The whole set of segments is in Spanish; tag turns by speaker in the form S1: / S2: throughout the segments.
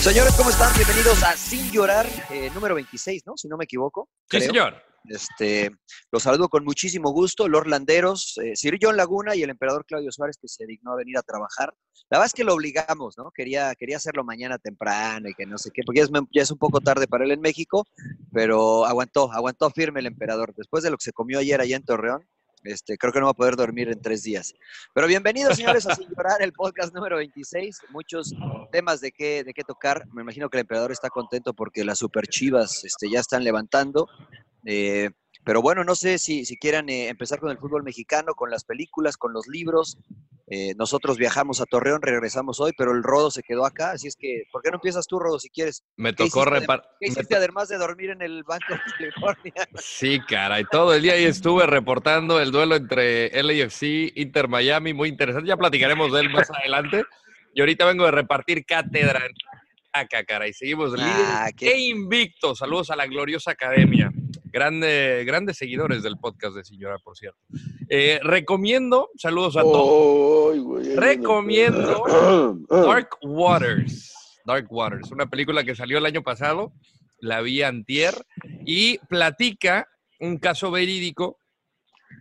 S1: Señores, ¿cómo están? Bienvenidos a Sin Llorar, eh, número 26, ¿no? Si no me equivoco.
S2: Sí,
S1: creo.
S2: señor.
S1: Este, los saludo con muchísimo gusto, Lord Landeros, eh, Sir John Laguna y el emperador Claudio Suárez, que se dignó a venir a trabajar. La verdad es que lo obligamos, ¿no? Quería, quería hacerlo mañana temprano y que no sé qué, porque ya es, ya es un poco tarde para él en México, pero aguantó, aguantó firme el emperador. Después de lo que se comió ayer allá en Torreón, este, creo que no va a poder dormir en tres días. Pero bienvenidos, señores, a Sin Llorar, el podcast número 26. Muchos temas de qué, de qué tocar. Me imagino que el emperador está contento porque las super chivas este, ya están levantando. Eh, pero bueno, no sé si, si quieran eh, empezar con el fútbol mexicano, con las películas, con los libros. Eh, nosotros viajamos a Torreón, regresamos hoy, pero el Rodo se quedó acá. Así es que, ¿por qué no empiezas tú, Rodo, si quieres?
S3: Me tocó reparar.
S1: ¿Qué hiciste además de dormir en el Banco de California?
S3: Sí, caray, todo el día ahí estuve reportando el duelo entre LAFC, Inter Miami, muy interesante. Ya platicaremos de él más adelante. Y ahorita vengo de repartir cátedra en Acá, caray. Seguimos
S1: Ah,
S3: líderes.
S1: qué-
S3: ¡Qué invicto! Saludos a la gloriosa academia. Grande, grandes seguidores del podcast de Señora, por cierto. Eh, recomiendo, saludos a todos.
S4: Ay, güey.
S3: Recomiendo Dark Waters. Dark Waters, una película que salió el año pasado, la vi antier, y platica un caso verídico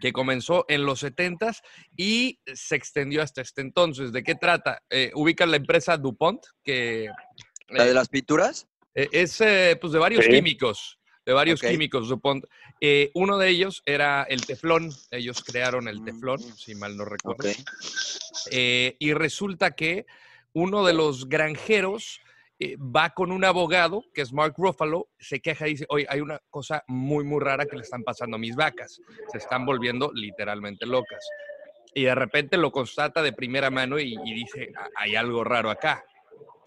S3: que comenzó en los 70s y se extendió hasta este entonces. ¿De qué trata? Eh, ubican la empresa DuPont, que
S1: ¿La de las pinturas?
S3: eh, es eh, pues de varios
S4: Sí.
S3: químicos, de varios
S1: Ok.
S3: químicos, DuPont. Eh, uno de ellos era el teflón, ellos crearon el teflón,
S1: Mm.
S3: si mal no recuerdo.
S1: Ok.
S3: Eh, y resulta que uno de los granjeros eh, va con un abogado, que es Mark Ruffalo, se queja y dice, oye, hay una cosa muy, muy rara que le están pasando a mis vacas. Se están volviendo literalmente locas. Y de repente lo constata de primera mano y, y dice, "Ah, hay algo raro acá.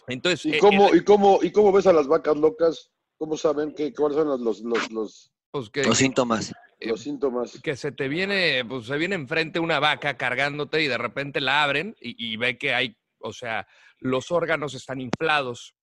S3: Entonces, eh,
S4: ¿Y
S3: él-
S4: cómo, y, cómo, ¿Y cómo ves a las vacas locas? ¿Cómo saben que, cuáles son los, los, los, los,
S3: pues, que-
S1: Los síntomas.
S3: Eh,
S4: los síntomas?
S3: que se te viene, pues se viene enfrente una vaca cargándote y de repente la abren y, y ve que hay, o sea, los órganos están inflados.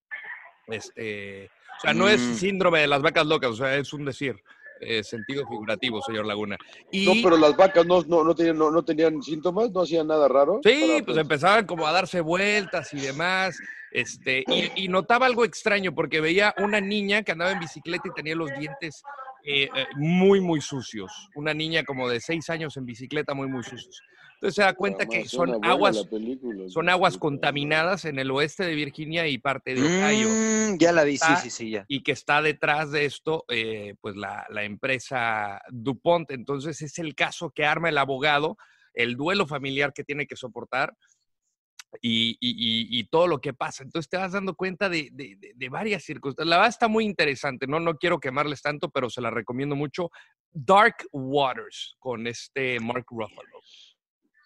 S3: Este, o sea, no es
S1: Mm.
S3: síndrome de las vacas locas, o sea, es un decir, eh, sentido figurativo, señor Laguna. Y
S4: No, pero las vacas no, no, no, tenían, no, no tenían síntomas, no hacían nada raro.
S3: sí,
S4: Para,
S3: pues empezaban como a darse vueltas y demás. Este, y, y notaba algo extraño porque veía una niña que andaba en bicicleta y tenía los dientes eh, eh, muy, muy sucios. Una niña como de seis años en bicicleta, muy, muy sucios. Entonces se da cuenta
S4: Además,
S3: que
S4: Ah, suena
S3: son
S4: buena
S3: aguas,
S4: la película.
S3: son aguas contaminadas en el oeste de Virginia y parte de Ohio.
S1: Mm, ya la vi, sí,
S3: Ah.
S1: sí, sí, ya.
S3: Y que está detrás de esto, eh, pues la, la empresa DuPont. Entonces es el caso que arma el abogado, el duelo familiar que tiene que soportar y, y- y- y todo lo que pasa. Entonces te vas dando cuenta de, de- de- de varias circunstancias. La verdad está muy interesante, ¿no? No quiero quemarles tanto, pero se la recomiendo mucho. Dark Waters con este Mark Ruffalo.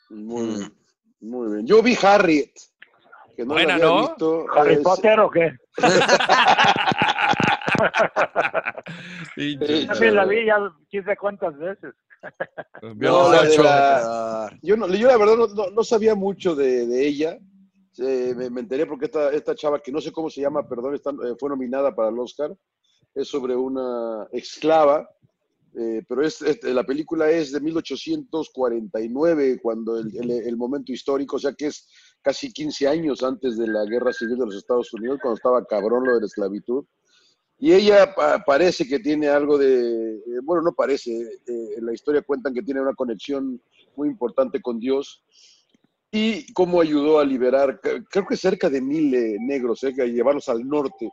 S4: Muy bien, muy bien. Yo vi Harriet. Que no
S3: Buena,
S4: la había
S3: ¿no?
S4: visto.
S5: ¿Harry
S4: Es-
S5: Potter o qué?
S4: Sí,
S5: Yo también la vi ya quién sabe cuántas veces.
S4: No, la de la-
S1: Ah,
S4: yo, no- yo la verdad no, no- no sabía mucho de, de ella. Eh, me, me enteré porque esta, esta chava, que no sé cómo se llama, perdón, está- eh, fue nominada para el Oscar. Es sobre una esclava. eh, pero es, es- la película es de 1849, cuando el, el- el momento histórico, o sea que es casi 15 años antes de la guerra civil de los Estados Unidos, cuando estaba cabrón lo de la esclavitud. Y ella pa- parece que tiene algo de, eh, bueno, no parece, eh, en la historia cuentan que tiene una conexión muy importante con Dios. y cómo ayudó a liberar, creo que cerca de mil eh, negros, eh, a llevarlos al norte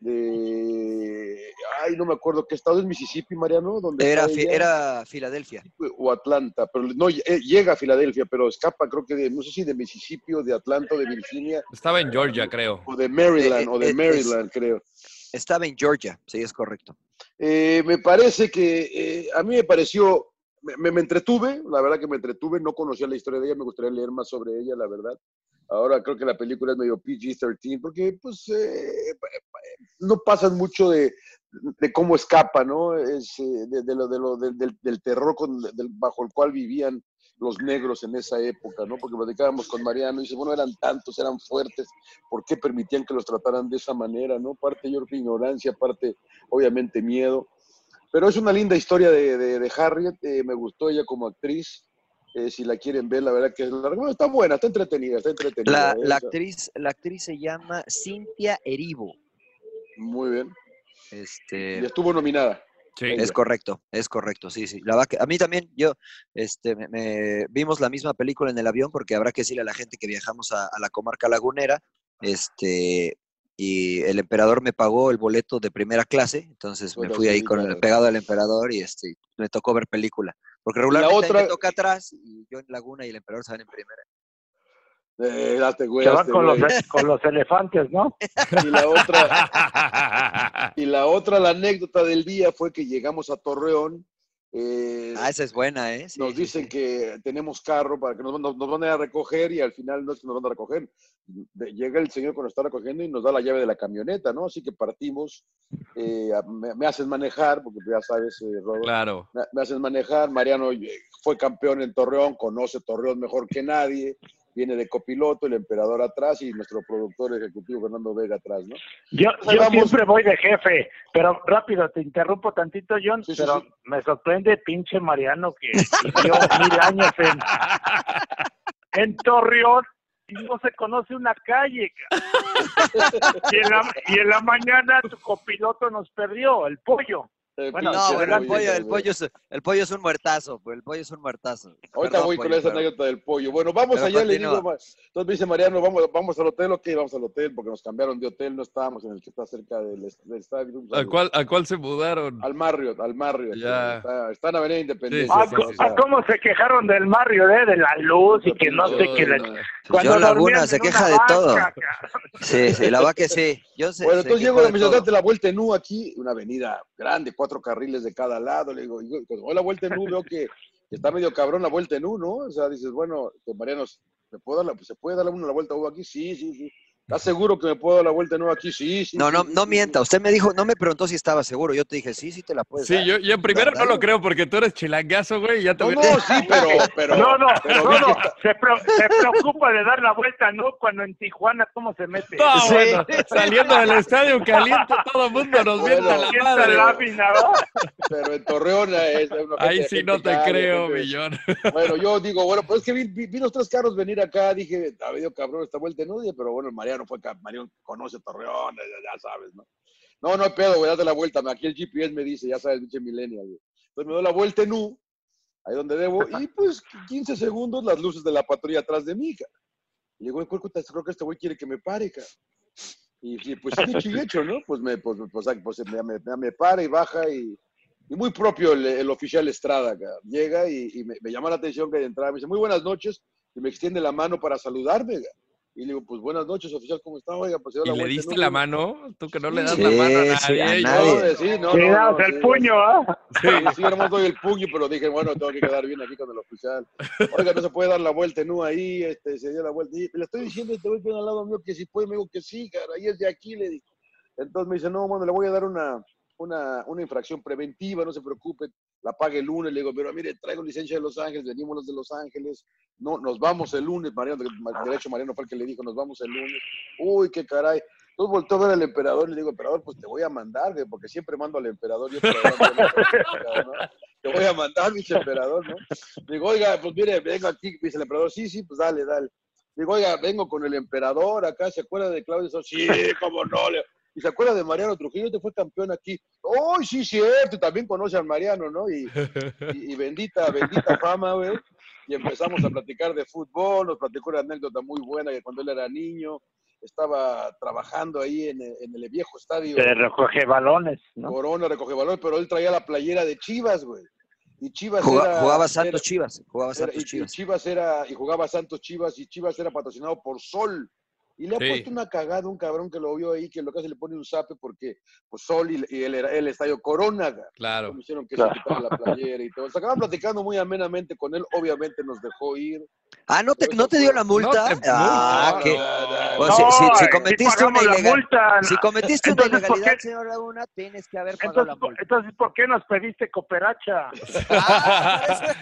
S4: de, ay, no me acuerdo qué estado es Mississippi, Mariano, donde
S1: era, fi, era Filadelfia
S4: o Atlanta, pero no eh, llega a Filadelfia, pero escapa, creo que de, no sé si de Mississippi o de Atlanta o de Virginia.
S3: Estaba en Georgia, creo.
S4: O de Maryland, o de Maryland, es, creo. Eh,
S1: Estaba en Georgia, sí, es correcto.
S4: me parece que eh, a mí me pareció me, me, me, entretuve, la verdad que me entretuve, no conocía la historia de ella, me gustaría leer más sobre ella, la verdad. Ahora creo que la película es medio PG-13, porque pues eh, no pasan mucho de, de cómo escapa, ¿no? Es, eh, de, de, lo, de lo, del, del, terror con, del, bajo el cual vivían los negros en esa época, ¿no? Porque platicábamos con Mariano y dice, bueno, eran tantos, eran fuertes, ¿por qué permitían que los trataran de esa manera, ¿no? Parte yo ignorancia, parte obviamente miedo. Pero es una linda historia de, de, de Harriet, eh, me gustó ella como actriz. Eh, si la quieren ver, la verdad que es larga. Bueno, está buena, está entretenida, está entretenida.
S1: La, la actriz, la actriz se llama Cintia Erivo.
S4: Muy bien.
S1: Este...
S4: Y estuvo nominada.
S1: Sí.
S4: Eh,
S1: Es correcto, es correcto, sí, sí. La vaca, a mí también, yo, este, me, me, vimos la misma película en el avión porque habrá que decirle a la gente que viajamos a, a la comarca lagunera, este, y el emperador me pagó el boleto de primera clase, entonces bueno, me fui ahí sí, con claro. el pegado al emperador y este me tocó ver película, porque regularmente la otra... me toca atrás y yo en Laguna y el emperador salen en primera.
S4: Eh, date, güey,
S5: Se
S4: van date,
S5: con,
S4: güey.
S5: Los, e-, con los elefantes, ¿no?
S4: Y la otra y la otra la anécdota del día fue que llegamos a Torreón
S1: eh, ah, esa es buena, ¿eh? Sí,
S4: nos dicen sí, sí. que tenemos carro para que nos, nos, nos, van a recoger y al final no es que nos van a recoger. Llega el señor cuando está recogiendo y nos da la llave de la camioneta, ¿no? Así que partimos. Eh, me, me, hacen manejar, porque ya sabes, eh, Robert,
S3: Claro.
S4: Me, me, hacen manejar. Mariano eh, fue campeón en Torreón, conoce Torreón mejor que nadie. Viene de copiloto, el emperador atrás y nuestro productor ejecutivo Fernando Vega atrás, ¿no?
S5: Yo, yo vamos... siempre voy de jefe, pero rápido, te interrumpo tantito, John,
S4: Sí, sí,
S5: pero
S4: sí.
S5: me sorprende pinche Mariano e que vivió mil años en, en Torreón y no se conoce e una calle. cabrón. Y en, la, y en la mañana tu copiloto nos perdió, el pollo.
S4: Eh,
S1: Bueno,
S4: pinche
S1: no, bueno, el
S4: Robert,
S1: pollo,
S4: ya,
S1: el,
S4: güey.
S1: pollo es, el pollo es un muertazo, pues, el pollo es un muertazo.
S4: Ahorita
S1: Perdón,
S4: voy con
S1: pollo,
S4: esa
S1: pero-
S4: anécdota del pollo. Bueno, vamos
S1: Pero
S4: allá, le
S1: continúa.
S4: digo. ma- Entonces me dice Mariano, vamos, vamos al hotel, ok, vamos al hotel, porque nos cambiaron de hotel, no estábamos en el que está cerca del, est- del estadio.
S3: ¿A cuál, a cuál se mudaron?
S4: Al Marriott, al Marriott.
S3: Ya.
S4: Está, está en Avenida Independencia.
S5: Ah,
S3: Sí, sí,
S5: co-
S3: sí,
S5: ah, ¿Cómo se quejaron del Mario, eh? De la luz y Ah, que no sé qué.
S4: Bueno,
S3: eh,
S1: John Laguna se queja de todo. Sí, sí, la va que sí. Yo sé, se
S4: entonces
S1: quejó
S4: llego a la
S1: de
S4: Michoacán
S1: todo.
S4: de la Vuelta en U aquí, una avenida grande, cuatro carriles de cada lado. Le digo, y cuando voy a la Vuelta en U veo que está medio cabrón la Vuelta en U, ¿no? O sea, dices, bueno, pues, Mariano, ¿se puede, dar la, ¿se puede dar uno la Vuelta en U aquí? Sí, sí, sí. ¿Estás seguro que me puedo dar la Vuelta en U aquí? Sí, sí.
S1: No,
S4: sí,
S1: no,
S4: sí,
S1: no
S4: sí,
S1: mienta. Usted me dijo, no me preguntó si estaba seguro. Yo te dije, sí, sí te la puedes
S3: Sí,
S1: dar.
S3: yo, yo primero no
S1: Dale.
S3: lo creo porque tú eres chilangazo, güey, y ya te
S4: No, no,
S3: hubieras-
S4: sí, pero, pero,
S5: no, no,
S4: pero
S5: no,
S4: vi que
S5: no.
S4: está-
S5: Se, pre- se preocupa de dar la vuelta, ¿no? Cuando en Tijuana, ¿cómo se mete?
S3: No,
S1: Sí.
S3: bueno, saliendo del estadio caliente, todo el mundo nos
S4: Bueno,
S3: mienta la
S5: Sienta
S3: madre.
S5: lámina, ¿no?
S4: pero en Torreón eh, es una
S3: Ahí
S4: gente-
S3: sí
S4: gente
S3: no te
S4: grande,
S3: creo,
S4: gente-
S3: millón.
S4: Bueno, yo digo, bueno, pues es que vi, vi- vi los tres carros venir acá, dije, está medio cabrón esta vuelta, ¿no? Dije, Pero bueno, el Mariano fue, ca- Mariano conoce Torreón, ya, ya sabes, ¿no? No, no hay pedo, güey, date la vuelta, aquí el GPS me dice, ya sabes, pinche millennial, güey. Entonces me doy la vuelta en U, ahí donde debo, y pues 15 segundos las luces de la patrulla atrás de mí, cara. Y digo, güey, creo que- creo que este güey quiere que me pare, cara. Y, y, pues dicho y hecho, ¿no? Pues me, pues, pues, ah, pues, ya me, ya me para y baja y, y muy propio el, el oficial Estrada, cara. llega y, y me, me llama la atención que de entrada me dice, muy buenas noches, y me extiende la mano para saludarme. cara. Y le digo, pues buenas noches, oficial, ¿cómo está? Oiga, pues se dio
S3: ¿Y le
S4: vuelta,
S3: diste
S4: ¿no?
S3: la mano? Tú que no le das
S1: Sí,
S3: la mano a nadie.
S1: sí, a
S3: yo-
S1: nadie.
S4: No, sí, no, no,
S5: Cuidado,
S4: no,
S5: el
S4: sí.
S5: puño, ¿ah?
S4: Sí, sí, hermano, doy el puño, pero dije, bueno, tengo que quedar bien aquí con el oficial. Oiga, no se puede dar la vuelta en U ahí, este, se dio la vuelta. Y le estoy diciendo a este güey que viene al lado mío que si puede, me digo que sí, cara, ahí es de aquí, le dije. Entonces me dice, no, mano, le voy a dar una, una, una infracción preventiva, no se preocupe, la pague el lunes. Le digo, pero mire, traigo licencia de Los Ángeles, venimos los de Los Ángeles, no, nos vamos el lunes. Mariano, de hecho, Mariano fue el que le dijo, nos vamos el lunes. Uy, qué caray. Entonces volteó a ver al emperador y le digo, emperador, pues te voy a mandar, güey, porque siempre mando al emperador. Yo, pero ahora no, ¿no? Te voy a mandar, dice el emperador, ¿no? Digo, oiga, pues mire, vengo aquí, dice el emperador, sí, sí, pues dale, dale. Digo, oiga, vengo con el emperador acá, ¿se acuerda de Claudio? Sosa? Sí, cómo no. le- Y se acuerda de Mariano Trujillo, te fue campeón aquí. ¡Oh, sí, cierto! Y también conoce al Mariano, ¿no? Y, y- y bendita, bendita fama, güey. y empezamos a platicar de fútbol, nos platicó una anécdota muy buena que cuando él era niño estaba trabajando ahí en el, en el viejo estadio.
S5: Que recoge balones, ¿no?
S4: Corona recoge balones, pero él traía la playera de Chivas, güey. Y Chivas
S1: Juga-
S4: era-
S1: jugaba
S4: era-
S1: Santos Chivas, jugaba
S4: era-
S1: Santos
S4: y,
S1: Chivas.
S4: y Chivas era, y jugaba Santos Chivas, y Chivas era patrocinado por Sol. Y le ha
S3: Sí.
S4: puesto una cagada a un cabrón que lo vio ahí, que lo que hace le pone un zape porque pues, Sol y, y el, el estadio Corona. güey.
S3: Claro.
S4: Me hicieron que
S5: Claro.
S4: se quitara la playera y todo. Se acaban platicando muy amenamente con él, obviamente nos dejó ir.
S1: Ah, ¿no te, ¿no te dio la multa?
S3: No te-
S1: ah,
S3: no,
S1: que...
S4: ah,
S3: no,
S1: Pues,
S5: No,
S1: si, si- si
S5: eh,
S1: cometiste una
S5: pagamos la
S1: ilegal...
S5: multa.
S1: Si cometiste una
S5: Entonces, ¿por
S1: ilegalidad,
S5: qué-
S1: señor Laguna, tienes que haber pagado
S5: Entonces,
S1: la
S5: ¿por-
S1: multa.
S5: entonces, ¿por qué nos pediste cooperacha?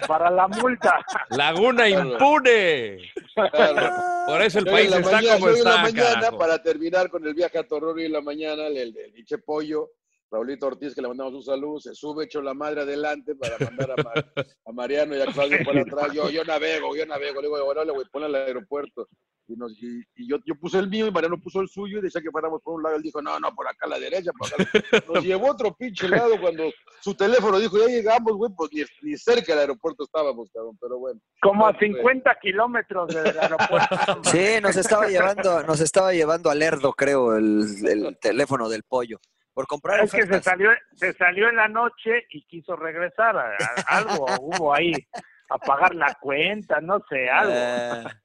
S5: Para la multa.
S3: Laguna impune.
S4: ah,
S3: Por eso el
S4: Yo hoy en
S3: país
S4: la
S3: está
S4: mañana-
S3: como
S4: yo hoy en la
S3: está,
S4: mañana,
S3: carajo.
S4: para terminar con el viaje a Torreón y en la mañana, el, el, el pinche pollo, Raulito Ortiz, que le mandamos un saludo, se sube hecho la madre adelante para mandar a, Mar- a Mariano y a Claudio para atrás. Yo, yo navego, yo navego. Le digo, órale, güey, ponle al aeropuerto. Y, nos- y- y yo, yo puse el mío y Mariano puso el suyo y decía que fuéramos por un lado. Él dijo, no, no, por acá a la derecha. Por acá. a la-". Nos llevó a otro pinche lado cuando su teléfono dijo, ya llegamos, güey, pues ni, ni cerca del aeropuerto estábamos, cabrón, pero bueno.
S5: Como a
S4: Bueno, pues.
S5: 50 kilómetros del aeropuerto.
S1: Sí, nos estaba llevando, nos estaba llevando al erdo, creo, el, el teléfono del pollo. Por comprar
S5: Es que se
S1: ofertas.
S5: salió, se salió en la noche y quiso regresar. a- a- algo hubo ahí. A pagar la cuenta, no sé, algo.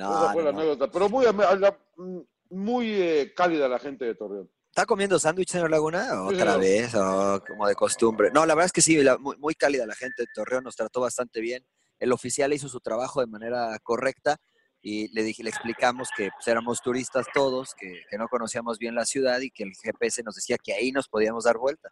S1: Eh, no,
S4: Esa fue
S1: no,
S4: la
S1: no.
S4: anécdota. Pero muy, ama- la- mm, muy eh, cálida la gente de Torreón.
S1: ¿Está comiendo sándwich, señor Laguna?
S4: Sí,
S1: Otra
S4: señor.
S1: vez, o como de costumbre. No, la verdad es que sí, la- muy, muy cálida la gente de Torreón, nos trató bastante bien. El oficial hizo su trabajo de manera correcta y le dije, le explicamos que pues, éramos turistas todos, que, que no conocíamos bien la ciudad y que el GPS nos decía que ahí nos podíamos dar vuelta.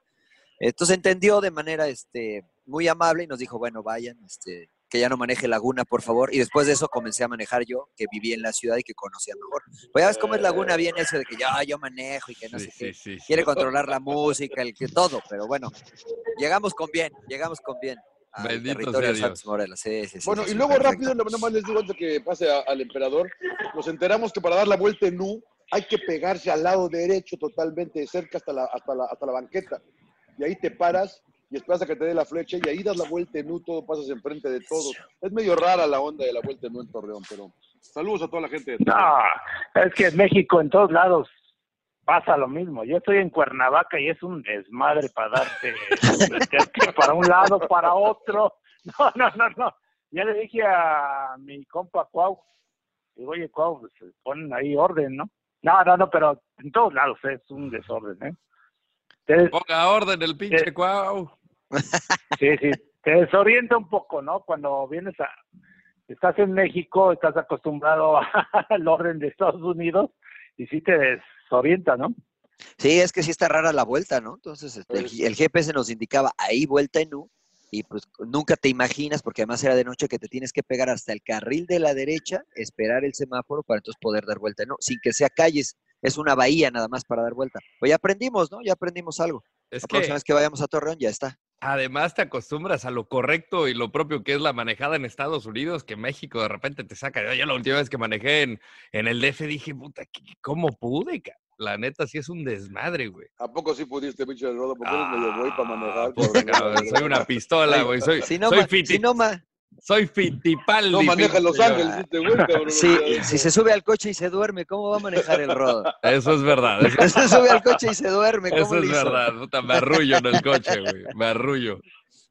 S1: Entonces entendió de manera este, muy amable y nos dijo, bueno, vayan, este, que ya no maneje Laguna, por favor. Y después de eso comencé a manejar yo, que viví en la ciudad y que conocía mejor. Pues ya ves cómo es Laguna bien eso de que yo, yo manejo y que no
S3: Sí,
S1: sé
S3: sí,
S1: qué
S3: sí, sí.
S1: quiere controlar la música, el que todo, pero bueno, llegamos con bien, llegamos con bien. al
S3: Bendito
S1: territorio
S3: sea
S1: de Santos
S3: Dios.
S1: Morelos. Sí, sí, sí,
S4: Bueno,
S1: sí,
S4: y
S1: sí,
S4: luego
S1: perfecto.
S4: rápido, nada más les digo antes que pase a- al emperador, nos enteramos que para dar la vuelta en U hay que pegarse al lado derecho totalmente de cerca hasta la, hasta la, hasta la banqueta. Y ahí te paras y esperas a que te dé la flecha y ahí das la vuelta en U, todo pasas enfrente de todo. Es medio rara la onda de la vuelta en U en Torreón, pero saludos a toda la gente de Torreón.
S3: Ah.
S5: No, es que en México, en todos lados, pasa lo mismo. Yo estoy en Cuernavaca y es un desmadre para darte meterte para un lado, para otro. No, no, no, no. Ya le dije a mi compa Cuau, digo, oye, Cuau, pues, ponen ahí orden, ¿no? No, no, no, pero en todos lados es un desorden, ¿eh? Te-
S3: Ponga orden el pinche
S5: Eh,
S3: cuau.
S5: Sí, sí, te desorienta un poco, ¿no? Cuando vienes a, estás en México, estás acostumbrado al orden de Estados Unidos y sí te desorienta, ¿no?
S1: Sí, es que sí está rara la vuelta, ¿no? Entonces, este,
S4: Pues
S1: el, el GPS nos indicaba ahí vuelta en U, y pues nunca te imaginas, porque además era de noche, que te tienes que pegar hasta el carril de la derecha, esperar el semáforo para entonces poder dar vuelta en U, sin que sea calles, es una bahía nada más para dar vuelta. Pues ya aprendimos, ¿no? Ya aprendimos algo.
S3: Es
S1: La próxima
S3: que
S1: vez que vayamos a Torreón ya está.
S3: además te acostumbras a lo correcto y lo propio que es la manejada en Estados Unidos, que México de repente te saca. Yo, yo la última vez que manejé en, en el DF dije, puta, ¿qué- ¿cómo pude? ca-?" La neta sí es un desmadre, güey.
S4: ¿A poco sí pudiste, pinche rodo? Porque eres medio
S3: Ah,
S4: güey para manejar.
S3: puta,
S4: cabrón.
S3: cabrón, soy una pistola, güey. Soy,
S1: Si no,
S3: soy,
S1: ma-
S3: fiti,
S1: si no, ma-
S3: soy fitipaldi.
S4: No maneja en Los
S3: pinche-
S4: Ángeles este güey, cabrón.
S1: Si, si se sube al coche y se duerme, ¿cómo va a manejar el rodo?
S3: Eso es verdad. Eso,
S1: Si se sube al coche y se duerme, ¿cómo
S3: eso
S1: lo
S3: es
S1: hizo?
S3: verdad. Puta, me arrullo en el coche, güey. Me arrullo.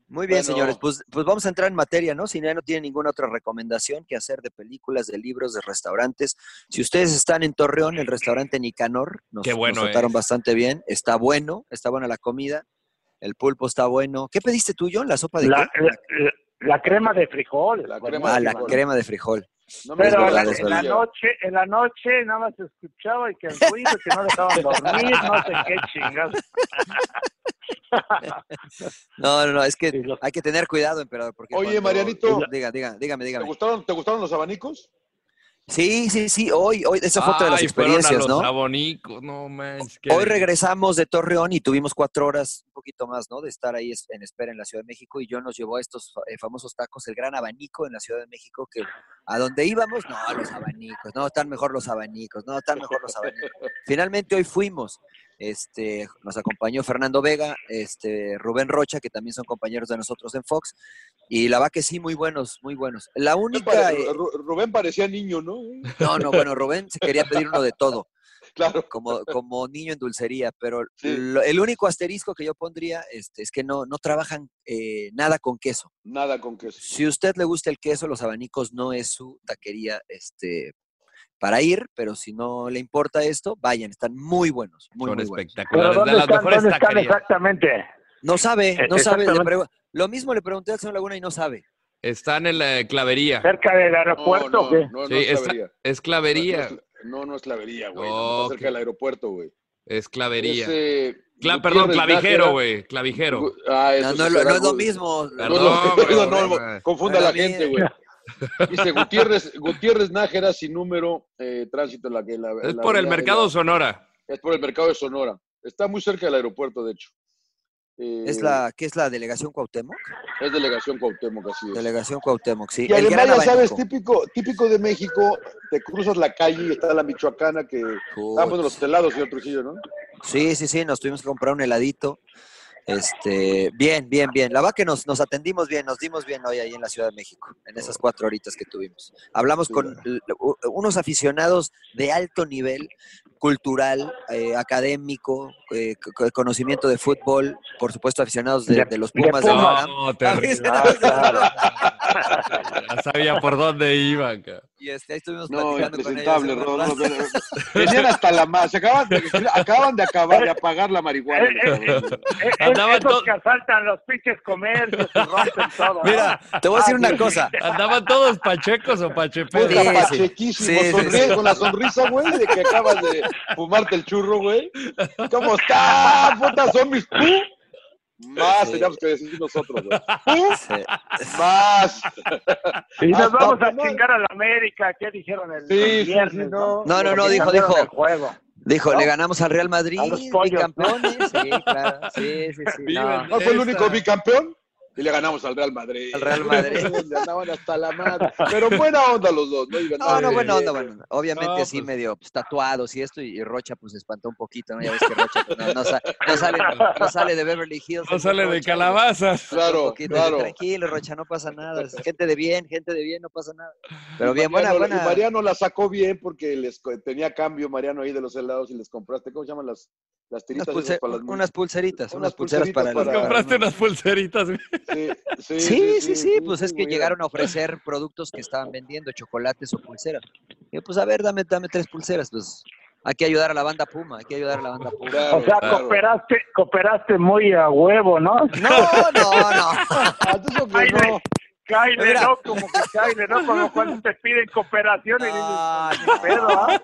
S1: Muy bien,
S4: Bueno.
S1: señores, pues, pues vamos a entrar en materia, ¿no? Si ya no tienen ninguna otra recomendación que hacer de películas, de libros, de restaurantes. Si ustedes están en Torreón, el restaurante Nicanor, nos,
S3: Qué bueno
S1: nos trataron
S3: es.
S1: bastante bien. Está bueno, está buena la comida, el pulpo está bueno. ¿Qué pediste tú, John? ¿La sopa de
S5: La,
S1: qué?
S5: la- la- la crema de frijol.
S4: La
S5: bueno,
S4: crema
S1: ah,
S4: de
S1: la
S4: frijol.
S1: crema de frijol.
S4: No
S5: Pero
S1: Es
S5: la-
S1: verdad, es
S5: en la
S1: verdad.
S5: noche, en la noche nada más se escuchaba y que el ruido, que no dejaban dormir, no sé qué chingados.
S1: No, no, no, es que
S5: Sí, lo-
S1: hay que tener cuidado, emperador. Porque
S4: Oye,
S1: cuando-
S4: Marianito.
S1: Diga, diga, dígame,
S4: ¿Te
S1: dígame.
S4: gustaron, ¿Te gustaron los abanicos?
S1: Sí, sí, sí, hoy, hoy, esa fue otra de las
S3: Ay, fueron a los
S1: experiencias, ¿no?
S3: Sabonicos, no manches. qué
S1: Hoy
S3: delicia.
S1: regresamos de Torreón y tuvimos cuatro horas, un poquito más, ¿no? De estar ahí es- en espera en la Ciudad de México y yo nos llevó a estos fa- eh, famosos tacos, el gran abanico en la Ciudad de México, que a donde íbamos, no, los abanicos, no, están mejor los abanicos, no, están mejor los abanicos. Finalmente hoy fuimos Este, nos acompañó Fernando Vega, este, Rubén Rocha, que también son compañeros de nosotros en Fox. Y la verdad que sí, muy buenos, muy buenos. La única. eh,
S4: Rubén parecía niño, ¿no?
S1: no, no, bueno, Rubén se quería pedir uno de todo.
S4: Claro.
S1: Como, como niño en dulcería, pero
S4: Sí.
S1: lo- el único asterisco que yo pondría este, es que no, no trabajan eh, nada con queso.
S4: Nada con queso.
S1: Si a usted le gusta el queso, los abanicos no es su taquería este, para ir, pero si no le importa esto, vayan, están muy buenos, muy,
S3: Son
S1: muy buenos.
S5: Pero
S3: espectaculares, de
S5: ¿dónde
S3: las
S5: están,
S3: mejores
S5: dónde están
S3: taquerías.
S5: exactamente?
S1: No sabe,
S4: e
S5: Eh,
S1: no sabe. le
S5: exactamente.
S1: pregu- lo mismo le pregunté al señor Laguna y no sabe.
S3: Están en la clavería.
S5: ¿Cerca del
S1: Oh,
S5: aeropuerto
S4: no,
S5: o qué?
S4: No, no,
S3: Sí,
S4: es
S3: está-
S4: clavería.
S3: Es
S4: No, no
S3: clavería.
S4: es- No, no es clavería, güey.
S3: Oh,
S4: No, está cerca
S3: ok.
S4: del aeropuerto, güey.
S3: Es clavería.
S4: Es, eh,
S3: Cla- perdón,
S4: Gutiérrez
S3: clavijero,
S4: Nájera.
S3: güey. Clavijero.
S4: Gu- Ah, eso
S1: No,
S4: es
S1: no, es lo-
S4: hacer
S1: no es lo
S4: algo-
S1: mismo.
S4: No,
S3: Perdón,
S4: no,
S3: güey,
S4: perdón, no,
S3: güey.
S4: confunda a la
S1: Perdón,
S4: gente,
S1: güey.
S4: güey. Dice Gutiérrez, Gutiérrez Nájera sin número, eh, tránsito en la que la,
S3: Es
S4: la
S3: por el
S4: avenida-
S3: mercado Sonora.
S4: es por el mercado de Sonora. Está muy cerca del aeropuerto, de hecho. Eh,
S1: ¿Es la, ¿Qué es la delegación Cuauhtémoc?
S4: es delegación Cuauhtémoc, así es.
S1: Delegación Cuauhtémoc, sí.
S4: Y además, ya sabes,
S1: abanico.
S4: típico, típico de México, te cruzas la calle y está la michoacana que... Ah, bueno, los helados, señor Trujillo, ¿no?
S1: Sí, sí, sí, nos tuvimos que comprar un heladito. Este, bien, bien, bien. La verdad que nos, nos atendimos bien, nos dimos bien hoy ahí en la Ciudad de México, en esas cuatro horitas que tuvimos. Hablamos con l- u- unos aficionados de alto nivel, cultural, eh, académico, eh, c- c- conocimiento de fútbol, por supuesto aficionados de,
S5: De-
S1: de los
S5: de
S1: Pumas de la
S5: Pumas.
S1: UNAM.
S3: No, terrible. Ya sabía por dónde iba. ca.
S1: Y este, ahí estuvimos
S4: No,
S1: platicando con ellos.
S4: impresentable,
S1: un
S4: Rodo.
S1: rato.
S4: no, no, no. Venían hasta la más. Se acaban de, acaban de acabar de apagar la marihuana.
S5: Eh, eh,
S4: cabrón.
S5: Eh, eh,
S3: Andaban
S5: esos
S3: to-
S5: que asaltan los pinches comercios y rompen todo. ¿no?
S1: Mira, te voy a decir una cosa.
S3: ¿Andaban todos pachecos o pachepedos?
S4: Puta,
S1: sí.
S4: pachequísimo,
S1: Sí, sí,
S4: sonríe con la sonrisa, güey, de que acabas de fumarte el churro, güey. ¿Cómo está? Puta, son mis pu. Más
S1: Sí.
S4: teníamos que decir nosotros, güey.
S1: Sí.
S4: Más.
S5: Y nos
S4: Hasta
S5: vamos a
S4: tomar.
S5: chingar a la América. ¿Qué dijeron el
S4: Sí, sí, sí,
S5: viernes?
S4: no.
S1: No, no, no,
S5: Que
S1: dijo,
S5: cambiaron
S1: dijo.
S5: el juego.
S1: Dijo,
S5: ¿No?
S1: le ganamos al Real Madrid,
S5: A los pollos, ¿no?
S1: campeones. Sí, claro. Sí, sí, sí. No,
S4: ¿No fue el único bicampeón? Y le ganamos al Real Madrid.
S1: Al Real Madrid.
S4: Le ganaban hasta la madre. Pero buena onda los dos, ¿no? Y
S1: no,
S4: ganaron.
S1: no, bueno, onda,
S4: Bien.
S1: bueno. Obviamente
S3: No,
S1: así
S3: pues.
S1: medio pues, tatuados y esto, y, y Rocha pues se espantó un poquito, ¿no? Ya ves que Rocha pues, no, no sa- no sale, no sale de Beverly Hills.
S3: No
S1: el
S3: sale de
S1: Rocha,
S3: calabazas.
S1: un
S4: Claro,
S1: poquito, dice,
S4: claro.
S1: Tranquilo, Rocha, no pasa nada. es gente de bien, gente de bien, no pasa nada. Pero bien, buena,
S4: Mariano,
S1: buena.
S4: y Mariano la sacó bien porque les co- tenía cambio Mariano ahí de los helados y les compraste, ¿cómo se llaman las,
S1: Unas,
S4: las tiritas?
S1: pulse-
S4: esas para las
S1: unas pulseritas,
S4: unas
S1: unas pulseras para, el-
S4: pulseritas para-
S1: para-
S3: Compraste unas pulseritas. güey.
S4: Sí, sí,
S1: Sí, sí, sí, pues es que
S4: güey.
S1: llegaron a ofrecer productos que estaban vendiendo, chocolates o pulseras. Y yo, pues a ver, dame, dame tres pulseras, pues hay que ayudar a la banda Puma, hay que ayudar a la banda Puma.
S4: Claro,
S5: O sea,
S4: claro.
S5: cooperaste, cooperaste muy a huevo, ¿no?
S1: No, no, no.
S4: Ah, ¿tú eso que
S5: Ay,
S4: no?
S5: Caile,
S1: Mira.
S5: ¿no? Como que caile, ¿no? Como cuando te piden cooperación y dices,
S1: Ah,
S5: "Ni pedo, ¿ah?".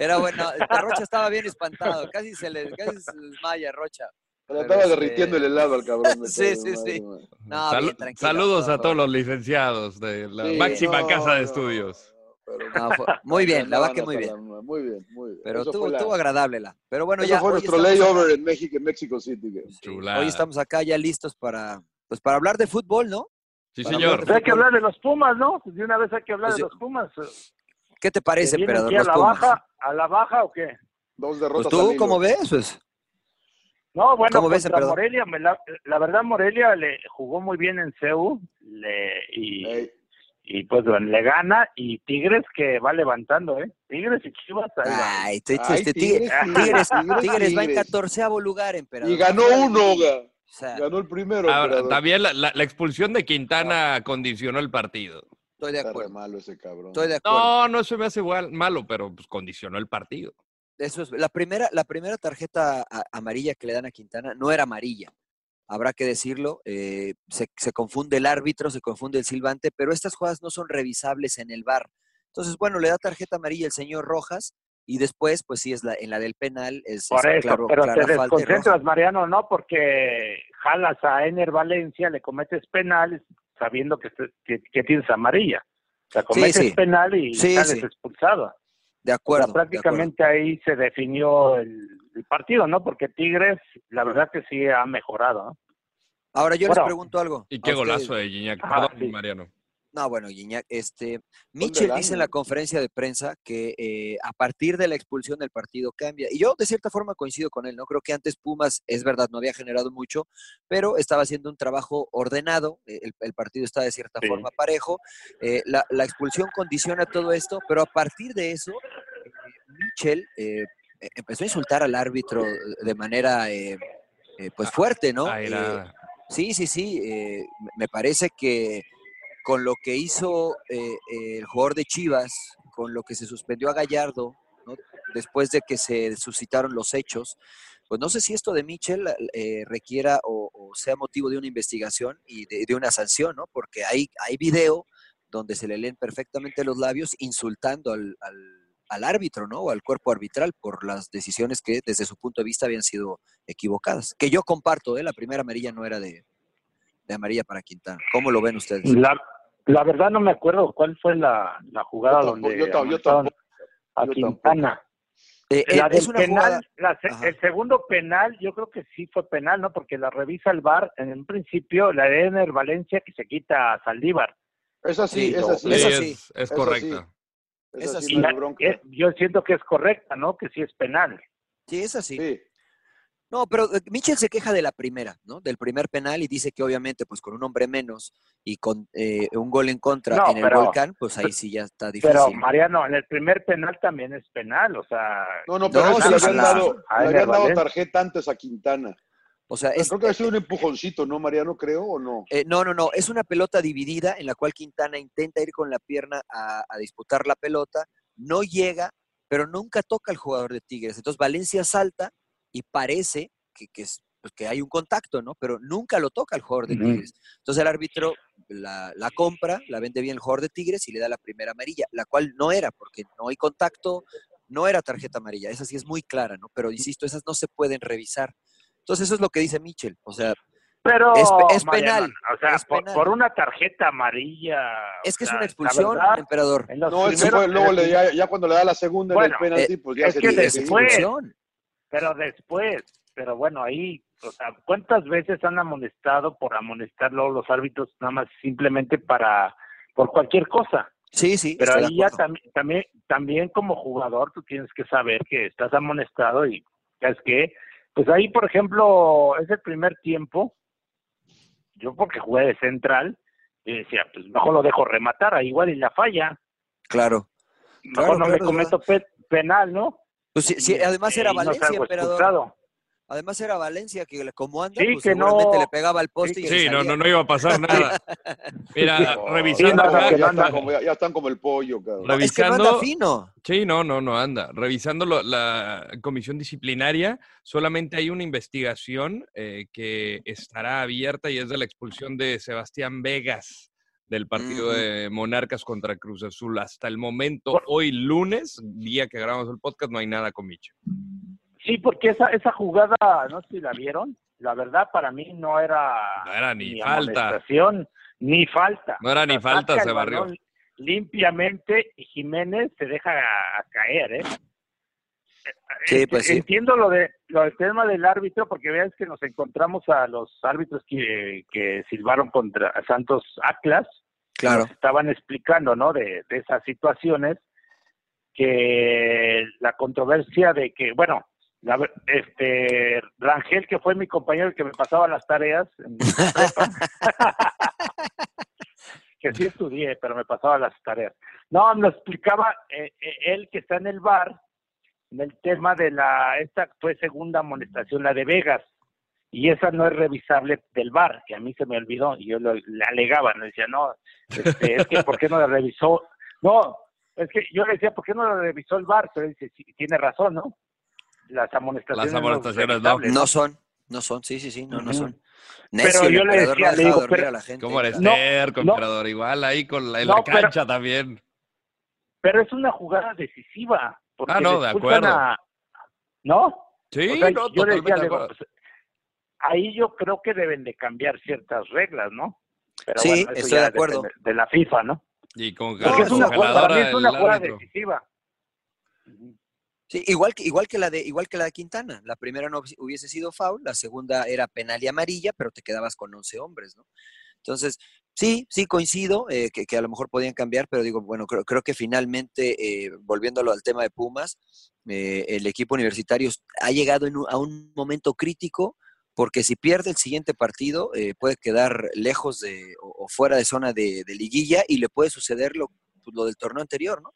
S1: Era bueno, este Rocha estaba bien espantado, casi se le casi se desmaya Rocha.
S4: Le andaba
S1: este-
S4: derritiendo el helado al cabrón. me
S1: Sí,
S4: cago
S1: sí,
S4: en madre,
S1: sí.
S4: güey.
S1: No,
S3: Salu-
S1: bien, tranquilo,
S3: saludos a
S1: todo.
S3: todos los licenciados de la
S4: Sí,
S3: máxima
S4: no,
S3: casa de
S4: no,
S3: estudios.
S4: pero-
S1: No, fue- muy bien, la
S4: No,
S1: verdad que
S4: no,
S1: muy
S4: para
S1: bien.
S4: nada, Muy bien, muy bien.
S1: Pero
S4: Eso
S1: estuvo,
S4: fue la-
S1: estuvo agradable la. Pero bueno,
S4: eso
S1: ya
S4: fue
S1: hoy
S4: nuestro
S1: estamos-
S4: layover en México, en Mexico City. güey.
S3: Chulada.
S1: Hoy estamos acá ya listos para pues para hablar de fútbol, ¿no?
S3: Sí,
S1: para
S3: señor.
S1: hablar
S5: Hay que
S4: "Ah,
S5: hablar de los Pumas, ¿no? De una vez hay que hablar
S1: Pues
S5: de
S1: yo-
S5: los Pumas.
S1: ¿Qué te parece,
S5: ¿Que vienen
S1: emperador?
S5: aquí a
S1: Los
S5: la
S1: Pumas?
S5: baja? ¿A la baja o qué?
S4: Dos derrotas
S1: Pues
S4: al
S1: tú,
S4: hilo.
S1: ¿cómo ves? Pues,
S5: No, bueno,
S1: ¿Cómo ves,
S5: contra
S1: emperador?
S5: Morelia, me la, la verdad Morelia le jugó muy bien en CEU le- y,
S4: Ey,
S5: y, pues bueno, le gana y Tigres que va levantando, ¿eh? Tigres y Chivas. ahí va.
S1: ay, tú- tú-
S4: Ay,
S1: este, Tigre-
S4: Tigres, Tigres,
S1: Tigres, Tigres va en
S4: Tigres.
S1: 14 lugar, emperador.
S4: Y ganó uno, güey.
S1: O sea,
S4: ganó el primero.
S3: Ah,
S4: emperador.
S3: también la, la- la expulsión de Quintana condicionó el partido.
S1: estoy de
S4: Está
S3: pues
S4: re
S1: acuerdo.
S4: malo ese cabrón.
S1: Estoy de acuerdo.
S3: No, no se me hace igual, malo, pero pues, condicionó el partido.
S1: Eso es. La primera, la primera tarjeta a- amarilla que le dan a Quintana no era amarilla. Habrá que decirlo. eh, se, se confunde el árbitro, se confunde el silbante, pero estas jugadas no son revisables en el VAR. Entonces, bueno, le da tarjeta amarilla el señor Rojas y después, pues sí, es la, en la del penal. Es,
S5: Por
S1: es
S5: eso,
S1: claro-
S5: pero
S1: clara
S5: te
S1: falta y roja.
S5: desconcentras, Mariano, ¿no? Porque eh, jalas a Ener Valencia, le cometes penal sabiendo que, te- que, que tienes amarilla. O sea, cometes
S1: sí.
S5: penal y
S1: Sí,
S5: sales
S1: sí.
S5: expulsado.
S1: De
S5: O sea,
S1: acuerdo. de acuerdo.
S5: prácticamente ahí se definió el, el partido, ¿no? Porque Tigres, la verdad que sí ha mejorado. ¿no?
S1: Ahora yo les
S5: Bueno.
S1: pregunto algo.
S3: Y
S1: a
S3: qué
S1: ustedes.
S3: golazo de Gignac.
S5: Ajá,
S3: Perdón,
S5: sí.
S3: Mariano.
S1: No, bueno, Guiñac, este, Mitchell
S6: el año.
S1: dice en la conferencia de prensa que eh, a partir de la expulsión del partido cambia. Y yo de cierta forma coincido con él, ¿no? Creo que antes Pumas, es verdad, no había generado mucho, pero estaba haciendo un trabajo ordenado, eh, el, el partido está de cierta
S7: Sí.
S1: forma parejo, eh, la, la expulsión condiciona todo esto, pero a partir de eso, eh, Mitchell eh, eh, empezó a insultar al árbitro eh, de manera, eh, eh, pues fuerte, ¿no?
S3: ah,
S1: Eh,
S3: Airada.
S1: Sí, sí, sí. eh, me- me parece que con lo que hizo eh, eh, el jugador de Chivas, con lo que se suspendió a Gallardo, ¿no? después de que se suscitaron los hechos, pues no sé si esto de Michel eh, requiera o, o sea motivo de una investigación y de, de una sanción, ¿no? Porque hay, hay video donde se le leen perfectamente los labios insultando al, al- al árbitro, ¿no? O al cuerpo arbitral por las decisiones que desde su punto de vista habían sido equivocadas. Que yo comparto, ¿eh? La primera amarilla no era de, de amarilla para Quintana. ¿Cómo lo ven ustedes?
S4: La, la verdad no me acuerdo cuál fue la, la jugada
S6: Yo tampoco,
S4: donde
S6: yo tam- yo
S4: amonestaron
S6: tampoco,
S4: a
S6: yo
S4: Quintana.
S1: Eh, eh,
S4: La del
S1: es una jugada-
S4: penal, la se-
S1: Ajá.
S4: el segundo penal, yo creo que sí fue penal, ¿no? Porque la revisa el VAR en un principio, la de Ener Valencia que se quita a Saldívar.
S6: Es así,
S1: Sí,
S6: es
S1: no,
S6: así.
S1: es
S3: Sí,
S1: así.
S3: es, es
S6: Eso
S3: correcta.
S6: Es
S1: Es
S6: así,
S1: así.
S6: no
S4: La-
S6: hay bronca.
S4: eh, yo siento que es correcta, ¿no? Que sí es penal.
S1: Sí, es así.
S6: Sí.
S1: No, pero eh, Mitchell se queja de la primera, ¿no? Del primer penal y dice que obviamente, pues con un hombre menos y con eh, un gol en contra
S4: No,
S1: en el
S4: pero-
S1: volcán, pues ahí sí ya está difícil.
S4: Pero Mariano, en el primer penal también es penal, o sea,
S6: No, no, pero
S1: No,
S6: es que
S1: sí,
S6: le
S1: sí,
S6: habían,
S1: la-
S6: dado,
S4: a
S6: le
S4: Ener
S6: habían dado
S4: Valencia.
S6: tarjeta antes a Quintana.
S1: o sea, es,
S6: Creo que ha sido un empujoncito, ¿no, Mariano? Creo o no.
S1: Eh, no, no, no. Es una pelota dividida en la cual Quintana intenta ir con la pierna a, a disputar la pelota, no llega, pero nunca toca al jugador de Tigres. Entonces Valencia salta y parece que, que, es- pues, que hay un contacto, ¿no? Pero nunca lo toca al jugador de
S4: Ujú.
S1: Tigres. Entonces el árbitro la, la compra, la vende bien el jugador de Tigres y le da la primera amarilla, la cual no era, porque no hay contacto, no era tarjeta amarilla. Esa sí es muy clara, ¿no? Pero insisto, esas no se pueden revisar. Entonces eso es lo que dice Mitchell. O sea,
S4: pero
S1: Es pe- es
S4: Mariano,
S1: penal,
S4: o sea,
S1: es
S4: por,
S1: penal.
S4: por una tarjeta amarilla.
S1: es que
S4: o
S1: es
S4: sea,
S1: una
S4: la
S1: expulsión,
S4: verdad,
S1: emperador.
S4: en los
S6: No, ese
S4: primeros-
S6: fue, luego le- ya, ya cuando le da la segunda
S4: Bueno,
S6: en el penalti, pues ya
S4: es
S6: se
S4: que
S6: tiene
S1: es
S6: ir.
S4: fue.
S1: expulsión.
S4: Pero después, pero bueno, ahí, o sea, ¿cuántas veces han amonestado por amonestar luego los árbitros nada más simplemente para, por cualquier cosa?
S1: Sí, sí.
S4: Pero
S1: estoy de
S4: ahí ya
S1: acuerdo.
S4: también, también, también como jugador tú tienes que saber que estás amonestado y es que, pues ahí, por ejemplo, es el primer tiempo, yo porque jugué de central, y decía, pues mejor lo dejo rematar, ahí igual y la falla,
S1: Claro.
S4: mejor
S1: Claro,
S4: no
S1: claro,
S4: le
S1: es
S4: cometo pe- penal, ¿no?
S1: Pues sí, sí,
S4: Y,
S1: además
S4: este,
S1: era
S4: y no
S1: Valencia,
S4: salgo
S1: emperador.
S4: expulsado.
S1: Además era Valencia, que le- como anda,
S4: Sí,
S1: pues
S4: que no-
S1: seguramente le pegaba al poste y se
S3: Sí, no,
S1: salía.
S3: no, no iba a pasar nada. Mira,
S6: Oh, ya,
S3: revisando
S6: están
S4: no,
S6: como, ya
S4: que no
S6: están
S4: anda.
S6: como- ya- ya están como el pollo, cabrón.
S1: Es que no anda
S3: Revisando,
S1: fino.
S3: sí, no, no, no anda. Revisando lo- la comisión disciplinaria, solamente hay una investigación eh, que estará abierta y es de la expulsión de Sebastián Vegas del partido
S1: Ujú.
S3: de Monarcas contra Cruz Azul. Hasta el momento, hoy lunes, día que grabamos el podcast, no hay nada con Micho.
S4: Sí, porque esa, esa jugada, no sé si la vieron, la verdad para mí no era,
S3: No era ni falta.
S4: amonestación, ni falta.
S3: No era ni falta,
S4: Saca
S3: se
S4: el
S3: barrió.
S4: balón Limpiamente y Jiménez se deja a- a caer, ¿eh? Este,
S1: Sí, pues sí.
S4: Entiendo lo de lo del tema del árbitro, porque veas que nos encontramos a los árbitros que, que silbaron contra Santos Atlas,
S1: Claro.
S4: estaban explicando, ¿no? De, de esas situaciones, que la controversia de que, bueno, la ver- este Rangel, que fue mi compañero el que me pasaba las tareas, en la prepa, que sí estudié, pero me pasaba las tareas. No, nos explicaba eh, eh, él que está en el bar, en el tema de la, esta fue segunda amonestación, la de Vegas, y esa no es revisable del bar, que a mí se me olvidó, y yo lo, le alegaba, ¿no? decía, no, este, es que ¿por qué no la revisó? No, es que yo le decía, ¿por qué no la revisó el bar? Pero él dice, sí, tiene razón, ¿no? Las amonestaciones,
S3: Las amonestaciones,
S4: no.
S3: no.
S4: revisables,
S1: No son. No son, sí, sí, sí, no, no
S4: Ujú.
S1: son.
S4: Pero
S1: Necio, el
S4: yo le
S1: emperador no
S4: decía, le
S1: deja
S4: digo,
S1: dormir
S4: pero-
S1: a la gente.
S3: ¿Cómo eres,
S4: No,
S3: terco,
S4: no.
S3: emperador? Igual ahí con la, en
S4: No,
S3: la
S4: pero-
S3: cancha también.
S4: Pero es una jugada decisiva. Porque
S3: Ah, no,
S4: le
S3: de
S4: expulsan
S3: acuerdo.
S4: a- ¿No?
S3: Sí,
S4: O sea,
S3: no,
S4: yo le
S3: totalmente
S4: decía,
S3: de
S4: le digo,
S3: acuerdo.
S4: pues, ahí yo creo que deben de cambiar ciertas reglas, ¿no? Pero
S1: Sí,
S4: bueno, eso
S1: estoy
S4: ya
S1: de acuerdo.
S4: depende De la FIFA, ¿no?
S3: Y con
S1: Claro,
S4: Porque es una jugada, para mí
S3: congeladora
S4: es una
S3: del
S4: jugada
S3: árbitro.
S4: decisiva.
S1: Sí, igual que, igual que la de, igual que la de Quintana. La primera no hubiese- hubiese sido foul, la segunda era penal y amarilla, pero te quedabas con 11 hombres, ¿no? Entonces, Sí, sí, coincido, eh, que, que, a lo mejor podían cambiar, pero digo, bueno, creo, creo que finalmente, eh, volviéndolo al tema de Pumas, eh, el equipo universitario ha llegado en un, a un momento crítico porque si pierde el siguiente partido eh, puede quedar lejos de o, o fuera de zona de, de, liguilla y le puede suceder lo, pues, lo del torneo anterior, ¿no?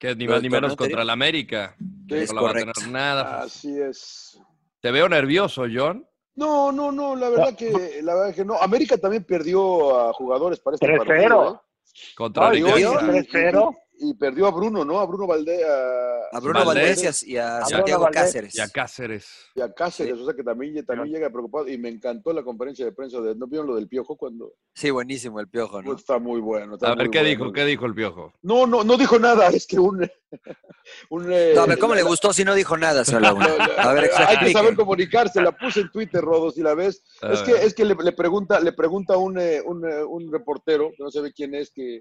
S3: Que es ni más ni menos anterior. contra el América.
S1: Que es no correcto. Va a tener
S4: nada. Ah, Así es.
S3: Te veo nervioso, John.
S4: No, no, no, la verdad que, la verdad que no. América también perdió a jugadores para este
S5: 3
S4: partido.
S5: ¿eh? Contra ah, Liga.
S4: ¿3-0? Y, y, y, perdió a Bruno, ¿no? A Bruno Valdés.
S1: A, a Bruno Valdés y a, a Santiago Valdés. Cáceres.
S3: Y a Cáceres.
S4: Y a Cáceres, sí. o sea que también, también sí. llega preocupado. Y me encantó la conferencia de prensa. De, ¿No vieron lo del Piojo cuando...?
S1: Sí, buenísimo el Piojo, ¿no?
S4: Está muy bueno. Está
S3: a ver,
S4: muy
S3: ¿qué
S4: bueno.
S3: dijo? ¿Qué dijo el Piojo?
S4: No, no, no dijo nada. Es que un... un eh,
S1: no, pero ¿cómo la, le gustó si no dijo nada? Solo a ver,
S4: hay que saber comunicarse. La puse en Twitter, Rodo, si la ves. A es ver. que, es que le, le pregunta, le pregunta un, eh, un, un reportero, que no sabe quién es, que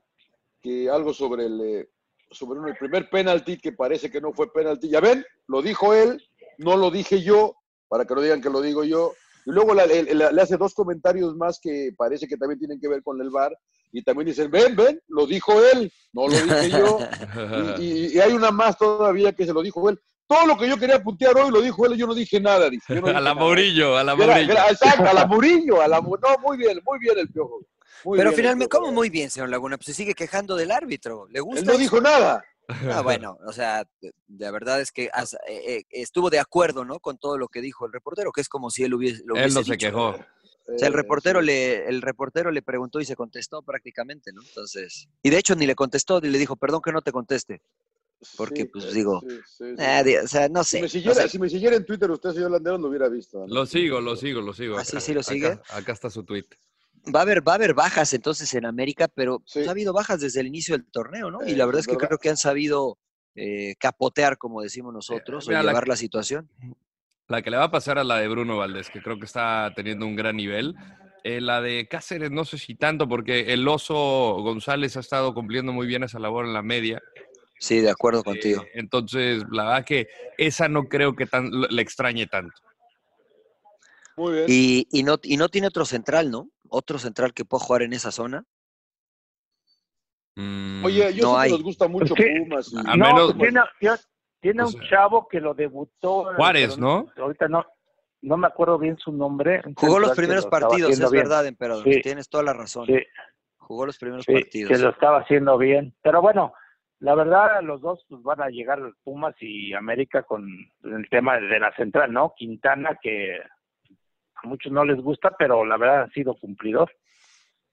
S4: que algo sobre el, eh, sobre el primer penalti que parece que no fue penalti. Ya ven, lo dijo él, no lo dije yo, para que no digan que lo digo yo. Y luego la, la, le hace dos comentarios más que parece que también tienen que ver con el VAR. Y también dicen, ven, ven, lo dijo él, no lo dije yo.
S1: eh,
S4: Y, y, y hay una más todavía que se lo dijo él. Todo lo que yo quería puntear hoy lo dijo él, yo no dije nada. Dice, yo no dije
S3: Ah. a la Murillo, a la Murillo.
S4: exacto, a la Murillo, a la No, muy bien, muy bien el piojo.
S1: Muy pero finalmente, ¿cómo muy bien, señor Laguna? Pues se sigue quejando del árbitro. ¿Le gusta?
S4: Él no
S1: eso?
S4: dijo nada.
S1: Ah, bueno, o sea, la verdad es que hasta, eh, estuvo de acuerdo, ¿no? Con todo lo que dijo el reportero, que es como si él hubiese. Lo hubiese
S3: él no
S1: dicho.
S3: se quejó.
S1: O
S4: Eh,
S1: sea, el reportero, le, el reportero le preguntó y se contestó prácticamente, ¿no? Entonces, y de hecho ni le contestó, ni le dijo, perdón que no te conteste. Porque, sí, pues digo, sí, sí, ah, o sea, no sé.
S4: Si me, siguiera,
S1: o sea,
S4: si me siguiera en Twitter, usted, señor Landero, lo hubiera visto. ¿no?
S3: Lo sigo, lo sigo, lo sigo.
S1: ¿Ah,
S3: acá,
S1: sí, lo sigue?
S3: Acá, acá está su tweet
S1: va a haber, va a haber bajas entonces en América, pero sí. pues, ha habido bajas desde el inicio del torneo, ¿no? Eh, y la verdad es que verdad. creo que han sabido eh, capotear, como decimos nosotros, eh, mira, o llevar la, la, situación.
S3: La que le va a pasar a la de Bruno Valdés, que creo que está teniendo un gran nivel. Eh, la de Cáceres, no sé si tanto, porque el oso González ha estado cumpliendo muy bien esa labor en la media.
S1: Sí, de acuerdo contigo.
S3: Eh, entonces, la verdad que esa no creo que tan, le extrañe tanto.
S4: Muy bien.
S1: Y, y, no, y no tiene otro central, ¿no? otro central que pueda jugar en esa zona?
S4: Oye, yo no sé hay. que nos
S5: Pues
S4: gusta mucho Pumas.
S5: Y... A no, menos... tiene, tiene un chavo que lo debutó.
S3: Juárez, ¿no?
S5: Ahorita no, no me acuerdo bien su nombre.
S1: Jugó los primeros lo partidos, es bien. verdad, emperador. Sí. Tienes toda la razón. Sí. Jugó los primeros sí, partidos.
S5: Que lo estaba haciendo bien. Pero bueno, la verdad, los dos pues, van a llegar Pumas y América con el tema de la central, ¿no? Quintana, que a muchos no les gusta, pero la verdad ha sido cumplidor.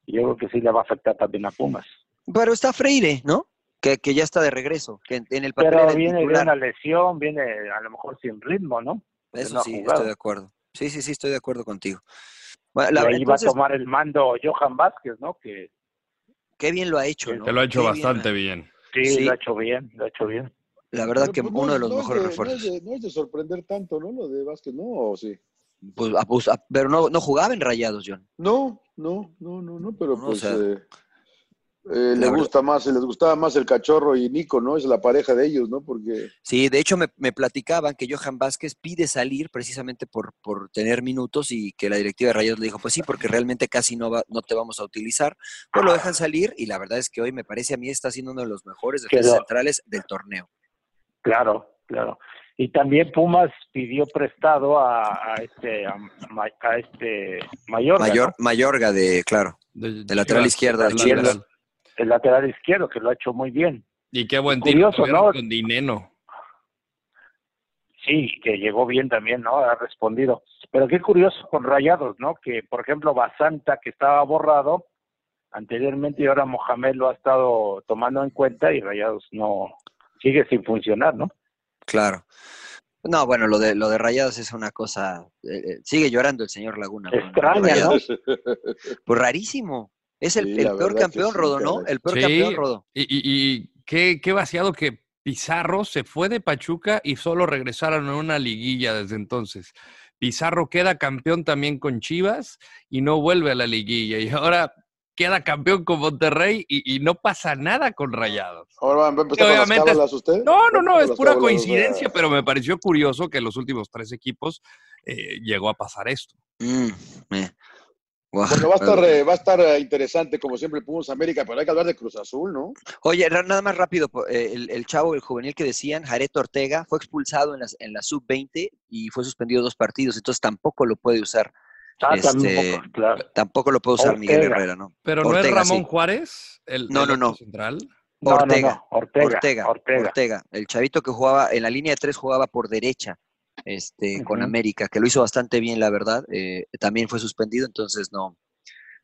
S5: Y yo creo que sí le va a afectar también a Pumas.
S1: Pero está Freire, ¿no? Que, que ya está de regreso, que en, en el papel
S5: Pero viene de una lesión, viene a lo mejor sin ritmo, ¿no?
S1: Porque Eso no sí, estoy de acuerdo. Sí, sí, sí, estoy de acuerdo contigo.
S5: Bueno, la, y ahí entonces, va a tomar el mando Johan Vázquez, ¿no? Que
S1: qué bien lo ha hecho,
S3: que
S1: ¿no?
S3: Que lo ha hecho qué bastante bien. bien.
S5: Sí, sí, lo ha hecho bien, lo ha hecho bien.
S1: La verdad pero, que pues, uno no, de los no mejores
S4: de,
S1: refuerzos.
S4: No es, de, no es, de, sorprender tanto, ¿no? Lo de Vázquez, ¿no? ¿O sí?
S1: Pues, pues, pero no, no jugaba en Rayados, John.
S4: No, no, no, no, no pero no, pues o sea, eh, eh, le gusta más, les gustaba más el cachorro y Nico, ¿no? Es la pareja de ellos, ¿no? Porque
S1: sí, de hecho me, me, platicaban que Johan Vázquez pide salir precisamente por, por tener minutos y que la directiva de Rayados le dijo, pues sí, porque realmente casi no va, no te vamos a utilizar, pues lo dejan salir y la verdad es que hoy me parece a mí está siendo uno de los mejores defensas Quedó. centrales del torneo.
S5: Claro, claro y también Pumas pidió prestado a, a este a, a, este Mayorga
S1: Mayor, ¿no? Mayorga de claro de, de lateral de, izquierda,
S5: izquierda. El, lateral, el lateral izquierdo que lo ha hecho muy bien
S3: y qué buen tiro ¿no? con Dineno
S5: sí que llegó bien también no ha respondido pero qué curioso con Rayados no que por ejemplo Basanta que estaba borrado anteriormente y ahora Mohamed lo ha estado tomando en cuenta y Rayados no sigue sin funcionar no
S1: Claro. No, bueno, lo de, lo de Rayados es una cosa. Eh, sigue llorando el señor Laguna.
S5: Extraña, ¿no?
S1: Pues rarísimo. Es el, sí, el peor campeón, Rodo, ¿no? El peor sí. campeón, Rodo.
S3: Y, y, y qué, qué, vaciado que Pizarro se fue de Pachuca y solo regresaron a una liguilla desde entonces. Pizarro queda campeón también con Chivas y no vuelve a la liguilla. Y ahora queda campeón con Monterrey y, y, no pasa nada con Rayados.
S4: Ahora va a empezar con las cábalas, usted.
S3: No, no, no, es pura cábalas, coincidencia, pero me pareció curioso que en los últimos tres equipos eh, llegó a pasar esto.
S1: Mm, eh.
S4: Bueno, va a estar, eh, va a estar eh, interesante, como siempre, Pumas América, pero hay que hablar de Cruz Azul, ¿no?
S1: Oye, na- nada más rápido, po- eh, el, el chavo, el juvenil que decían, Jareto Ortega, fue expulsado en la, en la sub-20 y fue suspendido dos partidos, entonces tampoco lo puede usar.
S5: Ah,
S1: Este,
S5: también, claro.
S1: Tampoco lo puede usar Miguel
S5: Ortega.
S1: Herrera, ¿no?
S3: Pero no es
S1: Ortega, sí.
S3: Ramón Juárez, el,
S1: No,
S3: el
S1: no,
S3: otro
S1: no.
S3: central.
S5: No, no, no,
S1: Ortega,
S5: Ortega,
S1: Ortega, Ortega, el chavito que jugaba en la línea de tres jugaba por derecha este, con
S5: Ujú.
S1: América, que lo hizo bastante bien, la verdad. eh, también fue suspendido, entonces no,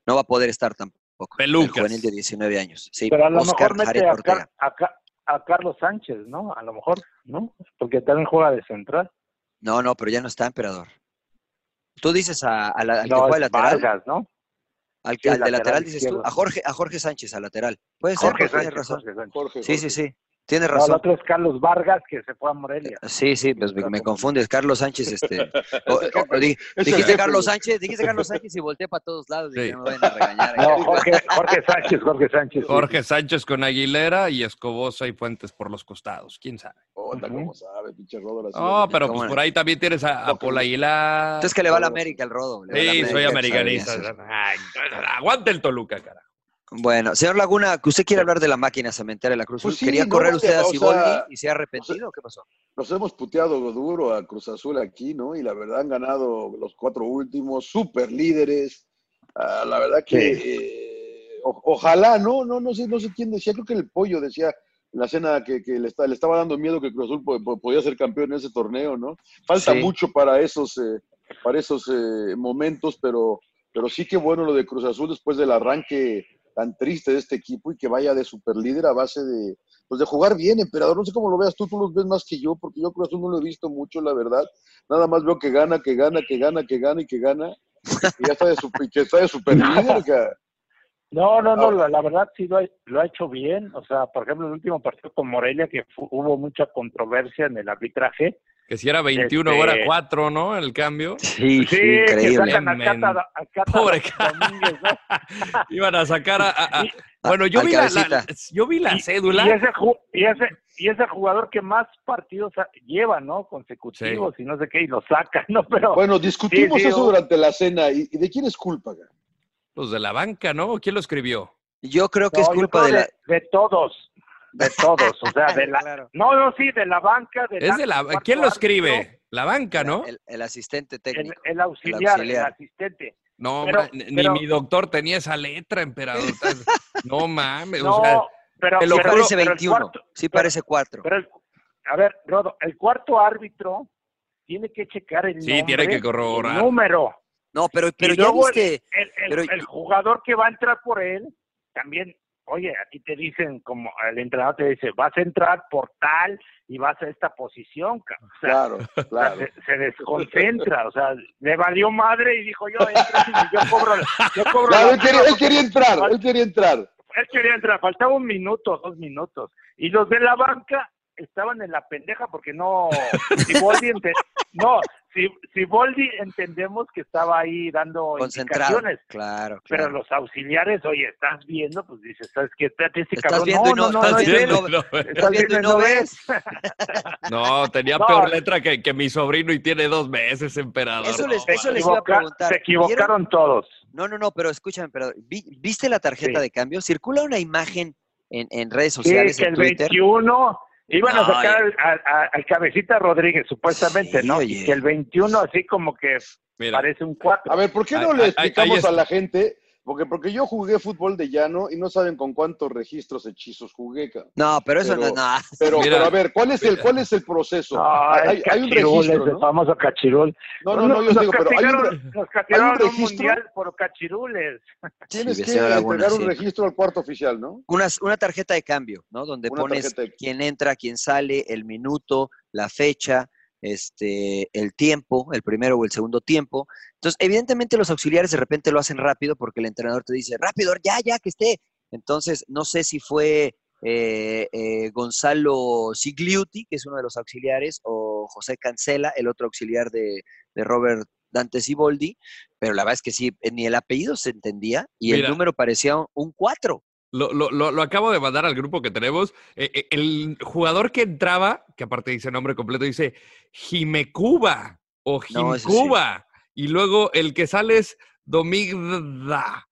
S1: no va a poder estar tampoco. El
S3: Pelucas.
S1: juvenil de 19 años. Sí,
S5: Pero a lo
S1: Oscar
S5: mejor mete
S1: Jared
S5: a,
S1: Ortega.
S5: Car- a Ca- a Carlos Sánchez, ¿no? A lo mejor, ¿no? Porque también juega de central.
S1: No, no, pero ya no está, emperador. Tú dices a, a la- al que
S5: No,
S1: juega de
S5: es
S1: lateral,
S5: Vargas, ¿no?
S1: al,
S5: sí,
S1: que- al de
S5: lateral
S1: lateral dices tú,
S5: izquierdo.
S1: a Jorge, a Jorge Sánchez, al lateral. Puede ser,
S5: Jorge
S1: pues, tienes
S5: Sánchez,
S1: razón.
S5: Jorge Sánchez.
S4: Jorge.
S1: Sí, sí,
S4: Jorge.
S1: sí, tienes
S5: No, el
S1: razón.
S5: otro es Carlos Vargas, que se fue a Morelia.
S1: Sí, sí, pues me, me confundes. Carlos Sánchez, este. o- o- di-
S4: el
S1: dijiste
S4: jefe,
S1: Carlos
S4: güey.
S1: Sánchez, dijiste Carlos Sánchez y volteé para todos lados. Dije,
S3: Sí.
S1: no me vayan a regañar. eh".
S5: No, Jorge, Jorge Sánchez, Jorge Sánchez.
S3: Jorge Sánchez con Aguilera y Escobosa y Fuentes por los costados. ¿Quién sabe?
S4: Otra,
S5: Ujú.
S4: ¿cómo sabe, pinche Rodo? la
S3: No,
S4: ciudad?
S3: pero
S1: ¿cómo
S3: pues
S1: no?
S3: por ahí también tienes a, a
S4: No,
S3: Paul
S4: no.
S3: Aguilar.
S1: Entonces que le va a la América el rodo. le va a la
S3: Sí, soy
S1: América,
S3: americanista.
S1: sabía eso.
S3: Ay, aguanta el Toluca, carajo.
S1: Bueno, señor Laguna, que usted quiere hablar de la máquina cementera de la Cruz.
S4: Pues
S1: Azul.
S4: sí,
S1: ¿Quería
S4: no,
S1: correr
S4: o
S1: usted a
S4: sea,
S1: Siboldi y se ha arrepentido?
S4: o sea,
S1: o ¿Qué pasó?
S4: Nos hemos puteado duro a Cruz Azul aquí, ¿no? Y la verdad han ganado los cuatro últimos, super líderes. Ah, la verdad que eh, o- ojalá, no, no, no sé, no sé quién decía, creo que el pollo decía en la cena que, que le, está- le estaba dando miedo que Cruz Azul po- po- podía ser campeón en ese torneo, ¿no? Falta
S1: Sí.
S4: mucho para esos, eh, para esos eh, momentos, pero, pero sí que bueno lo de Cruz Azul después del arranque tan triste de este equipo y que vaya de superlíder a base de, pues de jugar bien, emperador. No sé cómo lo veas tú, tú los ves más que yo, porque yo Cruz Azul no lo he visto mucho, la verdad. Nada más veo que gana, que gana, que gana, que gana y que gana. Y ya está de, super, que está de superlíder, ca-
S5: No, no, no, la, la verdad sí lo ha, lo ha hecho bien. O sea, por ejemplo, el último partido con Morelia, que fu- hubo mucha controversia en el arbitraje.
S3: Que si era 21
S5: Este-
S3: ahora 4, ¿no? El cambio.
S1: Sí, sí,
S5: que
S1: increíble.
S5: sacan a Cata, a Cata
S3: Pobre
S5: Domínguez, ¿no?
S3: Iban a sacar a. a- a- Bueno, yo
S1: Al
S3: vi la, la-
S1: cabecita.
S3: yo vi la
S5: Y-
S3: cédula.
S5: Y ese, ju- y, ese, y ese jugador que más partidos ha- lleva, ¿no? Consecutivos y no sé qué, y lo saca, ¿no? Pero
S4: Bueno, discutimos
S5: Sí, sí,
S4: eso
S5: o-
S4: durante la cena. ¿Y, y de quién es culpa? ca?
S3: Los de la banca, ¿no? ¿Quién lo escribió?
S1: Yo creo que
S5: no,
S1: es
S5: yo
S1: culpa
S5: creo
S1: de la.
S5: de todos, de todos. O sea, de la...
S1: Claro.
S5: No, no, sí, de la banca. del
S3: Es de la
S5: cuarto
S3: ¿Quién lo
S5: árbitro,
S3: escribe? La banca, ¿no?
S1: El, el asistente
S5: El,
S1: técnico.
S5: el auxiliar, el
S1: auxiliar.
S5: asistente.
S3: No,
S5: Pero-
S3: ma- ni
S5: pero-
S3: mi doctor tenía esa letra, emperador. Estás- No mames,
S5: No,
S3: o sea,
S5: pero,
S3: te lo
S1: Sí
S5: pero-
S1: parece
S5: pero el
S1: 21.
S5: cuarto-
S1: sí
S5: pero-
S1: parece 4.
S5: pero el- a ver, Rodo, el cuarto árbitro tiene que checar el
S3: Sí, tiene
S5: nombre,
S3: que corroborar.
S5: el número.
S1: No, pero, pero
S5: y
S1: ya
S5: luego el-
S1: viste.
S5: el, el-
S1: Pero-
S5: el jugador que va a entrar por él también, oye, a ti te dicen, como el entrenador te dice, vas a entrar por tal y vas a esta posición, ca- o sea,
S4: Claro,
S5: o sea,
S4: claro.
S5: se, se desconcentra, o sea, le valió madre y dijo, yo entro, y yo cobro, yo cobro
S4: Claro,
S5: la
S4: él quería, él
S5: porque
S4: quería entrar, él quería entrar.
S5: él quería entrar, faltaba un minuto, dos minutos, y los de la banca estaban en la pendeja porque no, si Boldi, ente- no, si, si Boldi entendemos que estaba ahí dando
S1: Concentrado.
S5: indicaciones,
S1: Claro,
S5: pero
S1: claro.
S5: los auxiliares, oye, estás viendo, pues dices, ¿sabes qué? Espérate, este
S1: Estás
S5: cabrón.
S1: viendo y no- estás
S5: es
S1: viendo
S5: él.
S1: y
S3: no,
S1: Estás viendo y no ves.
S3: no, tenía
S5: No.
S3: peor letra que, que mi sobrino y tiene dos meses, emperador.
S1: Eso
S3: No,
S1: les- eso
S5: Se,
S3: mames.
S1: les- iba a
S5: equivoca-
S1: preguntar,
S5: se equivocaron todos.
S1: No, no, no, pero escúchame, pero vi- ¿viste la tarjeta
S5: Sí.
S1: de cambio? Circula una imagen en, en redes
S5: Sí,
S1: sociales,
S5: que
S1: en
S5: el
S1: Twitter.
S5: 21 iban a
S1: No,
S5: sacar al, al- al- al cabecita Rodríguez, supuestamente,
S1: Sí,
S5: ¿no?
S1: oye.
S5: Y que el 21 así como que
S3: Mira,
S5: parece un 4.
S4: A ver, ¿por qué no
S3: Ahí-
S4: le
S3: ahí- ahí
S4: explicamos
S3: está.
S4: a la gente? Porque, porque yo jugué fútbol de llano y no saben con cuántos registros hechizos jugué. ca.
S1: No, pero eso
S4: Pero-
S1: no, no.
S4: Pero,
S3: Mira.
S4: pero a ver, ¿cuál es el, cuál es el proceso? hay, hay un registro,
S5: el
S4: ¿no?
S5: famoso Cachirul. Pues
S4: No, no, no, yo os digo, pero hay un, re-
S5: castigaron- nos castigaron en un
S4: registro?
S5: mundial por Cachirules.
S4: Tienes
S1: Sí,
S4: que
S1: señora
S4: entregar
S1: Laguna,
S4: un
S1: sí.
S4: registro al cuarto oficial, ¿no?
S1: Una, una tarjeta de cambio, ¿no? Donde
S4: Una
S1: pones
S4: tarjeta de-
S1: quién entra, quién sale, el minuto, la fecha, este, el tiempo, el primero o el segundo tiempo. Entonces, evidentemente los auxiliares de repente lo hacen rápido porque el entrenador te dice, rápido, ya, ya, que esté. Entonces, no sé si fue eh, eh, Gonzalo Sigliuti, que es uno de los auxiliares, o José Cancela, el otro auxiliar de, de Robert Dante Siboldi, pero la verdad es que sí, eh, ni el apellido se entendía y
S3: Mira.
S1: el número parecía un 4.
S3: Lo, lo- lo- lo acabo de mandar al grupo que tenemos. Eh, eh, el jugador que entraba, que aparte dice nombre completo, dice Jimecuba o
S1: No, ese sí.
S3: Jimcuba. Y luego el que sale es Domigda.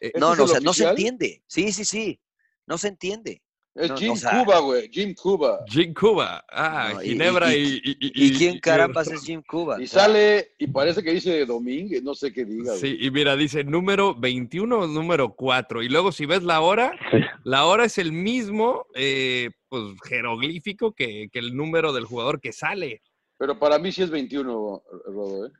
S1: Eh, no, no, o sea, no se entiende. Sí, sí, sí. No se entiende.
S4: Es
S1: No,
S4: Jim
S1: o sea-
S4: Cuba, güey. Jim Cuba.
S3: Jim Cuba. Ah,
S1: No, y-
S3: Ginebra
S1: y-
S3: y... ¿Y,
S1: ¿Y, quién carambas es Jim Cuba?
S4: Y sale, y parece que dice Domínguez, no sé qué diga. güey.
S3: Sí, y mira, dice número 21 o número 4. Y luego si ves la hora, la hora es el mismo eh, pues, jeroglífico que, que el número del jugador que sale.
S4: Pero para mí sí es 21, Rodo, ¿eh?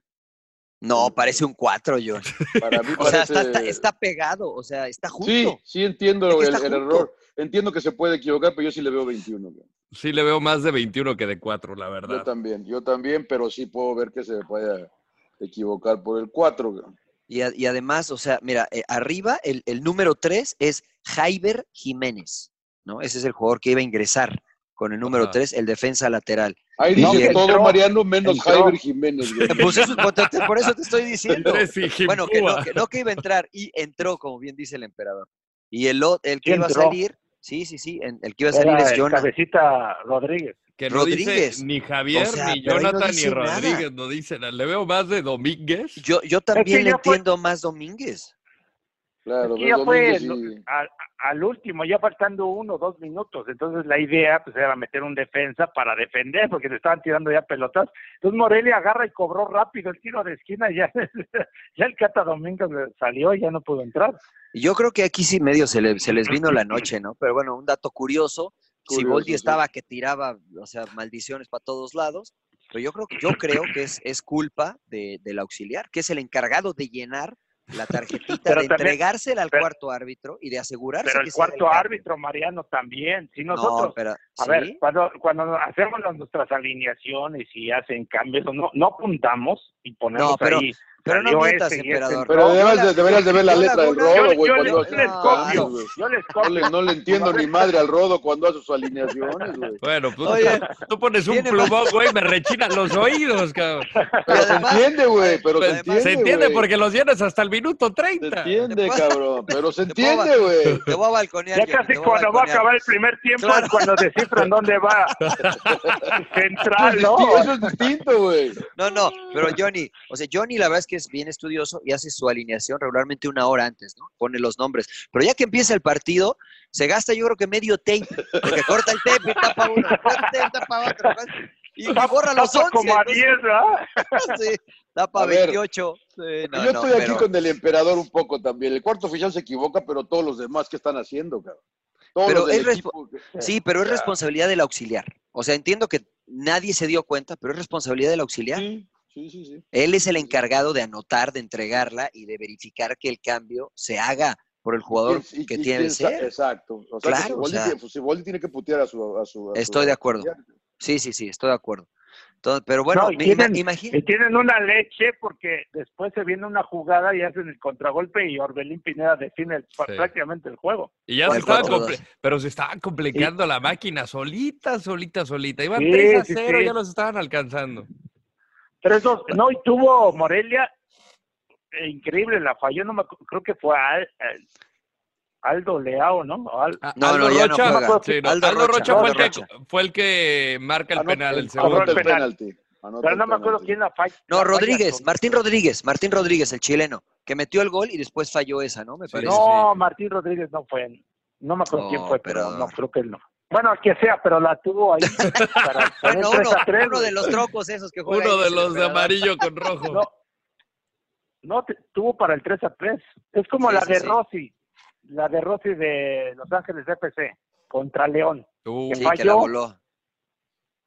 S1: No, parece un 4, John.
S4: Para mí
S1: O sea,
S4: parece-
S1: está, está- está pegado, o sea, está junto.
S4: Sí, sí entiendo
S1: Es que
S4: el,
S1: está
S4: el
S1: junto.
S4: error. Entiendo que se puede equivocar, pero yo sí le veo 21. güey.
S3: Sí le veo más de 21 que de 4, la
S4: Yo
S3: verdad.
S4: también, yo también, pero sí puedo ver que se puede equivocar por el 4. güey.
S1: Y, a- y además, o sea, mira, eh, arriba el, el número 3 es Jaiber Jiménez, ¿no? Ese es el jugador que iba a ingresar con el número
S3: Ajá.
S1: 3, el defensa lateral.
S4: Ahí
S1: No,
S4: dice
S1: entró,
S4: todo Mariano menos
S1: entró.
S4: Javier Jiménez. güey.
S1: Pues eso- por te- por eso te estoy diciendo.
S3: Tres y Jim
S1: Bueno, que no,
S3: Cuba.
S1: que no que iba a entrar y entró, como bien dice el emperador. Y el, o- el que
S5: Sí
S1: iba a
S5: entró.
S1: salir, sí, sí, sí, en- el que iba a salir
S5: Era
S1: es
S5: el
S1: Jonah.
S5: Cabecita Rodríguez.
S3: Que no
S1: Rodríguez.
S3: dice ni Javier,
S1: O sea,
S3: ni
S1: pero ahí no
S3: Jonathan, ni
S1: dice nada.
S3: Rodríguez, no dice nada. Le veo más de Domínguez.
S1: Yo, yo también le
S5: ya fue-
S1: entiendo más Domínguez.
S4: Claro,
S5: Aquí
S4: pero
S5: ya fue
S4: Domínguez sí.
S5: ¿no? al- al último, ya faltando uno, dos minutos. Entonces la idea pues, era meter un defensa para defender, porque le estaban tirando ya pelotas. Entonces Morelia agarra y cobró rápido el tiro de esquina. y Ya, ya el Cata Domínguez le salió y ya no pudo entrar.
S1: Y Yo creo que aquí sí medio se, le- se les vino la noche, ¿no? Pero bueno, un dato curioso, si
S4: Curioso,
S1: Boldi
S4: sí.
S1: estaba que tiraba, o sea, maldiciones para todos lados, pero yo creo que, yo creo que es, es culpa de- del auxiliar, que es el encargado de llenar la tarjetita,
S5: Pero
S1: de
S5: también-
S1: entregársela al
S5: pero-
S1: cuarto árbitro y de asegurarse
S5: Pero
S1: que
S5: el
S1: sea del
S5: cuarto
S1: cambio.
S5: árbitro, Mariano, también. Si
S1: No,
S5: nosotros,
S1: pero,
S5: a
S1: ¿sí?
S5: ver, cuando, cuando hacemos las- nuestras alineaciones y hacen cambios, no, no apuntamos y ponemos
S1: No, pero-
S5: ahí.
S1: pero no
S5: salió
S1: mientas,
S5: ese y ese.
S1: emperador.
S4: Pero
S1: No,
S4: debes
S1: yo
S4: de-
S1: la-
S4: deberías de ver la
S1: yo
S4: letra del
S1: Laguna-
S4: rodo, güey,
S5: yo
S4: cuando
S5: les-
S4: hace
S5: les
S4: los cambios,
S5: copio,
S4: güey.
S5: Yo les
S4: No
S5: copio.
S4: le, no le entiendo ni madre al rodo cuando hace sus alineaciones, güey.
S3: Bueno, pues
S1: Oye,
S3: tú, tú pones un
S1: tiene
S3: plumón, güey, me rechinan los oídos, cabrón.
S4: Pero se
S1: además-
S4: entiende, güey, pero se
S3: Pues,
S4: entiende.
S3: se entiende
S4: güey.
S3: porque los llenas hasta el minuto
S4: Se
S3: 30.
S4: entiende,
S1: Te puedo-
S4: cabrón, pero se
S1: te puedo
S4: entiende, güey.
S1: Te voy a balconear.
S5: Ya
S1: Johnny,
S5: casi
S1: te voy a
S5: cuando va a
S1: balconear.
S5: acabar el primer tiempo
S1: Claro.
S5: es cuando descifran dónde va.
S1: Pues
S5: Central, ¿no?
S4: Sí, Eso es distinto, güey.
S1: No, no, pero Johnny, o sea, Johnny la verdad es que es bien estudioso y hace su alineación regularmente una hora antes, ¿no? Pone los nombres. Pero ya que empieza el partido, se gasta yo creo que medio tape, porque corta el tape y tapa uno, tapa, tape, tapa otro, y, y borra los pues
S5: Tapa
S1: 11.
S5: como a 10, ¿verdad?
S1: entonces, sí, tapa
S4: A ver.
S1: 28. Sí, no,
S4: Yo
S1: no,
S4: estoy aquí
S1: pero-
S4: con el emperador un poco también. El cuarto oficial se equivoca, pero todos los demás, ¿qué están haciendo, cabrón? Todos
S1: Pero
S4: los del
S1: es respo-
S4: equipo, güey.
S1: Sí, pero es responsabilidad del auxiliar. O sea, entiendo que nadie se dio cuenta, pero es responsabilidad del auxiliar.
S4: Sí, sí, sí, sí.
S1: Él es el encargado de anotar, de entregarla y de verificar que el cambio se haga por el jugador
S4: ¿Quién- y-
S1: que
S4: y
S1: tiene
S4: quién
S1: que
S4: sa-
S1: ser.
S4: Exacto. O sea,
S1: Claro,
S4: que
S1: o
S4: Siboldi,
S1: sea.
S4: tiene- pues, Siboldi tiene que putear a su... A su a su-
S1: Estoy de acuerdo. Sí, sí, sí, estoy de acuerdo. Entonces, pero bueno,
S5: No, y
S1: me-
S5: tienen-
S1: ima- imagina-
S5: Y tienen una leche porque después se viene una jugada y hacen el contragolpe y Orbelín Pineda define el- prácticamente el juego.
S3: Y ya
S1: Fue
S3: se
S1: el
S3: estaba
S1: cuatro,
S3: compli-
S1: dos.
S3: pero se estaba complicando la máquina solita, solita, solita. Iban
S5: Sí,
S3: 3 a
S5: sí,
S3: 0,
S5: sí.
S3: ya los estaban alcanzando.
S5: 3-2. No, y tuvo Morelia. eh, increíble, la falló. No me, acu- creo que fue Al- Al- Aldo Leao, ¿no? Al-
S3: A-
S1: No, no, ya no
S3: Rocha,
S1: juega.
S3: sí, no,
S1: Aldo
S3: Aldo,
S1: Rocha,
S3: Rocha, fue,
S1: Aldo
S3: el que, fue el que marca el
S4: Anota-
S3: penal, el
S4: anota
S3: segundo.
S5: Cobró el penal.
S4: Anota
S5: pero
S4: el
S5: no me acuerdo
S4: penalti.
S5: quién la falla. la
S1: No,
S5: falla
S1: Rodríguez,
S5: con-
S1: Martín Rodríguez, Martín Rodríguez, el chileno, que metió el gol y después falló esa, ¿no? Me
S3: Sí.
S1: parece.
S5: No, Martín Rodríguez no fue. No me acuerdo
S1: No,
S5: quién fue, pero
S1: pero-
S5: no, creo que él no. Bueno, el que sea, pero la tuvo ahí para poner
S1: Bueno,
S5: 3
S1: Ah, uno,
S5: a 3.
S1: uno de los trocos esos que juega
S3: Uno
S1: ahí,
S3: de
S1: el
S3: los de
S1: emperador.
S3: amarillo con rojo.
S5: No, no te- tuvo para el 3 a 3. Es como
S1: Sí,
S5: la
S1: sí,
S5: de
S1: sí.
S5: Rossi, la de Rossi de Los Ángeles FC contra León.
S3: Uh,
S1: Sí, que la
S5: falló.
S1: voló.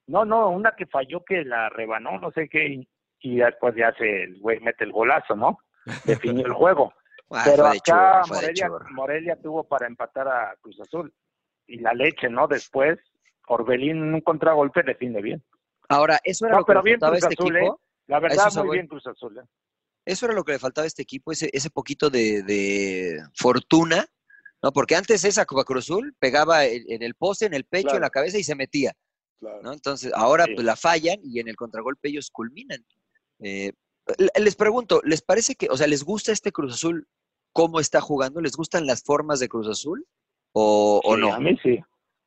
S5: No, no, una que falló que la rebanó, no sé qué, y, y después ya se, el güey mete el golazo, ¿no? Definió el juego.
S1: Ah,
S5: Pero
S1: fue de
S5: acá
S1: churro, fue de
S5: Morelia,
S1: churro.
S5: Morelia tuvo para empatar a Cruz Azul. Y la leche, ¿no? Después, Orbelín en un contragolpe define bien.
S1: Ahora, eso era
S5: No,
S1: lo que
S5: pero
S1: le
S5: bien
S1: faltaba a
S5: Cruz
S1: este
S5: Azul, ¿eh?
S1: equipo.
S5: La verdad,
S1: eso se
S5: muy
S1: voy.
S5: bien Cruz Azul. ¿eh?
S1: Eso era lo que le faltaba a este equipo, ese, ese poquito de, de fortuna, ¿no? Porque antes esa Copa Cruz Azul pegaba en, en el poste, en el pecho, en
S4: Claro.
S1: la cabeza y se metía,
S4: Claro.
S1: ¿no? Entonces ahora
S5: Sí.
S1: pues, la fallan y en el contragolpe ellos culminan. Eh, l- les pregunto, ¿les parece que, o sea, les gusta este Cruz Azul cómo está jugando? ¿Les gustan las formas de Cruz Azul o, o
S5: Sí,
S1: no?
S5: A mí sí.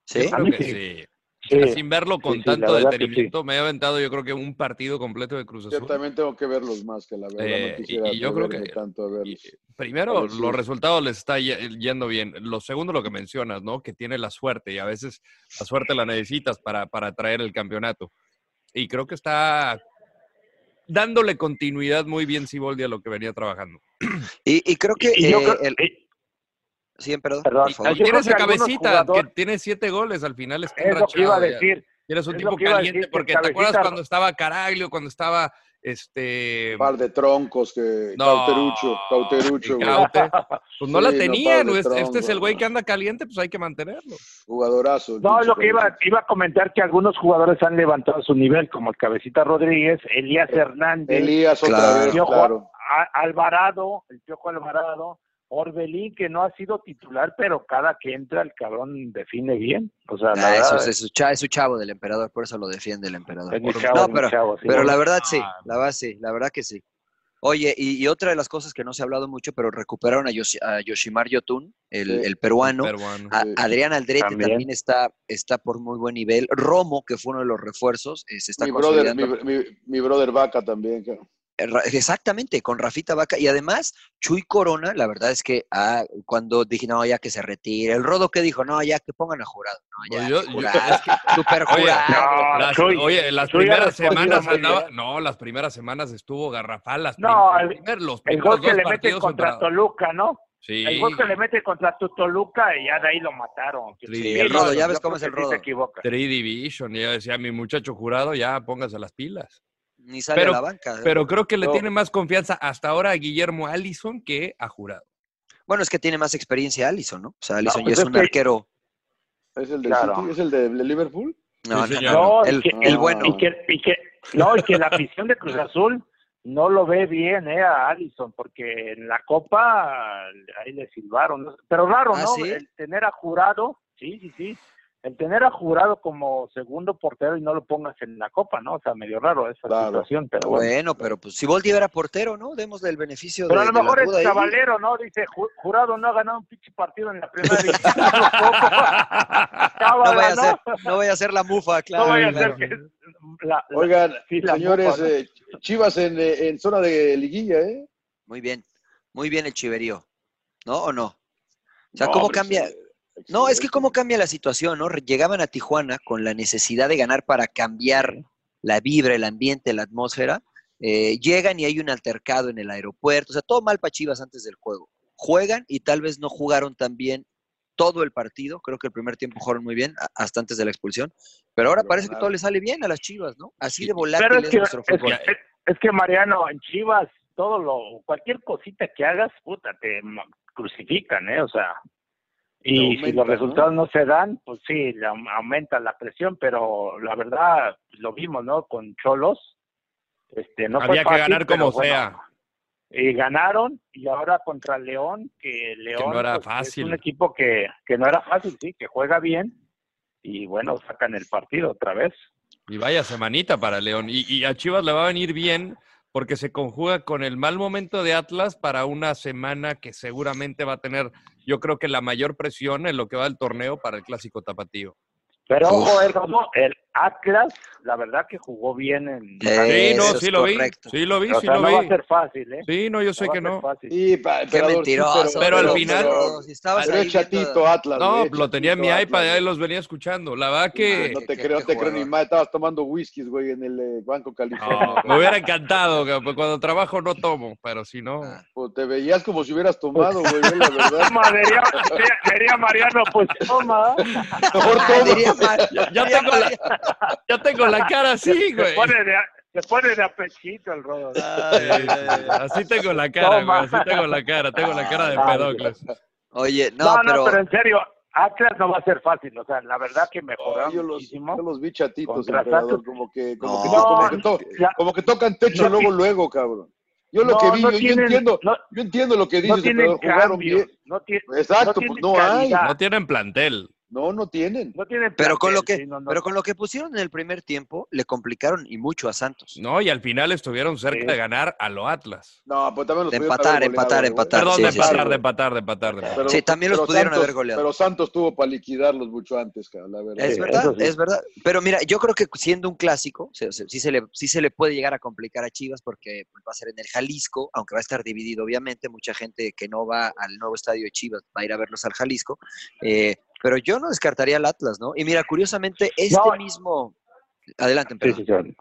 S1: ¿Sí?
S5: a mí
S3: Creo que
S5: sí.
S3: sí. O sea, sin verlo con tanto detenimiento, me he aventado yo creo que un partido completo de Cruz Azul.
S4: Yo también tengo que verlos más que la verdad.
S3: Eh,
S4: no quisiera
S3: y- y yo creo que-
S4: atreverme tanto a verlos.
S3: Primero,
S4: Pero sí.
S3: los resultados les está ye- yendo bien. Lo segundo, lo que mencionas, ¿no? Que tiene la suerte y a veces la suerte la necesitas para, para traer el campeonato. Y creo que está dándole continuidad muy bien Siboldi a lo que venía trabajando.
S1: Y, y creo que.
S3: Y- y yo
S1: eh,
S3: creo-
S1: el- Sí, perdón.
S3: Perdón,
S1: por favor.
S3: tienes a cabecita, que tiene siete goles al final. Está
S1: Es lo que iba a
S3: enrachado ya.
S1: decir.
S3: Eres un
S1: Es lo
S3: tipo
S1: que iba a
S3: caliente,
S1: decir, que
S3: porque te
S1: Cabecita-
S3: acuerdas cuando estaba Caraglio, cuando estaba este.
S4: par de troncos que.
S3: No,
S4: Cauterucho, Cauterucho, güey.
S3: Caute. Pues no la
S4: Sí,
S3: tenían,
S4: par
S3: güey.
S4: de
S3: este, este es el
S4: troncos.
S3: güey que anda caliente, pues hay que mantenerlo.
S4: Jugadorazo. el
S5: No,
S4: pinche
S5: lo que iba,
S4: Cabecita.
S5: iba a comentar que algunos jugadores han levantado su nivel, como el Cabecita Rodríguez, Elías
S1: Eh,
S5: Hernández.
S4: Elías otra
S5: el
S4: vez,
S5: Piojo
S4: claro.
S5: A- Alvarado, el Piojo Alvarado, Orbelín, que no ha sido titular, pero cada que entra el cabrón define bien. O sea, la
S1: Ah, eso
S5: verdad, eh.
S1: es, es su cha- es su chavo del emperador, por eso lo defiende el emperador.
S5: Es mi chavo, es mi
S1: pero,
S5: chavo, sí.
S1: pero la verdad sí,
S3: Ah,
S1: la verdad sí, la verdad que sí. Oye, y, y otra de las cosas que no se ha hablado mucho, pero recuperaron a, Yoshi- a Yoshimar Yotun, el,
S3: Sí.
S1: el peruano.
S3: El peruano.
S1: A-
S3: Sí.
S1: Adrián Aldrete
S3: También.
S1: también, está, está por muy buen nivel. Romo, que fue uno de los refuerzos, eh, se está
S4: Mi brother, mi,
S1: consolidando.
S4: mi- mi brother Vaca también. claro.
S1: Eh, Ra- Exactamente, con Rafita Vaca. Y además, Chuy Corona, la verdad es que ah, cuando dije, no, ya que se retire. El Rodo que dijo, no, ya que pongan a jurado. No, ya,
S3: Pues yo-
S1: que
S3: yo-
S1: jurado, super
S3: Oye,
S1: jurado.
S3: las,
S5: Ah, Chuy,
S3: oye, las
S5: Chuy ha
S3: primeras
S5: respondido
S3: semanas
S5: muy
S3: andaba-
S5: bien.
S3: no, las primeras semanas estuvo garrafal, las
S5: No,
S3: prim-
S5: el-
S3: primer- los
S5: el
S3: primeros
S5: gol que
S3: dos
S5: le mete
S3: partidos
S5: contra
S3: contra-
S5: Toluca, ¿no?
S3: Sí.
S5: El gol que le mete contra tu Toluca y ya de ahí lo mataron.
S3: Sí,
S1: el rodo, ya
S5: yo creo
S1: ves cómo es
S5: que
S1: el
S5: sí
S1: rodo.
S5: se equivoca.
S3: Three Division, y yo decía, mi muchacho jurado, ya póngase las pilas.
S1: Ni sale
S3: pero,
S1: a la banca.
S3: pero creo que le
S1: No.
S3: tiene más confianza hasta ahora a Guillermo Allison que a jurado.
S1: Bueno, es que tiene más experiencia Allison, ¿no? O sea, Allison
S3: pues
S1: ya es
S3: es
S1: un
S3: que-
S1: arquero.
S4: ¿Es el de
S1: Claro.
S4: City? ¿Es el de Liverpool?
S1: No,
S4: Sí,
S1: no,
S4: señor.
S1: no,
S5: No,
S1: El,
S5: y que-
S1: el bueno.
S5: Y que, y que- no, y que la afición de Cruz Azul no lo ve bien eh, a Allison, porque en la Copa ahí le silbaron. ¿no? Pero raro,
S1: ¿Ah,
S5: ¿no?
S1: sí?
S5: El tener a Jurado, sí, sí, sí. El tener a Jurado como segundo portero y no lo pongas en la Copa, ¿no? O sea, medio raro esa situación, pero bueno.
S1: Bueno, pero pues si Volti era portero, ¿no? Démosle el beneficio
S5: Pero a lo
S1: de de la
S5: mejor
S1: duda
S5: es
S1: ahí.
S5: cabalero, ¿no? Dice, "Ju- Jurado no ha ganado un pinche partido en la primera división. Cábala,
S1: No vaya, a
S5: ¿no?
S1: ser, no vaya a ser la mufa, claro.
S5: No vaya a
S1: claro.
S5: ser que la- la-
S4: Oigan,
S5: sí, la
S4: señores,
S5: mofa, ¿no?
S4: eh, Chivas en, eh, en zona de liguilla, ¿eh?
S1: Muy bien, muy bien el chiverío, ¿no? ¿O no? O sea,
S4: No,
S1: ¿cómo
S4: hombre,
S1: cambia? No, es que cómo cambia la situación, ¿no? Llegaban a Tijuana con la necesidad de ganar para cambiar la vibra, el ambiente, la atmósfera. Eh, llegan y hay un altercado en el aeropuerto, o sea, todo mal para Chivas antes del juego. Juegan y tal vez no jugaron tan bien todo el partido, creo que el primer tiempo jugaron muy bien, a- hasta antes de la expulsión, pero ahora
S5: Pero
S1: parece que
S5: nada.
S1: todo le sale bien a las Chivas, ¿no? Así de volátil
S5: Pero es
S1: es
S5: que,
S1: nuestro
S5: es,
S1: fútbol.
S5: que- es que, Mariano, en Chivas, todo lo, cualquier cosita que hagas, puta, te ma- crucifican, ¿eh? O sea, y
S8: Te
S5: si
S8: aumenta,
S5: los resultados ¿no? se dan, pues sí, le aum- aumenta la presión, pero la verdad, pues, lo vimos, ¿no? Con Cholos, este, no fue
S3: Había que
S5: fácil,
S3: ganar
S5: pero
S3: como
S5: bueno,
S3: sea.
S5: y ganaron, y ahora contra León, que León pues,
S3: no era
S5: es
S3: fácil.
S5: un equipo que, que no era fácil, sí, que juega bien, y bueno, sacan el partido otra vez.
S3: Y vaya semanita para León. Y, y a Chivas le va a venir bien porque se conjuga con el mal momento de Atlas para una semana que seguramente va a tener, yo creo que la mayor presión en lo que va del torneo para el clásico tapatío.
S5: Pero
S3: Uf.
S5: ojo, el, Romo, el Atlas, la verdad que jugó bien en.
S3: Sí, no, sí lo vi. Sí lo vi,
S5: O
S3: sí
S5: sea,
S3: lo
S5: no
S3: vi.
S5: va a ser fácil, ¿eh?
S3: Sí, no, yo sé
S5: va a
S3: que
S5: ser
S3: no.
S5: fácil.
S4: Sí, pa- emperador,
S3: mentiroso,
S4: sí,
S3: pero al final-
S4: pero-
S1: Si estabas
S4: pero
S1: ahí
S4: es
S1: viendo-
S4: chatito
S5: ah.
S4: Atlas.
S3: No,
S4: güey,
S3: lo tenía en mi
S4: chatito Atlas.
S3: iPad, ahí los venía escuchando. La verdad que...
S4: No te creo, no te creo ni más. Estabas tomando whiskies, güey, en el eh, Banco California.
S3: No, me hubiera encantado, que- pues, cuando trabajo no tomo, pero si no...
S5: Ah.
S4: Pues te veías como si hubieras tomado, güey, yo, la verdad.
S5: Diría, diría- diría Mariano, pues toma.
S3: ya, ya tengo la, ya tengo la cara así, güey.
S5: Se pone de, a- se pone de apechito el rodo.
S3: Así tengo la cara,
S5: Toma.
S3: güey, así tengo la cara, tengo la cara de Pedocles.
S1: Oye,
S5: No, no, pero... en serio, Atlas no va a ser fácil. O sea, la verdad que mejoraron
S4: Yo los,
S5: muchísimo.
S4: yo los vi chatitos,
S5: Contra
S4: emperador,
S5: Santos.
S4: como que, como, que,
S5: No,
S4: como que to- como que tocan techo
S5: no
S4: luego,
S5: ti-
S4: luego, cabrón. Yo lo
S5: No,
S4: que vi,
S5: no
S4: yo, yo
S5: tienen-
S4: entiendo, yo entiendo lo que dices,
S5: no tienen
S4: emperador, jugaron
S5: cambios.
S4: bien.
S5: No tiene,
S4: Exacto, pues no hay.
S3: No tienen plantel.
S4: No, no tienen.
S5: No tienen
S1: Pero con, lo
S5: plantel,
S1: que,
S5: sí, no, no.
S1: pero con lo que pusieron en el primer tiempo, le complicaron y mucho a Santos.
S3: No, y al final estuvieron cerca
S5: Sí.
S3: de ganar a lo Atlas.
S4: No, pues también los
S1: De
S4: pudieron
S1: empatar,
S4: haber goleado,
S1: empatar,
S4: güey.
S1: empatar,
S3: Perdón,
S1: sí,
S3: de,
S1: sí,
S3: empatar,
S1: sí.
S3: de empatar, de empatar, de empatar.
S1: Sí, también los
S4: pero
S1: pudieron haber goleado.
S4: Pero Santos tuvo para liquidarlos mucho antes, cara, la verdad.
S1: Es
S5: Sí,
S1: verdad,
S5: eso sí.
S1: es verdad. Pero mira, yo creo que siendo un clásico, se- se- sí, se le, sí se le puede llegar a complicar a Chivas porque pues, va a ser en el Jalisco, aunque va a estar dividido, obviamente. Mucha gente que no va al nuevo estadio de Chivas va a ir a verlos al Jalisco. Eh, pero yo no descartaría al Atlas, ¿no? Y mira, curiosamente, este
S5: No.
S1: mismo. Adelante,
S5: Sí,
S1: perdón.
S5: sí, sí.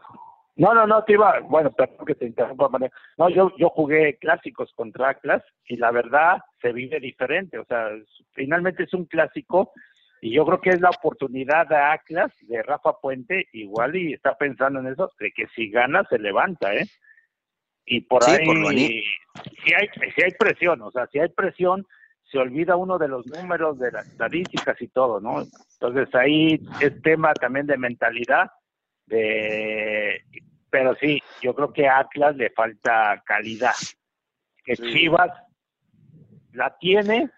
S5: No, no, no, te iba, bueno, perdón que te interrumpa, María. No, yo, yo jugué clásicos contra Atlas y la verdad se vive diferente, o sea, es- finalmente es un clásico y yo creo que es la oportunidad de Atlas, de Rafa Puente, igual y está pensando en eso, de que si gana se levanta, ¿eh? Y por
S1: Sí,
S5: ahí,
S1: por lo
S5: si
S1: aní-
S5: hay, si hay presión, o sea, si hay presión, se olvida uno de los números, de las estadísticas y todo, ¿no? Entonces ahí es tema también de mentalidad de pero sí yo creo que a Atlas le falta calidad que
S4: Sí.
S5: Chivas la tiene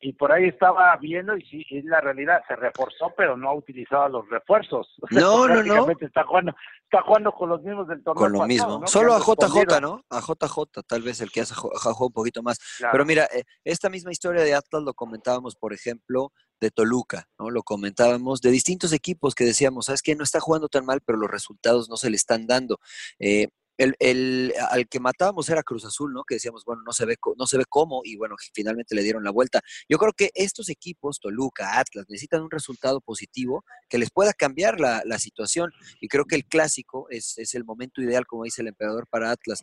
S5: y por ahí estaba viendo y sí es la realidad se reforzó pero no ha utilizado los refuerzos O sea,
S1: No, no, no.
S5: prácticamente está jugando está jugando con los mismos del torneo
S1: Con lo
S5: pasado,
S1: mismo.
S5: ¿no?
S1: Solo
S5: Que
S1: a
S5: han respondido.
S1: JJ, ¿no? A JJ, tal vez el que hace jo- jajó un poquito más.
S5: Claro.
S1: Pero mira, eh, esta misma historia de Atlas lo comentábamos, por ejemplo, de Toluca, ¿no? Lo comentábamos de distintos equipos que decíamos, ¿sabes qué? No está jugando tan mal, pero los resultados no se le están dando. Eh, el, el- al que matábamos era Cruz Azul, ¿no? Que decíamos, bueno, no se ve co- no se ve cómo y bueno, finalmente le dieron la vuelta. Yo creo que estos equipos, Toluca, Atlas, necesitan un resultado positivo que les pueda cambiar la, la situación y creo que el clásico es, es el momento ideal, como dice el emperador, para Atlas.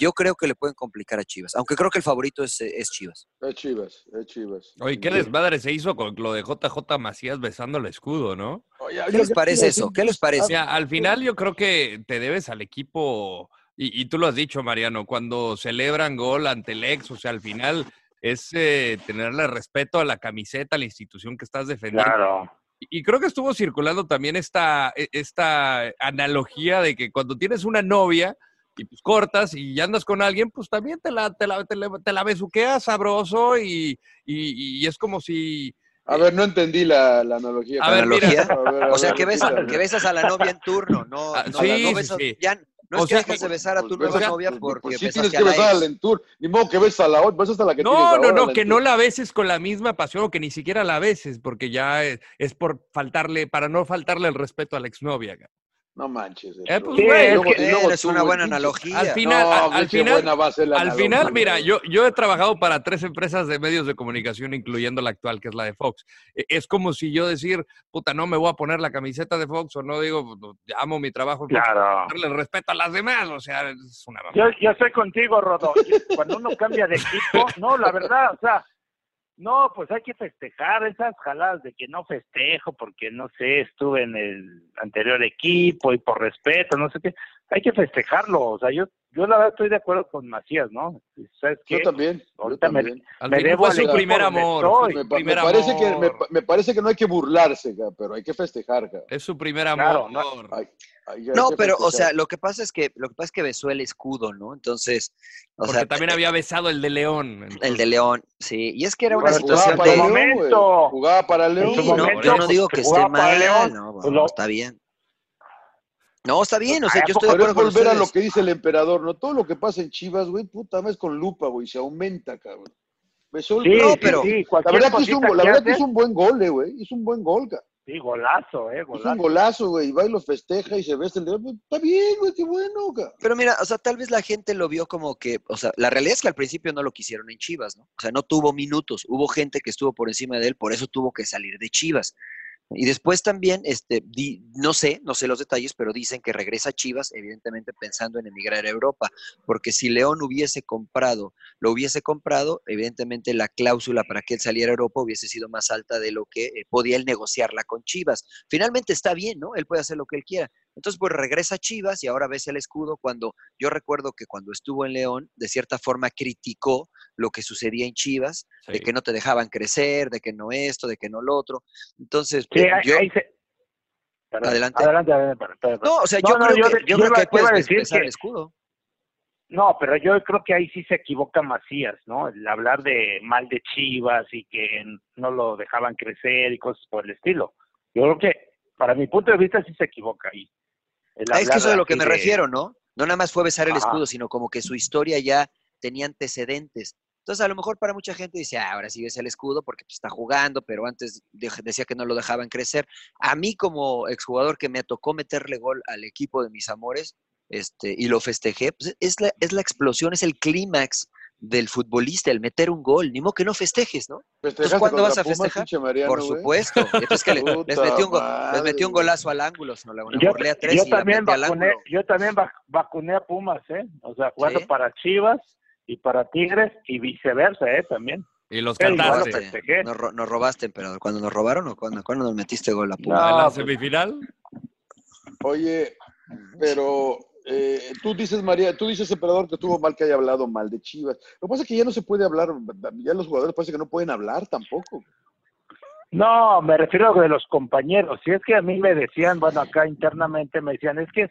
S1: Yo creo que le pueden complicar a Chivas, aunque creo que el favorito es, eh, es Chivas.
S4: Es Chivas, es Chivas.
S3: Oye, qué desmadre se hizo con lo de JJ Macías besando el escudo, ¿no?
S4: Oye,
S1: ¿Qué
S4: yo-
S1: les
S4: yo-
S1: parece
S4: yo-
S1: eso? ¿Qué les
S3: O
S1: parece?
S3: sea, al final yo creo que te debes al equipo, y, y tú lo has dicho, Mariano, cuando celebran gol ante el ex, o sea, al final es eh, tenerle respeto a la camiseta, a la institución que estás defendiendo.
S5: claro
S3: Y y creo que estuvo circulando también esta, e- esta analogía de que cuando tienes una novia y pues cortas y ya andas con alguien, pues también te la, te la, te la- te la besuqueas sabroso y, y- y es como si...
S4: A ver, no entendí la, la analogía.
S3: A ver, mira.
S4: A ver, a
S1: O sea,
S4: ver,
S1: que, besa-
S4: repítala.
S1: que besas a la novia en turno, no,
S3: Ah,
S1: no,
S3: sí,
S1: no
S3: sí,
S1: besas-
S3: sí.
S1: ya no
S3: O
S1: es que
S3: sea,
S1: dejes de
S4: pues,
S1: besar a tu
S4: pues,
S1: nueva
S4: besas-
S1: novia
S4: pues,
S1: porque
S4: pues sí
S1: besaste
S4: tienes que
S1: a la
S4: besar
S1: ex.
S4: al Entur. Ni modo que besas a la otra, besas a la que tienes
S3: No, no,
S4: ahora,
S3: no,
S4: la
S3: que no
S4: Entur.
S3: la beses con la misma pasión o que ni siquiera la beses, porque ya es, es por faltarle, para no faltarle el respeto a la exnovia. ca-
S4: No manches.
S3: Eh, pues,
S4: pero-
S3: güey,
S4: y luego-
S1: es que
S4: y luego
S1: eres
S4: tú,
S1: una
S4: el
S1: buena
S4: pinche-
S1: analogía.
S3: Al final,
S4: No,
S3: al-
S4: güey,
S3: al
S4: qué
S3: final,
S4: buena va a ser la
S3: Al
S4: analogía,
S3: final, mira,
S4: güey.
S3: yo, yo he trabajado para tres empresas de medios de comunicación, incluyendo la actual, que es la de Fox. E- Es como si yo decir, puta, no me voy a poner la camiseta de Fox, o no digo, "Puta, amo mi trabajo, Fox",
S5: claro
S3: darle el respeto a las demás, o sea, es una mamá.
S5: Yo, yo estoy contigo, Rodo. Cuando uno cambia de equipo, no, la verdad, o sea, no, pues hay que festejar esas jaladas de que no festejo porque no sé, estuve en el anterior equipo y por respeto, no sé qué. Hay que festejarlo, o sea, yo, yo la verdad estoy de acuerdo con Macías, ¿no? ¿Sabes qué?
S4: Yo también. yo
S5: Ahorita me-
S4: también.
S3: Al
S5: me
S3: final
S5: debo
S3: fue
S5: al
S3: su
S5: equipo
S3: primer
S5: donde
S3: amor,
S5: estoy.
S3: fue
S4: Me,
S3: su
S4: pa- me
S3: primer
S4: parece que, me,
S3: amor.
S4: pa- me parece que no hay que burlarse, ca, pero hay que festejar. ca.
S3: Es su primer
S5: Claro,
S3: amor.
S5: no-
S4: Ay, ay, hay
S1: No,
S4: que
S1: pero, o
S4: festejar.
S1: sea, lo que pasa es que, lo que pasa es que besó el escudo, ¿no? Entonces, o
S3: porque
S1: sea,
S3: también había besado el de León.
S1: el de León, sí. Y es que era una
S4: Bueno, jugaba
S1: situación
S4: para
S1: de.
S5: el
S4: León, güey.
S5: momento.
S4: Jugaba para León.
S5: En su
S1: Sí, no,
S5: momento,
S1: yo no digo que
S5: pues,
S1: esté
S5: jugaba para
S1: mal,
S5: León,
S1: no,
S5: pues,
S1: bueno,
S5: lo-
S1: está bien. No, está bien, o sea,
S5: Ah,
S1: yo estoy de
S4: Pero
S1: acuerdo
S4: es
S1: con
S4: volver a lo
S1: ustedes.
S4: que dice el emperador, ¿no? Todo lo que pasa en Chivas, güey, puta, es con lupa, güey, se aumenta, cabrón. Besó el-
S5: Sí,
S1: No,
S5: sí,
S1: pero-
S5: sí,
S4: la
S5: cualquier
S4: verdad, que hizo, un,
S5: cosita
S4: go- la
S5: que
S4: verdad que
S5: haces,
S4: hizo un buen gol, eh, güey. Hizo un buen gol, ca.
S5: sí, golazo, eh,
S4: Hizo un
S5: golazo.
S4: golazo, güey. Y va y lo festeja y se besa el dedo. Pues, Está bien, güey, qué bueno, ca.
S1: Pero mira, o sea, tal vez la gente lo vio como que, o sea, la realidad es que al principio no lo quisieron en Chivas, ¿no? O sea, no tuvo minutos, hubo gente que estuvo por encima de él, por eso tuvo que salir de Chivas. Y después también, este, di- no sé, no sé los detalles, pero dicen que regresa a Chivas, evidentemente pensando en emigrar a Europa, porque si León hubiese comprado, lo hubiese comprado, evidentemente la cláusula para que él saliera a Europa hubiese sido más alta de lo que eh, podía él negociarla con Chivas. Finalmente está bien, ¿no? Él puede hacer lo que él quiera. Entonces, pues regresa a Chivas y ahora ves el escudo cuando yo recuerdo que cuando estuvo en León, de cierta forma criticó lo que sucedía en Chivas, de que no te dejaban crecer, de que no esto, de que no lo otro. Entonces,
S5: Sí,
S1: eh,
S5: ahí,
S1: yo,
S5: ahí se... Perdón,
S1: Adelante.
S5: Adelante, adelante, perdón, perdón.
S1: no, o sea,
S5: No,
S1: yo
S5: no,
S1: creo
S5: yo
S1: que,
S5: de-
S1: yo
S5: yo
S1: creo que
S5: iba-
S1: ahí
S5: iba a
S1: puedes
S5: decir
S1: besar
S5: que-
S1: el escudo.
S5: No, pero yo creo que ahí sí se equivoca Macías, ¿no? El hablar de mal de Chivas y que no lo dejaban crecer y cosas por el estilo. Yo creo que, para mi punto de vista, sí se equivoca ahí. El
S1: Ah, es
S5: hablar
S1: que eso es a lo que
S5: así
S1: me
S5: de-
S1: refiero, ¿no? No nada más fue besar el
S5: Ajá.
S1: escudo, sino como que su historia ya tenía antecedentes. Entonces, a lo mejor para mucha gente dice, "Ah, ahora sí besa el escudo porque pues, está jugando, pero antes de- decía que no lo dejaban crecer. A mí, como exjugador que me tocó meterle gol al equipo de mis amores este, y lo festejé, pues, es, la, es la explosión, es el clímax del futbolista, el meter un gol. Ni modo que no festejes, ¿no?
S4: ¿Festejaste
S1: ¿cuándo
S4: contra
S1: vas a
S4: Pumas,
S1: festejar?
S4: pinche Mariano,
S1: Por
S4: güey?
S1: supuesto. Entonces, que le- les,
S4: Puta
S1: metió un go- les
S4: madre,
S1: metió un
S4: güey.
S1: golazo al ángulo, no la,
S5: yo,
S1: borré a tres
S5: yo
S1: y la
S5: también
S1: metí al
S5: vacuné,
S1: ángulo.
S5: yo también vac- vacuné a Pumas, ¿eh? O sea, jugando
S1: Sí.
S5: para Chivas y para Tigres y viceversa, ¿eh? También.
S3: Y los
S5: Pero igual lo
S1: pues,
S3: cantaste.
S5: festejé.
S1: Nos, ro- nos robaste, emperador. ¿Cuándo nos robaron o cuándo, cuándo nos metiste gol a Puma?
S3: ¿A la
S5: No, pues,
S3: semifinal?
S4: Oye, pero eh, tú dices, María, tú dices, emperador, que tuvo mal que haya hablado mal de Chivas. Lo que pasa es que ya no se puede hablar, ya los jugadores parece que no pueden hablar tampoco.
S5: No, me refiero a de los compañeros. Si es que a mí me decían, bueno, acá internamente me decían, es que,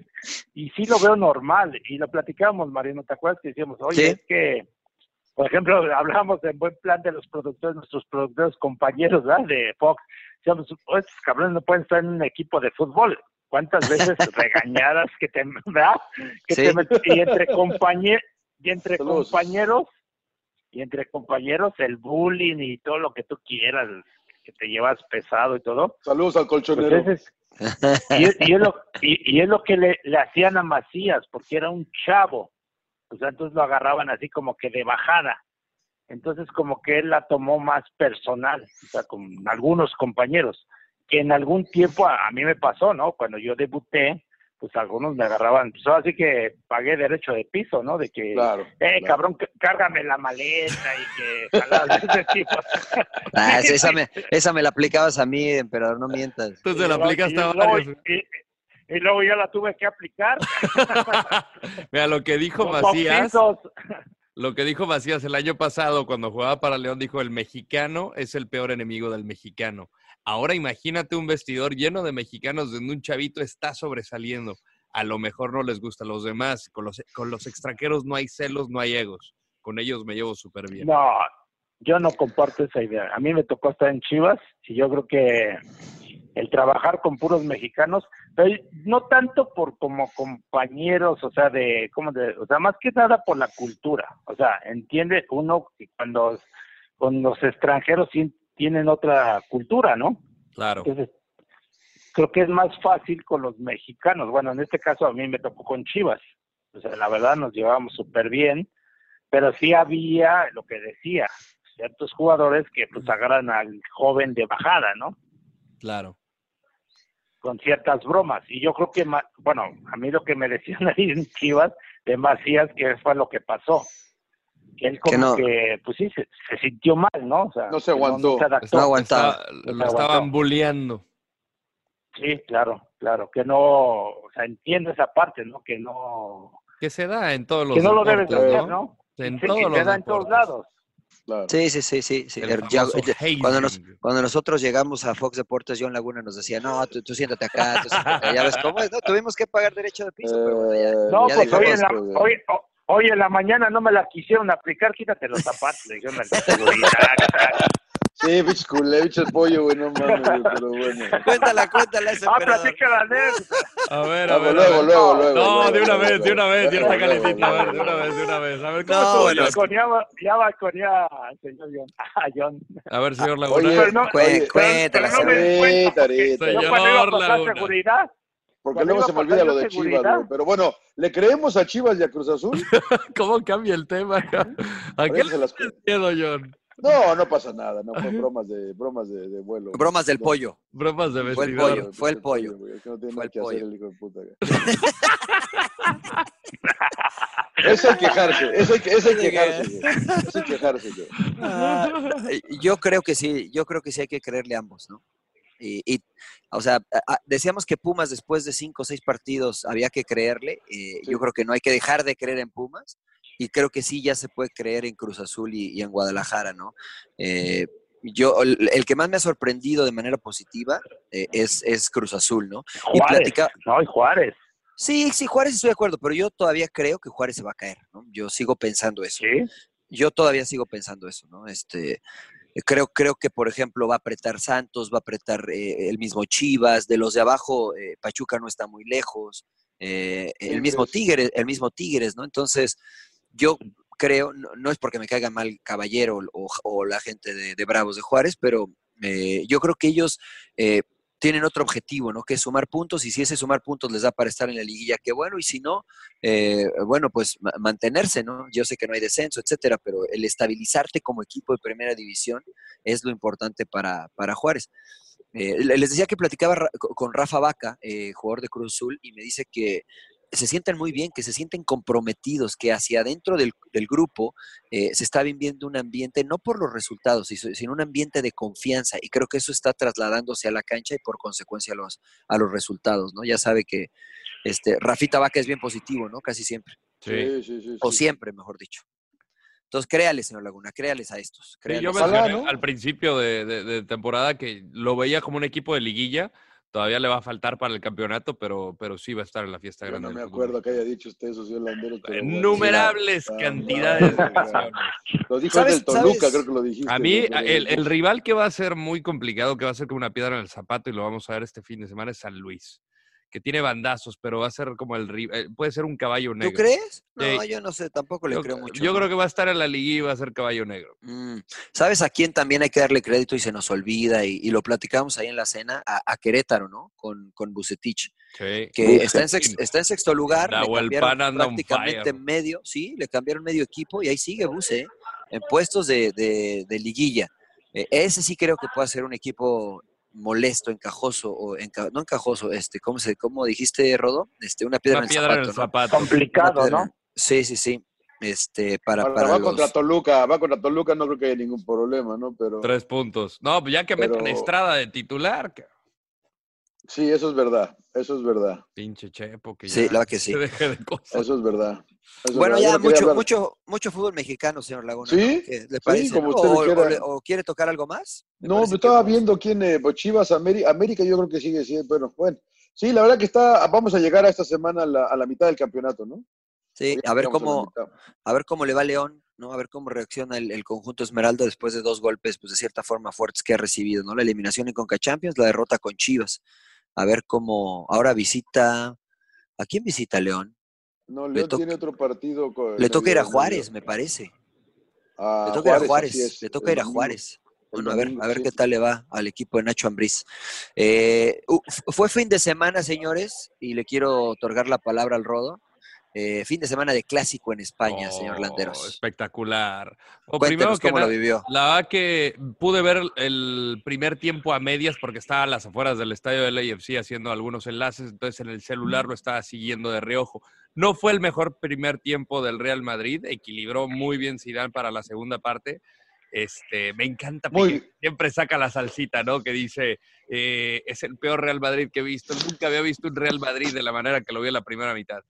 S5: y sí lo veo normal, y lo platicábamos, Mariano, ¿te acuerdas que decíamos, oye,
S1: Sí.
S5: es que, por ejemplo, hablamos en buen plan de los productores, nuestros productores compañeros, ¿verdad? De Fox. Decíamos, "Oh, estos cabrones no pueden estar en un equipo de fútbol. ¿Cuántas veces regañadas que te, ¿verdad? Que
S1: Sí.
S5: te met- y entre compañeros, y entre
S4: Saludos.
S5: compañeros, y entre compañeros el bullying y todo lo que tú quieras, que te llevas pesado y todo.
S4: Saludos al
S5: Pues
S4: colchonero.
S5: ese es- y, es, y es lo, y- y es lo que le, le hacían a Macías, porque era un chavo. Pues entonces lo agarraban así como que de bajada. Entonces como que él la tomó más personal, o sea, con algunos compañeros, que en algún tiempo a, a mí me pasó, ¿no? Cuando yo debuté, pues algunos me agarraban, pues así que pagué derecho de piso, ¿no? De que
S4: Claro.
S5: eh,
S4: claro.
S5: cabrón, c- cárgame la maleta y que jaladas de ese tipo.
S1: Ah, esa- esa, me, esa me la aplicabas a mí, emperador, no mientas.
S5: Y
S3: Entonces la
S5: luego-
S3: aplicaste a
S5: y luego-
S3: varios.
S5: Y, y luego yo la tuve que aplicar.
S3: Mira, lo que dijo
S5: Los
S3: Macías.
S5: bautizos.
S3: Lo que dijo Macías el año pasado cuando jugaba para León, dijo, el mexicano es el peor enemigo del mexicano. Ahora imagínate un vestidor lleno de mexicanos donde un chavito está sobresaliendo. A lo mejor no les gusta a los demás. Con los, con los extranjeros no hay celos, no hay egos. Con ellos me llevo súper bien.
S5: No, yo no comparto esa idea. A mí me tocó estar en Chivas y yo creo que el trabajar con puros mexicanos, pero no tanto por como compañeros, o sea, de, como de, o sea, más que nada por la cultura. O sea, entiende uno que cuando con los extranjeros sí tienen otra cultura, ¿no?
S3: Claro.
S5: Entonces, creo que es más fácil con los mexicanos. Bueno, en este caso a mí me tocó con Chivas. O sea, la verdad nos llevábamos súper bien, pero sí había lo que decía, ciertos jugadores que pues agarran al joven de bajada, ¿no?
S3: Claro.
S5: Con ciertas bromas. Y yo creo que, ma- bueno, a mí lo que me decían ahí en Chivas de Macías, que fue lo que pasó. Que él como
S1: Que no.
S5: que, pues sí, se, se sintió mal, ¿no? O sea,
S4: No
S5: que
S4: se aguantó.
S5: se adaptó.
S1: No aguantaba.
S3: Estaba- lo
S5: Aguantaba.
S3: estaban bulleando.
S5: Sí, claro, claro, que no, o sea, entiendo esa parte, ¿no? Que no,
S3: Que se da en todos los
S5: que no lo debes de
S3: deportes,
S5: hacer, ¿no?
S3: En
S5: Sí,
S3: todos
S5: que
S3: los
S5: se da en todos
S3: deportes.
S5: lados.
S4: Claro.
S1: Sí, sí, sí, sí. sí.
S3: El
S1: Er- ya-
S3: famoso
S1: ya- cuando, nos-
S3: hazing.
S1: cuando nosotros llegamos a Fox Deportes, John Laguna nos decía, no, tú, tú siéntate acá, tú siéntate allá". ya ves cómo es, ¿no? Tuvimos que pagar derecho de piso, pero bueno, ya.
S4: Eh,
S5: No,
S1: ya
S5: pues hoy en, la,
S4: dejamos,
S5: hoy, ho- hoy en la mañana no me la quisieron aplicar, quítate los zapatos, le dijeron al de seguridad.
S4: Sí, bicho culé, bicho pollo, güey, no mames, güey, pero bueno.
S1: Cuéntala, cuéntala ese
S5: Ah,
S1: emperador.
S5: platícala de
S3: A ver, a ver. a
S4: Vamos, luego,
S3: ver.
S4: luego, luego.
S3: No,
S4: luego,
S3: de una
S4: luego,
S3: vez, de
S4: luego.
S3: una vez, ya está
S4: Luego, luego,
S3: calentito. A ver, de
S4: luego,
S3: una vez, de una vez. A ver, ¿cómo
S1: No,
S3: estuvo,
S1: bueno,
S3: John?
S1: es-
S5: Balconeaba- Ya balconeaba al señor John. A John.
S3: A ver, señor Laguna.
S4: Ah, Oye,
S5: Pero no,
S1: Cué-
S4: oye,
S1: cuéntala,
S5: pero no me
S4: tarita,
S5: des cuenta, porque
S4: tarita.
S3: Señor
S5: Yo cuando iba a pasar
S3: Laguna.
S5: seguridad,
S4: Porque
S5: Cuando
S4: luego
S5: iba
S4: se me
S5: a
S4: olvida
S5: pasar
S4: lo
S5: la
S4: de Chivas,
S5: seguridad.
S4: güey. Pero bueno, ¿le creemos a Chivas y a Cruz Azul?
S3: ¿Cómo cambia el tema? ¿A qué
S4: Ahorita se
S3: le
S4: las-
S3: tienes miedo, John?
S4: No, no pasa nada, no, fue bromas de, bromas de, de vuelo. güey.
S1: Bromas del
S4: No,
S1: pollo.
S3: Bromas de
S1: Fue el
S3: vestidor.
S1: pollo, fue el pollo.
S4: güey, es que no tiene
S1: Fue
S4: nada
S1: el
S4: que hacer
S1: pollo.
S4: el hijo de puta, güey. Eso hay quejarse, eso hay, que- eso hay quejarse, güey. Eso hay quejarse, güey.
S1: Ah, eh, yo creo que sí, yo creo que sí hay que creerle a ambos, ¿no? Y, y, o sea, a- a- decíamos que Pumas después de cinco o seis partidos había que creerle. eh,
S4: Sí.
S1: Yo creo que no hay que dejar de creer en Pumas. Y creo que sí ya se puede creer en Cruz Azul y, y en Guadalajara, ¿no? Eh, yo, el, el que más me ha sorprendido de manera positiva eh, es, es Cruz Azul, ¿no? Y
S5: Juárez.
S1: platica-
S5: No, y Juárez.
S1: Sí, sí, Juárez estoy de acuerdo, pero yo todavía creo que Juárez se va a caer, ¿no? Yo sigo pensando eso.
S5: ¿Sí?
S1: Yo todavía sigo pensando eso, ¿no? Este, creo, creo que, por ejemplo, va a apretar Santos, va a apretar eh, el mismo Chivas, de los de abajo, eh, Pachuca no está muy lejos, eh, el mismo Tigres, el mismo Tigres, ¿no? Entonces, yo creo, no, no es porque me caiga mal Caballero o, o la gente de, de Bravos de Juárez, pero eh, yo creo que ellos eh, tienen otro objetivo, ¿no? Que es sumar puntos y si ese sumar puntos les da para estar en la liguilla, qué bueno, y si no, eh, bueno, pues ma- mantenerse, ¿no? Yo sé que no hay descenso, etcétera, pero el estabilizarte como equipo de primera división es lo importante para, para Juárez. Eh, le- les decía que platicaba ra- co- con Rafa Vaca, eh, jugador de Cruz Azul, y me dice que se sienten muy bien, que se sienten comprometidos, que hacia adentro del, del grupo eh, se está viviendo un ambiente, no por los resultados, si- sino un ambiente de confianza. Y creo que eso está trasladándose a la cancha y por consecuencia a los, a los resultados, ¿no? Ya sabe que este, Rafita Vaca es bien positivo, ¿no? Casi siempre.
S3: Sí.
S4: sí, sí,
S1: O
S4: sí.
S1: siempre, mejor dicho. Entonces, créale, señor Laguna, créales a estos.
S3: Sí,
S1: Créales.
S3: yo
S4: Ojalá,
S3: mencioné
S4: ¿no?
S3: al principio de, de- de temporada que lo veía como un equipo de liguilla. Todavía le va a faltar para el campeonato, pero, pero sí va a estar en la fiesta
S4: Yo
S3: grande.
S4: no me
S3: del fútbol
S4: acuerdo que haya dicho usted eso, señor Landeros. pero
S3: mexicano.
S4: bueno.
S3: Innumerables
S4: Ah,
S3: cantidades de
S4: claro, claro.
S3: ocasiones.
S4: Lo dijo el
S1: ¿Sabes-
S4: del Toluca,
S1: sabes?
S4: creo que lo dijiste.
S3: A mí,
S4: ¿no?
S3: el, el rival que va a ser muy complicado, que va a ser como una piedra en el zapato y lo vamos a ver este fin de semana, es San Luis, que tiene bandazos, pero va a ser como el ri- eh, puede ser un caballo negro.
S1: ¿Tú crees? No,
S3: Sí.
S1: yo no sé, tampoco le
S3: Yo,
S1: creo mucho.
S3: yo
S1: ¿no?
S3: creo que va a estar en la liguilla y va a ser caballo negro.
S1: Mm, ¿Sabes a quién también hay que darle crédito y se nos olvida? Y, y lo platicamos ahí en la cena, a, a Querétaro, ¿no? Con, con Bucetich,
S3: Sí.
S1: que está en, sex- está en sexto lugar, le
S3: Nahuel
S1: cambiaron
S3: Pan anda on
S1: prácticamente
S3: fire.
S1: medio, sí, le cambiaron medio equipo y ahí sigue Buce, ¿eh? en puestos de, de- de liguilla. Eh, ese sí creo que puede ser un equipo molesto, encajoso, o enca- no encajoso, este, ¿cómo, se, ¿cómo dijiste, Rodo? Este, una piedra
S3: Una
S1: en el
S3: piedra en el
S1: zapato, ¿no?
S3: zapato.
S1: Una
S5: Complicado,
S1: piedra-
S5: ¿no?
S1: Sí, sí, sí. Este, para,
S4: Ahora,
S1: para
S4: va
S1: los-
S4: contra Toluca, va contra Toluca, no creo que haya ningún problema, ¿no? Pero
S3: Tres puntos. No, pues ya que metan a
S4: Pero-
S3: Estrada de titular, ca-
S4: sí, eso es verdad, eso es verdad,
S3: pinche Chepo, que ya
S1: Sí, la verdad que sí.
S3: se deje de cosas.
S4: eso es verdad. eso es
S1: Bueno,
S4: verdad.
S1: ya
S4: Yo no quería
S1: mucho,
S4: hablar-
S1: mucho, mucho fútbol mexicano, señor Laguna.
S4: ¿Sí?
S1: ¿no? ¿Qué ¿Le
S4: Sí,
S1: parece?
S4: como
S1: no?
S4: usted
S1: o,
S4: quiera.
S1: o le- o quiere tocar algo más? Me
S4: No,
S1: parece
S4: me
S1: que
S4: estaba
S1: vamos.
S4: viendo quién, eh, pues, Chivas, Ameri- América, yo creo que sigue siendo, bueno, bueno. Sí, la verdad que está, vamos a llegar a esta semana a la, a la mitad del campeonato, ¿no?
S1: Sí,
S4: Ya
S1: a ver
S4: llegamos la
S1: cómo,
S4: mitad.
S1: a ver cómo le va León, ¿no? A ver cómo reacciona el, el conjunto Esmeralda después de dos golpes, pues de cierta forma fuertes que ha recibido, ¿no? La eliminación en Conca Champions, la derrota con Chivas. A ver cómo ahora visita. ¿A quién visita León?
S4: No,
S1: le
S4: León
S1: toca-
S4: tiene otro partido. con-
S1: Le toca ir a
S4: medio-
S1: Juárez, me parece.
S4: A
S1: Le toca ir a
S4: Ah, así
S1: Juárez.
S4: es,
S1: Le
S4: el
S1: toca ir a
S4: domingo.
S1: Juárez.
S4: El
S1: Bueno, a ver,
S4: domingo,
S1: a ver
S4: sí.
S1: qué tal le va al equipo de Nacho Ambriz. Eh, u- f- fue fin de semana, señores, y le quiero otorgar la palabra al Rodo. Eh, fin de semana de clásico en España, señor
S3: Oh,
S1: Landeros.
S3: Espectacular. O primero
S1: Cuéntenos
S3: que
S1: cómo
S3: nada,
S1: lo vivió.
S3: La verdad que pude ver el primer tiempo a medias porque estaba a las afueras del estadio del AFC haciendo algunos enlaces, entonces en el celular lo estaba siguiendo de reojo. No fue el mejor primer tiempo del Real Madrid, equilibró muy bien Zidane para la segunda parte. Este, me encanta
S4: Muy
S3: Piqué, siempre saca la salsita, ¿no? Que dice, eh, es el peor Real Madrid que he visto. Nunca había visto un Real Madrid de la manera que lo vi en la primera mitad.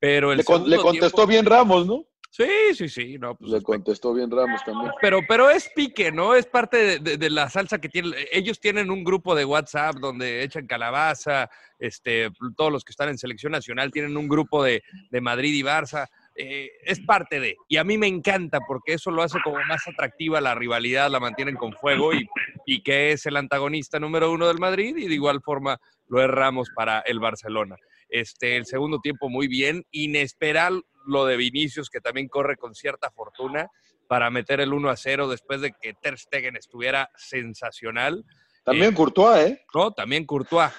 S3: Pero el
S4: Le, con- le
S3: segundo
S4: contestó
S3: tiempo-
S4: bien Ramos, ¿no?
S3: Sí, sí, sí, no, pues
S4: Le contestó bien Ramos también.
S3: pero, pero es pique, ¿no? Es parte de, de- de la salsa que tienen. Ellos tienen un grupo de WhatsApp donde echan calabaza, este, todos los que están en selección nacional tienen un grupo de, de Madrid y Barça. eh, es parte de, y a mí me encanta porque eso lo hace como más atractiva la rivalidad, la mantienen con fuego y, y que es el antagonista número uno del Madrid y de igual forma lo es Ramos para el Barcelona. Este, el segundo tiempo muy bien, inesperado lo de Vinicius que también corre con cierta fortuna para meter el 1 a 0 después de que Ter Stegen estuviera sensacional.
S4: También Courtois, ¿eh?
S3: No, también Courtois,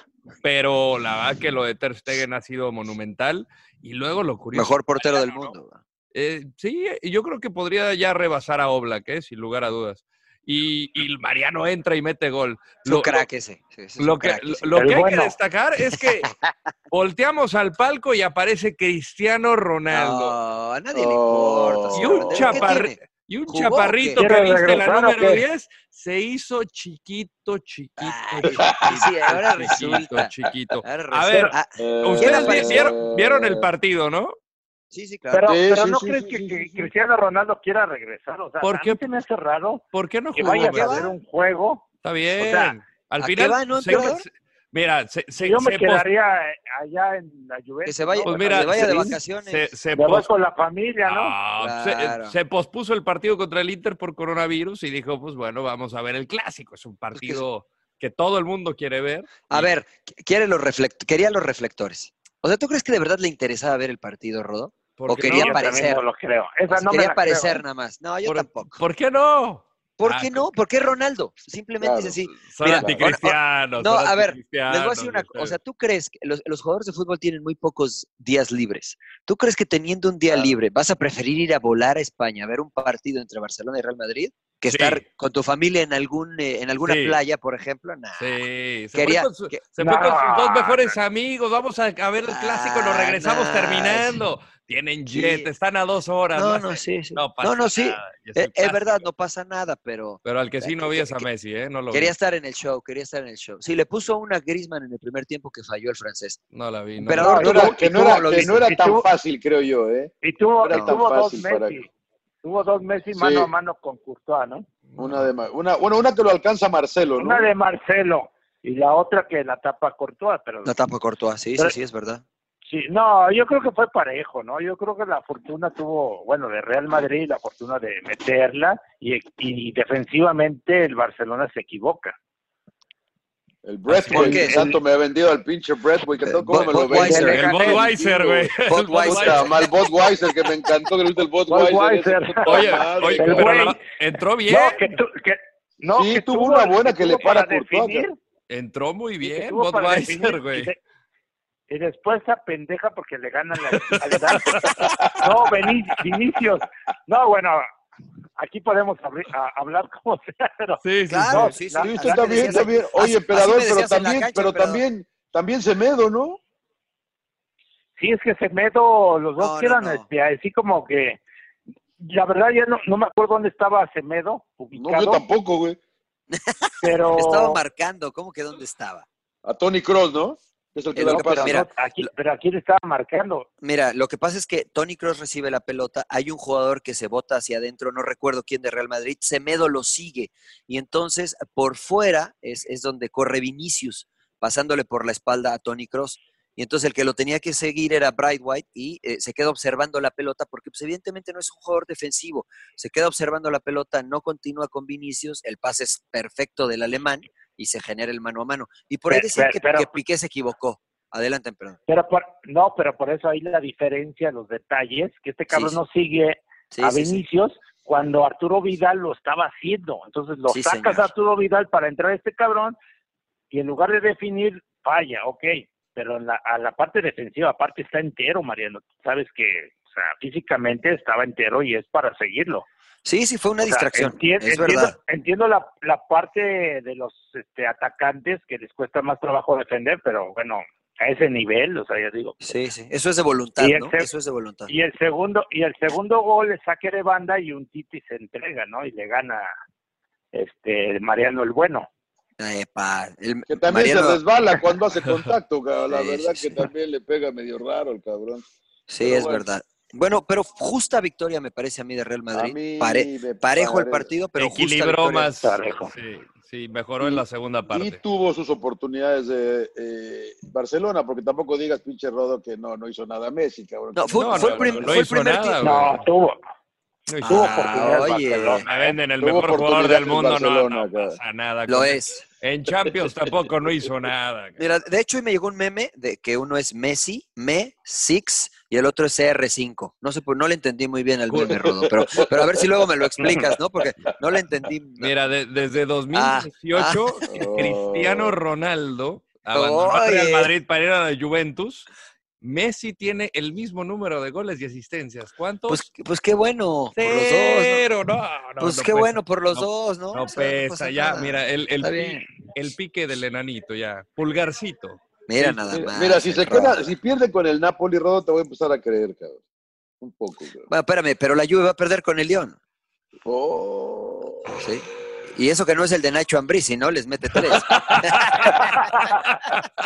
S3: pero la verdad que lo de Ter Stegen ha sido monumental y luego lo curioso.
S1: Mejor portero del
S3: ¿no?
S1: mundo.
S3: Eh, sí, eh, yo creo que podría ya rebasar a Oblak, ¿eh? sin lugar a dudas. Y, y Mariano entra y mete gol.
S1: Lo,
S3: Lo-
S1: crack ese. sí, ese es
S3: lo
S1: un
S3: que,
S1: crack ese.
S3: lo
S5: El
S3: que hay
S5: bueno.
S3: que destacar es que volteamos al palco y aparece Cristiano Ronaldo.
S1: No, a nadie le
S4: Oh.
S1: importa.
S3: y
S1: señor
S3: un,
S1: Landeros. ¿Qué
S3: chaparri-
S1: tiene?
S3: y un
S1: ¿Jugó o
S3: chaparrito
S1: qué?
S3: que
S5: ¿Quiere
S3: viste la
S5: regresar o
S3: número
S5: qué?
S3: 10 se hizo chiquito, chiquito.
S1: Ay,
S3: chiquito,
S1: sí, ahora
S3: chiquito,
S1: resulta.
S3: chiquito.
S1: Ahora
S3: A
S1: resulta-
S3: ver,
S1: ah,
S3: Ustedes vi-
S1: apareció?
S3: vieron, vieron el partido, ¿no?
S1: sí, sí, claro.
S5: Pero,
S4: Sí,
S5: pero
S4: sí,
S5: ¿no
S4: sí,
S5: crees
S4: sí,
S5: que,
S4: sí,
S5: que
S4: sí.
S5: Cristiano Ronaldo quiera regresar? O sea,
S3: ¿Por
S5: a
S3: qué?
S5: mí se me hace raro
S3: ¿Por qué no
S5: que
S3: jugó?
S5: vayas
S1: ¿qué
S5: a
S1: va?
S5: ver un juego
S3: Está bien.
S5: O sea,
S3: Al
S1: ¿a qué
S3: final
S1: va, no,
S3: sé, que,
S1: emperador?
S3: se- Mira, se, se-
S5: Yo me
S3: se pos-
S5: quedaría eh, allá en la Juventus.
S1: Que se vaya,
S3: Pues
S1: que
S3: mira,
S1: se vaya de
S3: se-
S1: vacaciones.
S3: se- se
S5: Me voy
S3: pos-
S5: con la familia, ¿no?
S3: Ah,
S1: Claro.
S3: se, se pospuso el partido contra el Inter por coronavirus y dijo, pues bueno, vamos a ver el clásico. Es un partido que todo el mundo quiere ver.
S1: A ver, qu- quiere los reflect- quería los reflectores. O sea, ¿tú crees que de verdad le interesaba ver el partido, Rodo?
S3: porque
S1: o quería
S5: Yo
S1: aparecer.
S5: también no lo creo. Esa
S4: Pues
S1: Así
S5: no me
S1: quería
S5: la
S1: aparecer
S5: creo, ¿eh?
S1: nada más. No, yo
S3: ¿Por-
S1: tampoco.
S3: ¿Por qué no?
S1: ¿Por
S3: Ah,
S1: qué no? ¿Por qué Ronaldo? Simplemente
S4: Claro.
S1: es así.
S3: Son
S1: Mira,
S3: anticristianos.
S1: no,
S3: son
S1: a ver,
S3: anticristianos,
S1: Les voy a decir una cosa. O sea, ¿tú crees que los, los jugadores de fútbol tienen muy pocos días libres? ¿Tú crees que teniendo un día libre vas a preferir ir a volar a España a ver un partido entre Barcelona y Real Madrid que
S3: Sí.
S1: estar con tu familia en algún eh, en alguna
S3: Sí.
S1: playa, por ejemplo? Nah.
S3: Sí, se
S1: Quería-
S3: fue con, su-
S1: que-
S3: se fue con sus dos
S5: No,
S3: mejores amigos. Vamos a, a ver el clásico, nos
S1: Ah,
S3: regresamos
S1: no,
S3: terminando. Tienen
S1: Sí.
S3: jet, están a dos horas.
S1: No,
S3: más-
S1: no, sí, sí.
S3: no, pasa
S1: No, no, sí. Eh,
S3: nada, y es
S1: Es,
S3: el
S1: es verdad,
S3: clásico.
S1: no pasa nada, pero
S3: Pero al que sí no vi
S1: Que-
S3: es a
S1: que-
S3: Messi, ¿eh? No lo vi.
S1: quería estar en el show, quería estar en el show. Sí, le puso una Grisman en el primer tiempo que falló el francés.
S3: No la vi. no.
S1: Pero-
S4: No, no era- que no era,
S1: ¿Cómo lo
S4: que
S1: viste?
S4: no era
S5: ¿Y
S4: tan
S5: tú?
S4: fácil, creo yo, ¿eh?
S5: Y tuvo,
S4: Era
S5: y
S4: tan
S5: tuvo dos
S4: fácil para-
S5: Messi. Tuvo dos Messi
S4: Sí.
S5: mano a mano con Courtois, ¿no?
S4: Una de ma- una, bueno, una que lo alcanza Marcelo, ¿no?
S5: Una de Marcelo y la otra que la tapa Courtois, pero
S1: La tapa cortó así, sí,
S5: Pero-
S1: sí, es verdad.
S5: sí, no, yo creo que fue parejo, ¿no? Yo creo que la fortuna tuvo, bueno, de Real Madrid la fortuna de meterla y, y defensivamente el Barcelona se equivoca.
S4: El Breathway,
S1: ¿Por qué?
S4: que tanto me ha vendido al pinche Breathway, que tanto como me lo
S1: Budweiser.
S4: vende.
S3: El Budweiser, güey. El
S1: Budweiser.
S4: Puta, mal Budweiser, que me encantó que le gusta el Budweiser.
S5: Budweiser.
S4: ese puta
S3: Oye,
S4: madre.
S3: oye,
S5: El
S3: pero la-
S5: güey.
S3: entró bien.
S5: No, que tú, que no,
S4: Sí,
S5: que
S4: tuvo una buena que le
S5: tuvo
S4: para
S5: para,
S4: Courtois,
S5: definir,
S3: Entró muy
S5: que
S3: bien,
S5: tuvo para
S3: Budweiser,
S5: definir,
S3: güey.
S5: Y, de- y después esa pendeja porque le ganan la al Dante. No, Beni- Vinicius. No, bueno, aquí podemos abrir- a- hablar como sea, pero
S3: Sí, sí,
S1: Claro,
S3: sí.
S1: sí, sí.
S5: la-
S4: Sí,
S1: así
S4: tú
S1: me
S4: también,
S1: decías-
S4: también.
S1: así-
S4: Oye,
S1: así me
S4: emperador,
S1: decías
S4: pero
S1: en la
S4: también,
S1: cancha,
S4: pero
S1: emperador.
S4: también, también Semedo, ¿no?
S5: Sí, es que Semedo, los dos
S1: No, no,
S5: quedan
S1: no.
S5: este, así como que. La verdad, ya no, no me acuerdo dónde estaba Semedo
S4: No,
S5: ubicado,
S4: yo tampoco, güey.
S5: pero.
S1: Estaba marcando, ¿cómo que dónde estaba?
S4: A Tony Cross, ¿no? Es el que
S1: Es
S4: la
S1: lo que- pero
S4: pasa.
S1: Eh, pues, mira,
S5: no, aquí, pero aquí le estaba marcando.
S1: Mira, lo que pasa es que Tony Cross recibe la pelota, hay un jugador que se bota hacia adentro, no recuerdo quién de Real Madrid, Semedo lo sigue y entonces por fuera es, es donde corre Vinicius, pasándole por la espalda a Tony Cross. Y entonces el que lo tenía que seguir era Bright White y eh, se queda observando la pelota porque pues, evidentemente no es un jugador defensivo. Se queda observando la pelota, no continúa con Vinicius, el pase es perfecto del alemán y se genera el mano a mano. Y por ahí
S5: Pe-
S1: decían
S5: pe-
S1: que,
S5: pero-
S1: que Piqué se equivocó. Adelante, perdón.
S5: Pero por- no, pero por eso ahí la diferencia, los detalles, que este cabrón
S1: sí.
S5: no sigue
S1: Sí,
S5: a
S1: sí, sí.
S5: Vinicius cuando Arturo Vidal lo estaba haciendo. Entonces lo
S1: Sí,
S5: sacas
S1: señor.
S5: a Arturo Vidal para entrar a este cabrón y en lugar de definir, falla, ok. Pero en la, a la parte defensiva, aparte está entero, Mariano. Tú Sabes que o sea, físicamente estaba entero y es para seguirlo.
S1: Sí, sí, fue una
S5: O sea,
S1: distracción.
S5: entien-
S1: es
S5: entiendo,
S1: verdad.
S5: entiendo la, la parte de los este, atacantes que les cuesta más trabajo defender, pero bueno, a ese nivel, o sea, yo digo,
S1: Sí, sí. Eso es de voluntad,
S5: Y el
S1: ¿no?
S5: ser-
S1: Eso es de voluntad.
S5: Y el segundo, y el segundo gol es saque de banda y un Titi se entrega, ¿no? Y le gana este el Mariano el bueno.
S1: Epa, el-
S4: Que también
S1: Mariano-
S4: se resbala cuando hace contacto, cabrón. La
S1: Sí,
S4: verdad
S1: sí, sí.
S4: que también le pega medio raro el cabrón.
S1: Sí,
S4: pero
S1: es
S4: bueno.
S1: verdad. Bueno, pero justa victoria me parece a mí de Real Madrid.
S4: A mí
S1: Pare-
S4: me
S1: parejo el
S4: parece-
S1: partido, pero justa
S3: Equilibró
S1: victoria.
S3: más.
S5: Parejo.
S3: Sí, sí, mejoró en la segunda
S4: Y
S3: parte.
S4: tuvo sus oportunidades de eh, Barcelona, porque tampoco digas, pinche Rodo, que no, no hizo nada Messi, cabrón.
S1: No, fue,
S3: No,
S1: fue
S3: no,
S1: el, prim-
S3: no
S1: fue el
S3: hizo
S1: primer
S3: nada,
S1: tiempo.
S3: güey.
S5: No,
S3: bueno.
S5: tuvo,
S3: No hizo-
S5: tuvo
S1: Ah,
S5: oportunidades
S1: oye.
S5: Barcelona.
S3: Me venden el
S4: Tuvo
S3: mejor jugador
S4: oportunidades
S3: del mundo, no,
S4: Barcelona,
S3: no
S4: cara.
S3: pasa nada.
S1: Lo
S3: con-
S1: es.
S3: En Champions tampoco no hizo nada. cara.
S1: Mira, de hecho, me llegó un meme de que uno es Messi, Me, Six, y el otro es CR5. No sé, pues no le entendí muy bien al meme, Rodo, pero, pero a ver si luego me lo explicas, ¿no? Porque no le entendí.
S3: Mira, de-
S1: Ah,
S3: desde 2018, que Cristiano Ronaldo abandonó a Real
S1: Oh. Oye.
S3: Madrid para ir a la Juventus. Messi tiene el mismo número de goles y asistencias. ¿Cuántos?
S1: Pues, pues qué bueno. Por los dos, ¿no?
S3: Cero, no, no,
S1: pues
S3: no
S1: qué
S3: pesa,
S1: bueno por los
S3: no-
S1: dos, ¿no?
S3: No
S1: O sea,
S3: pesa,
S1: pasa
S3: ya,
S1: nada.
S3: mira, el, el
S1: Está
S3: pi-
S1: bien.
S3: el pique del enanito, ya. Pulgarcito.
S1: Mira
S3: sí,
S1: nada
S4: Mira,
S1: más.
S4: mira, si se
S1: el Rodo.
S4: queda, si pierde con el Napoli, Rodo, te voy a empezar a creer, cabrón. Un poco, cabrón.
S1: Bueno, espérame, pero la Juve va a perder con el León,
S4: Oh.
S1: ¿sí? Y eso que no es el de Nacho Ambriz, no les mete tres.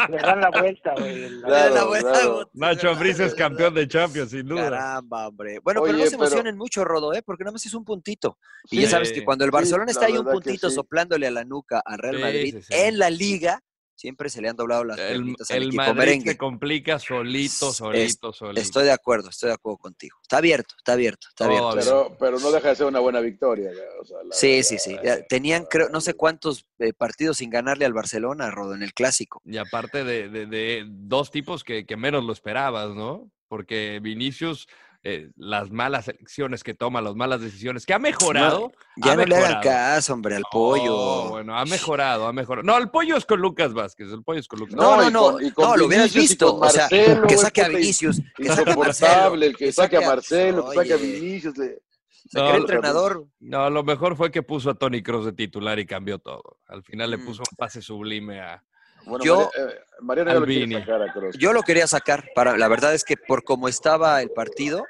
S5: Le dan la vuelta, güey. el-
S1: Mira
S4: Claro,
S1: la buena
S4: claro.
S1: botella.
S3: Nacho Ambriz es campeón de Champions, sin duda.
S1: Caramba, hombre. Bueno, pero
S4: Oye,
S1: no se
S4: pero-
S1: emocionen mucho, Rodo, ¿eh? Porque nada más es un puntito. Y
S4: Sí.
S1: ya sabes que cuando el
S4: Sí,
S1: Barcelona
S4: la
S1: está ahí un
S4: verdad que
S1: puntito
S4: sí.
S1: soplándole a la nuca al Real
S3: Sí,
S1: Madrid
S3: sí, sí.
S1: en la liga, Siempre se le han doblado las
S3: El,
S1: piernitas al
S3: el
S1: equipo
S3: Madrid
S1: merengue.
S3: se complica solito, solito, solito.
S1: Estoy de acuerdo, estoy de acuerdo contigo. Está abierto, está abierto, está abierto.
S3: Oh,
S4: Pero, pero no deja de ser una buena victoria. ya, o sea, la-
S1: Sí, sí, sí.
S3: eh,
S1: Ya Tenían, creo, no sé cuántos eh, partidos sin ganarle al Barcelona, Rodo, en el clásico.
S3: Y aparte de, de- de dos tipos que, que menos lo esperabas, ¿no? Porque Vinicius, eh, las malas elecciones que toma, las malas decisiones, que ha mejorado.
S1: No, ya
S3: ha
S1: no le hagan
S3: mejorado.
S1: caso, hombre, al pollo.
S3: Oh, bueno, ha mejorado, ha mejorado. No, el pollo es con Lucas Vázquez, el pollo es con Lucas
S1: No, no,
S3: Vázquez.
S1: no,
S4: con- y con
S1: no, lo hubieras
S4: Vinicius y
S1: visto.
S4: con
S1: o sea,
S4: Marcelo,
S1: que
S4: es
S1: saque a
S4: puta,
S1: Vinicius, que saque a Marcelo.
S4: Insoportable, el que saque a Marcelo, que saque a
S1: Oye,
S4: Vinicius. le-
S1: se
S3: No,
S1: cree
S3: lo-
S1: entrenador.
S3: No, lo mejor fue que puso a Tony Cross de titular y cambió todo. Al final
S1: Mm.
S3: le puso un pase sublime a.
S4: Bueno,
S1: Yo-
S4: María- eh, Mariano ya lo quiere
S3: Albini.
S4: sacar a Kroos.
S1: Yo lo quería sacar. Para, la verdad es que por cómo estaba el partido,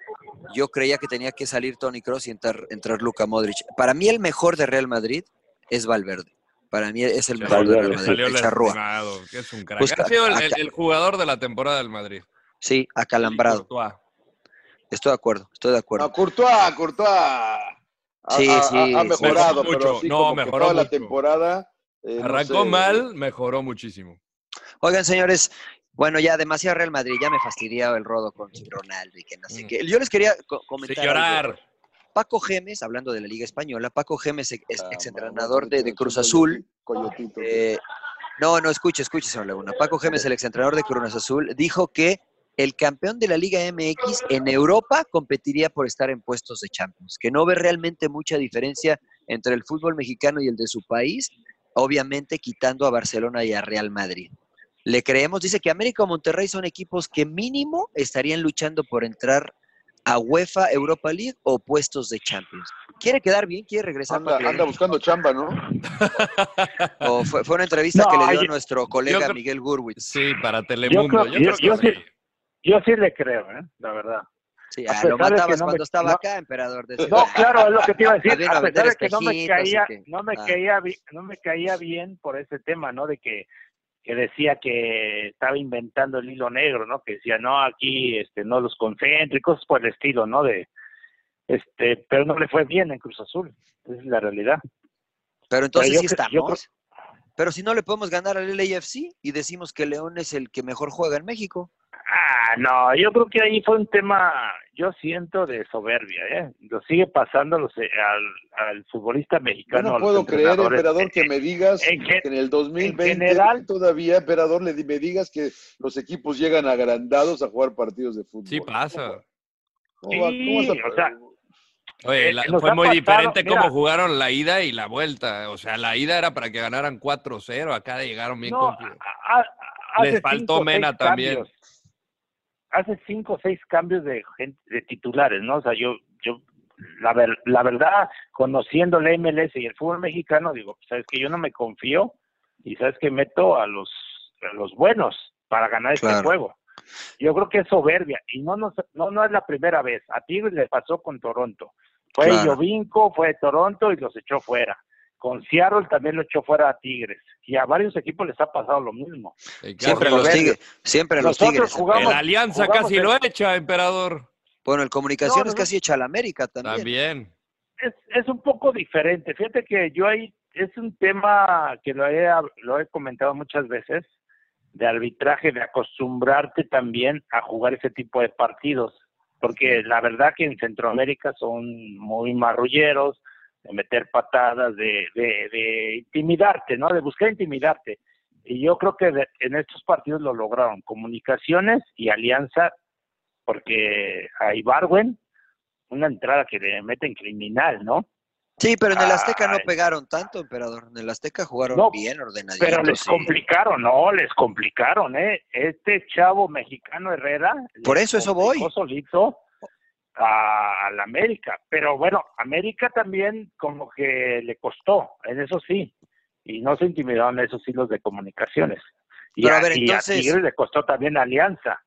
S1: yo creía que tenía que salir Tony Cross y entrar, entrar Luca Modric. Para mí el mejor de Real Madrid es Valverde. Para mí es el mejor de Real
S3: Valverde
S1: Madrid,
S3: salió
S1: el charrúa.
S3: lastimado, que es un crack.
S1: Pues,
S3: ha sido el, el-
S1: acá-
S3: el jugador de la temporada del Madrid.
S1: Sí,
S3: Y
S1: acalambrado.
S3: Courtois.
S1: Estoy de acuerdo, estoy de acuerdo.
S4: A Courtois, Courtois. Ha-
S1: Sí,
S4: ha-
S1: sí,
S4: ha- Ha
S1: sí.
S4: mejorado,
S3: Mejoró
S4: pero
S3: mucho.
S4: sí,
S3: No,
S4: como que
S3: mejoró
S4: toda la
S3: mucho.
S4: temporada. eh, no
S3: Arrancó
S4: sé,
S3: mal, mejoró muchísimo.
S1: Oigan, señores, bueno, ya demasiado Real Madrid, ya me fastidiaba el rodo con Ronaldo y que no sé
S3: Mm.
S1: qué. Yo les quería co-
S3: Sin
S1: comentar. algo.
S3: llorar.
S1: Paco Gemes, hablando de la Liga Española, Paco Gemes, ex
S4: Ah,
S1: exentrenador de,
S4: mamá,
S1: de Cruz
S4: coyotito,
S1: Azul.
S4: coyotito.
S1: eh, no, no, escuche, escuche, señor Laguna. Paco Gemes, el exentrenador de Cruz Azul, dijo que el campeón de la Liga MX en Europa competiría por estar en puestos de Champions, que no ve realmente mucha diferencia entre el fútbol mexicano y el de su país, obviamente quitando a Barcelona y a Real Madrid. Le creemos, dice que América o Monterrey son equipos que mínimo estarían luchando por entrar a UEFA, Europa League o puestos de Champions. Quiere quedar bien, quiere regresar.
S4: Anda,
S1: para
S4: anda buscando chamba, ¿no?
S1: o fue, fue una entrevista que le dio
S5: No, yo-
S1: nuestro colega
S3: creo-
S1: Miguel Gurwitz.
S3: Sí, para Telemundo.
S5: creo-
S3: Yo creo que
S5: yo- yo
S3: sí.
S5: sí- Yo sí le creo, ¿eh? la verdad.
S1: Sí,
S5: A
S1: ah,
S5: pesar de que
S1: lo matabas
S5: no me-
S1: cuando estaba
S5: no-
S1: acá, emperador. de
S5: No,
S1: Ciudad.
S5: claro, es lo que te iba a
S1: Más bien
S5: decir.
S1: a
S5: A pesar de
S1: vender
S5: que no me
S1: espejitos y
S5: caía,
S1: que-
S5: no me
S1: ah.
S5: caía, bi- no me caía bien por ese tema, ¿no? De que, que decía que estaba inventando el hilo negro, ¿no? Que decía, no, aquí, este, no los concentro y cosas por el estilo, ¿no? De, este, pero no le fue bien en Cruz Azul. Esa es la realidad.
S1: Pero entonces
S5: yo
S1: sí
S5: cre- yo
S1: estamos. Pero si no le podemos ganar al LAFC y decimos que León es el que mejor juega en México.
S5: Ah, no, yo creo que ahí fue un tema, yo siento, de soberbia, ¿eh? Lo sigue pasando a los- al, al futbolista
S4: Yo
S5: mexicano.
S4: no
S5: a los
S4: puedo creer,
S5: entrenadores.
S4: emperador, que
S5: Eh,
S4: me digas
S5: en
S4: que
S5: gen-
S4: en el 2020
S5: en general-
S4: todavía, emperador, le di- me digas que los equipos llegan agrandados a jugar partidos de fútbol.
S3: Sí pasa.
S4: ¿Cómo va- cómo vas a-
S5: Sí, o sea,
S3: Oye,
S5: Eh,
S3: la-
S5: nos
S3: fue
S5: ha
S3: muy
S5: pasado,
S3: diferente
S5: mira.
S3: cómo jugaron la ida y la vuelta. O sea, la ida era para que ganaran 4-0. Acá llegaron bien
S5: No,
S4: ah,
S3: confiados.
S5: a- a- hace
S3: Les faltó
S5: cinco o seis
S3: Mena también.
S5: cambios. Hace cinco o seis cambios de gente, de titulares, ¿no? O sea, yo, yo, la, ver- la verdad, conociendo la MLS y el fútbol mexicano, digo, pues, sabes que yo no me confío y sabes que meto a los, a los buenos para ganar
S1: Claro.
S5: este juego. Yo creo que es soberbia y no, nos, no, no es la primera vez. A Tigres le pasó con Toronto. Fue
S1: Claro.
S5: Yovinco, fue Toronto y los echó fuera. Con Seattle también lo echó fuera a Tigres. Y a varios equipos les ha pasado lo mismo.
S3: Y que
S1: Siempre
S5: Por
S1: los
S5: soberbia.
S1: tigres. Siempre los
S5: Nosotros
S1: tigres.
S5: jugamos-
S3: El Alianza
S5: jugamos
S3: casi
S5: el-
S3: lo echa, emperador.
S1: Bueno, el comunicación
S5: No,
S1: es
S5: no,
S1: casi hecha a la América también.
S3: También.
S5: Es, es un poco diferente. Fíjate que yo ahí es un tema que lo he, hab- lo he comentado muchas veces de arbitraje, de acostumbrarte también a jugar ese tipo de partidos. Porque la verdad que en Centroamérica son muy marrulleros, de meter patadas, de, de, de intimidarte, ¿no? De buscar intimidarte. Y yo creo que de- en estos partidos lo lograron Comunicaciones y Alianza, porque a Ibarwen, una entrada que le meten criminal, ¿no?
S1: Sí, pero en el Azteca no
S5: Ay.
S1: pegaron tanto, emperador. En el Azteca jugaron
S5: No,
S1: bien, ordenaditos.
S5: Pero les
S1: sí.
S5: complicaron, no, les complicaron, ¿eh? Este chavo mexicano Herrera.
S1: Por
S5: les
S1: eso, eso
S5: complicó
S1: voy.
S5: solito a- al América. Pero bueno, América también como que le costó, en eso sí. Y no se intimidaron esos hilos de comunicaciones. Y,
S1: Pero a
S5: a,
S1: ver,
S5: y a
S1: entonces-
S5: Tigres le costó también Alianza.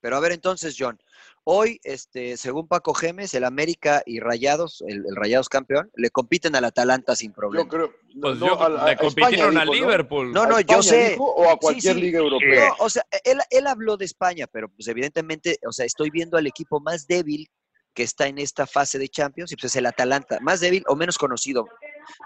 S1: Pero a ver, entonces, John, hoy, este, según Paco Gemes, el América y Rayados, el, el Rayados campeón, le compiten al Atalanta sin
S4: yo
S1: problema.
S4: creo.
S3: Pues
S4: no,
S3: yo,
S4: a la- a
S3: le
S4: España,
S3: compitieron al
S4: dijo, ¿no?
S3: Liverpool.
S1: No,
S4: ¿A
S1: no, yo
S4: España,
S1: sé.
S4: dijo, o a
S1: Sí,
S4: cualquier
S1: sí.
S4: liga
S5: Sí.
S4: europea.
S1: No, o sea, e, él, él habló de España, pero pues evidentemente, o sea, estoy viendo al equipo más débil que está en esta fase de Champions, y pues es el Atalanta, más débil o menos conocido,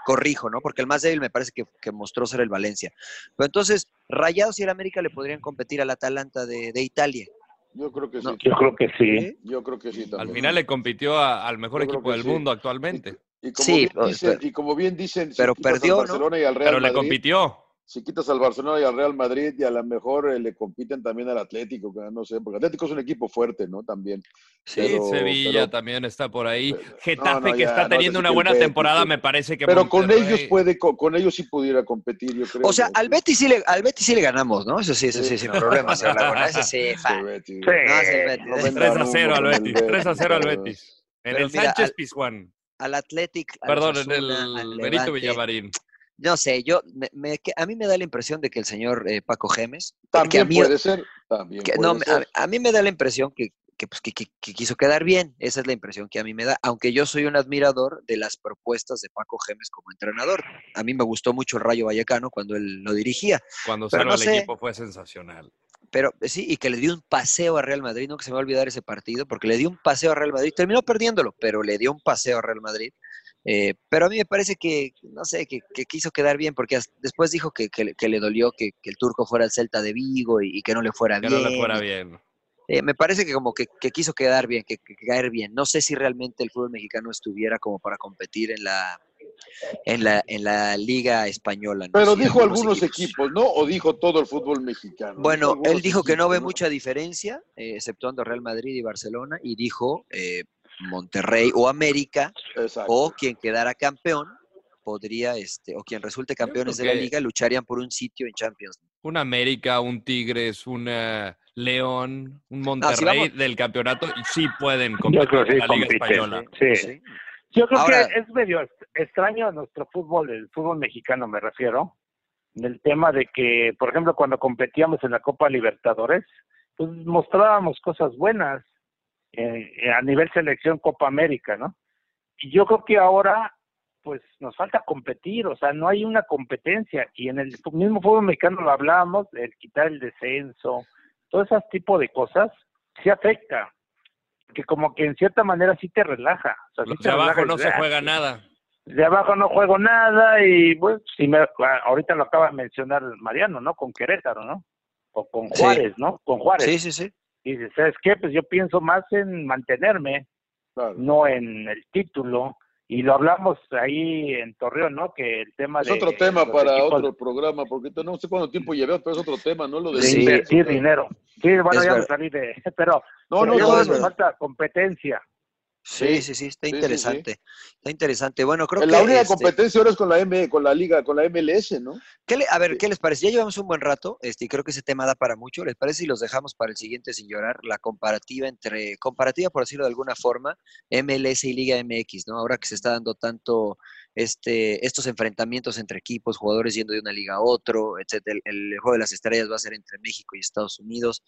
S1: corrijo, ¿no? Porque el más débil me parece que, que mostró ser el Valencia. Pero entonces, Rayados y el América le podrían competir al Atalanta de, de Italia.
S4: Yo creo que sí.
S1: No.
S5: Yo creo que sí.
S1: ¿Eh?
S4: Yo creo que sí también.
S3: Al final le compitió a- al mejor
S4: Yo creo
S3: equipo
S4: que
S3: del
S4: sí.
S3: mundo actualmente,
S4: Y como,
S1: Sí,
S4: bien
S1: pero-
S4: dicen,
S1: pero-
S4: y como bien dicen,
S1: pero
S4: quitas al
S1: perdió, ¿no?
S4: Barcelona y al Real
S3: pero le
S4: Madrid,
S3: compitió.
S4: si quitas al Barcelona y al Real Madrid y a lo mejor eh, le compiten también al Atlético, que no sé, porque Atlético es un equipo fuerte, ¿no? También.
S3: Sí,
S4: Pero-
S3: Sevilla
S4: pero-
S3: también está por ahí.
S4: pero-
S3: Getafe,
S4: no, no,
S3: que
S4: ya,
S3: está
S4: no,
S3: teniendo
S4: ese
S3: una
S4: sí
S3: buena
S4: que-
S3: temporada, me parece que.
S4: Pero con
S3: Monterrey-
S4: ellos puede, con, con ellos sí pudiera competir, yo creo.
S1: O sea,
S4: ¿no?
S1: al Betis sí le, al Betis sí le ganamos, ¿no? Eso sí, eso sí,
S4: Sí.
S1: sin problema, señor Laguna. Ese sí, fa.
S4: Sí, Betis.
S5: Sí.
S1: No, es el
S4: No
S1: Betis.
S4: vendan
S3: 3 a 0 al
S4: humo con el
S3: Betis, 3 a 0 al
S4: pero-
S3: Betis. En
S1: Pero
S3: el
S1: mira,
S3: Sánchez
S1: al-
S3: Pizjuán.
S1: Al Athletic. al
S3: Perdón, en
S1: Osasuna,
S3: el
S1: al
S3: Benito
S1: Levante.
S3: Villamarín.
S1: No sé, yo, me- me- que- a mí me da la impresión de que el señor eh, Paco Gemes. que a
S4: También
S1: mí-
S4: puede ser. También
S1: que-
S4: puede
S1: no,
S4: ser.
S1: a, a mí me da la impresión que, que, pues, que- que- que quiso quedar bien. Esa es la impresión que a mí me da. Aunque yo soy un admirador de las propuestas de Paco Gemes como entrenador. A mí me gustó mucho el Rayo Vallecano cuando él lo dirigía.
S3: Cuando
S1: Pero
S3: salió
S1: no
S3: el
S1: sé.
S3: equipo fue sensacional.
S1: Pero eh, sí, y que le dio un paseo a Real Madrid, nunca se me va a olvidar ese partido, porque le dio un paseo a Real Madrid, terminó perdiéndolo, pero le dio un paseo a Real Madrid. Eh, pero a mí me parece que, no sé, que, que quiso quedar bien, porque hasta- después dijo que, que le- que le dolió que, que el turco fuera al Celta de Vigo y, y que no le fuera
S3: Que
S1: bien.
S3: no le fuera
S1: y-
S3: bien.
S1: eh, me parece que como que, que quiso quedar bien, que, que caer bien. No sé si realmente el fútbol mexicano estuviera como para competir en la, en la, en la liga española. ¿no?
S4: Pero
S1: Sí,
S4: dijo algunos equipos. ¿no? O dijo todo el fútbol mexicano.
S1: Bueno,
S4: algunos
S1: él dijo que no
S4: equipos,
S1: ve mucha diferencia, eh, exceptuando Real Madrid y Barcelona, y dijo eh, Monterrey o América,
S4: Exacto.
S1: o quien quedara campeón, podría, este, o quien resulte campeones de la
S3: que-
S1: liga, lucharían por un sitio en Champions. League.
S3: Un América, un Tigres, un eh, León, un Monterrey
S1: vamos-
S3: del campeonato, y sí pueden
S5: Yo creo
S3: competir
S5: que
S3: en
S5: sí
S3: la Liga Española.
S5: compiten. Sí.
S1: Sí.
S5: Yo creo
S1: Ahora-
S5: que es medio extraño a nuestro fútbol, el fútbol mexicano me refiero, en el tema de que, por ejemplo, cuando competíamos en la Copa Libertadores, pues mostrábamos cosas buenas eh, eh, a nivel selección Copa América, ¿no? Y yo creo que ahora, pues nos falta competir, o sea, no hay una competencia. Y en el fu- mismo fútbol mexicano lo hablábamos, el quitar el descenso, todo ese tipo de cosas, sí afecta. Que como que en cierta manera sí te relaja. O sea, sí
S3: Los
S5: te
S3: de abajo
S5: relaja,
S3: no se
S5: dices, "Ah,
S3: juega nada.
S5: de abajo no juego nada y pues si me, ahorita lo acaba de mencionar Mariano, ¿no? Con Querétaro, ¿no? O con
S1: Sí.
S5: Juárez, ¿no? Con Juárez.
S1: sí, sí, sí.
S5: Y dices, ¿sabes qué? Pues yo pienso más en mantenerme,
S4: Claro.
S5: no en el título. Y lo hablamos ahí en Torreón, ¿no? Que el tema
S4: Es
S5: de...
S4: otro tema
S5: los
S4: para
S5: equipos
S4: otro programa, porque t- no sé cuánto tiempo llevas, pero es otro tema, ¿no? Lo
S5: De
S4: de
S1: Sí.
S5: invertir dinero. Sí, bueno,
S1: Es
S5: ya me
S1: verdad.
S5: salí de... Pero,
S4: No, no,
S1: Pero
S4: no,
S1: ya
S4: es
S5: nos
S1: verdad.
S5: falta competencia.
S1: Sí, sí, sí, está
S4: sí, sí.
S1: interesante. Está interesante. Bueno, creo que.
S4: la única
S1: este,
S4: competencia ahora es con la M, con la liga, con la MLS, ¿no?
S1: ¿qué le- a ver,
S4: Sí.
S1: ¿qué les parece? Ya llevamos un buen rato, este, y creo que ese tema da para mucho. ¿Les parece si los dejamos para el siguiente sin llorar? La comparativa entre, comparativa por decirlo de alguna forma, MLS y Liga MX, ¿no? Ahora que se está dando tanto este, estos enfrentamientos entre equipos, jugadores yendo de una liga a otro, etcétera. El, el juego de las estrellas va a ser entre México y Estados Unidos.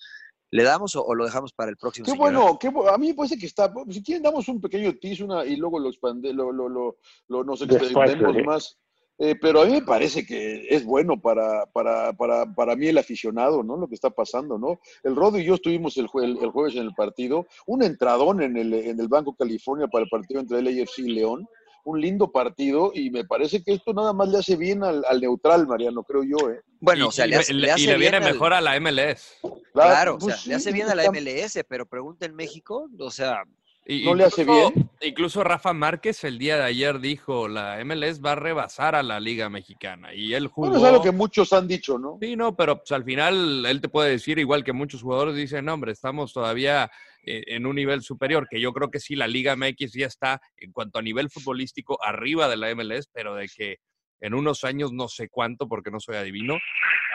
S1: ¿Le damos o, o lo dejamos para el próximo?
S4: Qué
S1: sin llorar?
S4: bueno, qué bu- a mí me parece que está. Si quieren, damos un pequeño tease una, y luego lo expande, lo, lo, lo, lo- nos
S5: Después,
S4: extendemos
S5: sí.
S4: más. Eh, pero a mí me parece que es bueno para, para, para, para mí el aficionado, ¿no? Lo que está pasando, ¿no? El Rodo y yo estuvimos el, jue- el, el jueves en el partido, un entradón en el, en el Banco California para el partido entre el AFC y León, un lindo partido y me parece que esto nada más le hace bien al, al neutral, Mariano, creo yo, ¿eh?
S1: Bueno,
S3: y,
S1: o sea,
S3: y
S1: le hace,
S3: ve-
S1: le
S3: y
S1: hace bien
S3: viene
S1: al-
S3: mejor a la MLS.
S1: Claro, o
S4: pues
S1: sea, le hace
S4: sí,
S1: bien a la
S4: está-
S1: MLS, pero pregunta en México, o sea,
S3: Y-
S4: ¿No le hace
S3: incluso-
S4: bien?
S3: Incluso Rafa Márquez el día de ayer dijo, la MLS va a rebasar a la Liga Mexicana. Y él jugó...
S4: Bueno, es algo que muchos han dicho, ¿no?
S3: Sí, no, pero pues, al final él te puede decir, igual que muchos jugadores dicen, no, hombre, estamos todavía eh, en un nivel superior, que yo creo que sí, la Liga MX ya está, en cuanto a nivel futbolístico, arriba de la MLS, pero de que en unos años, no sé cuánto, porque no soy adivino,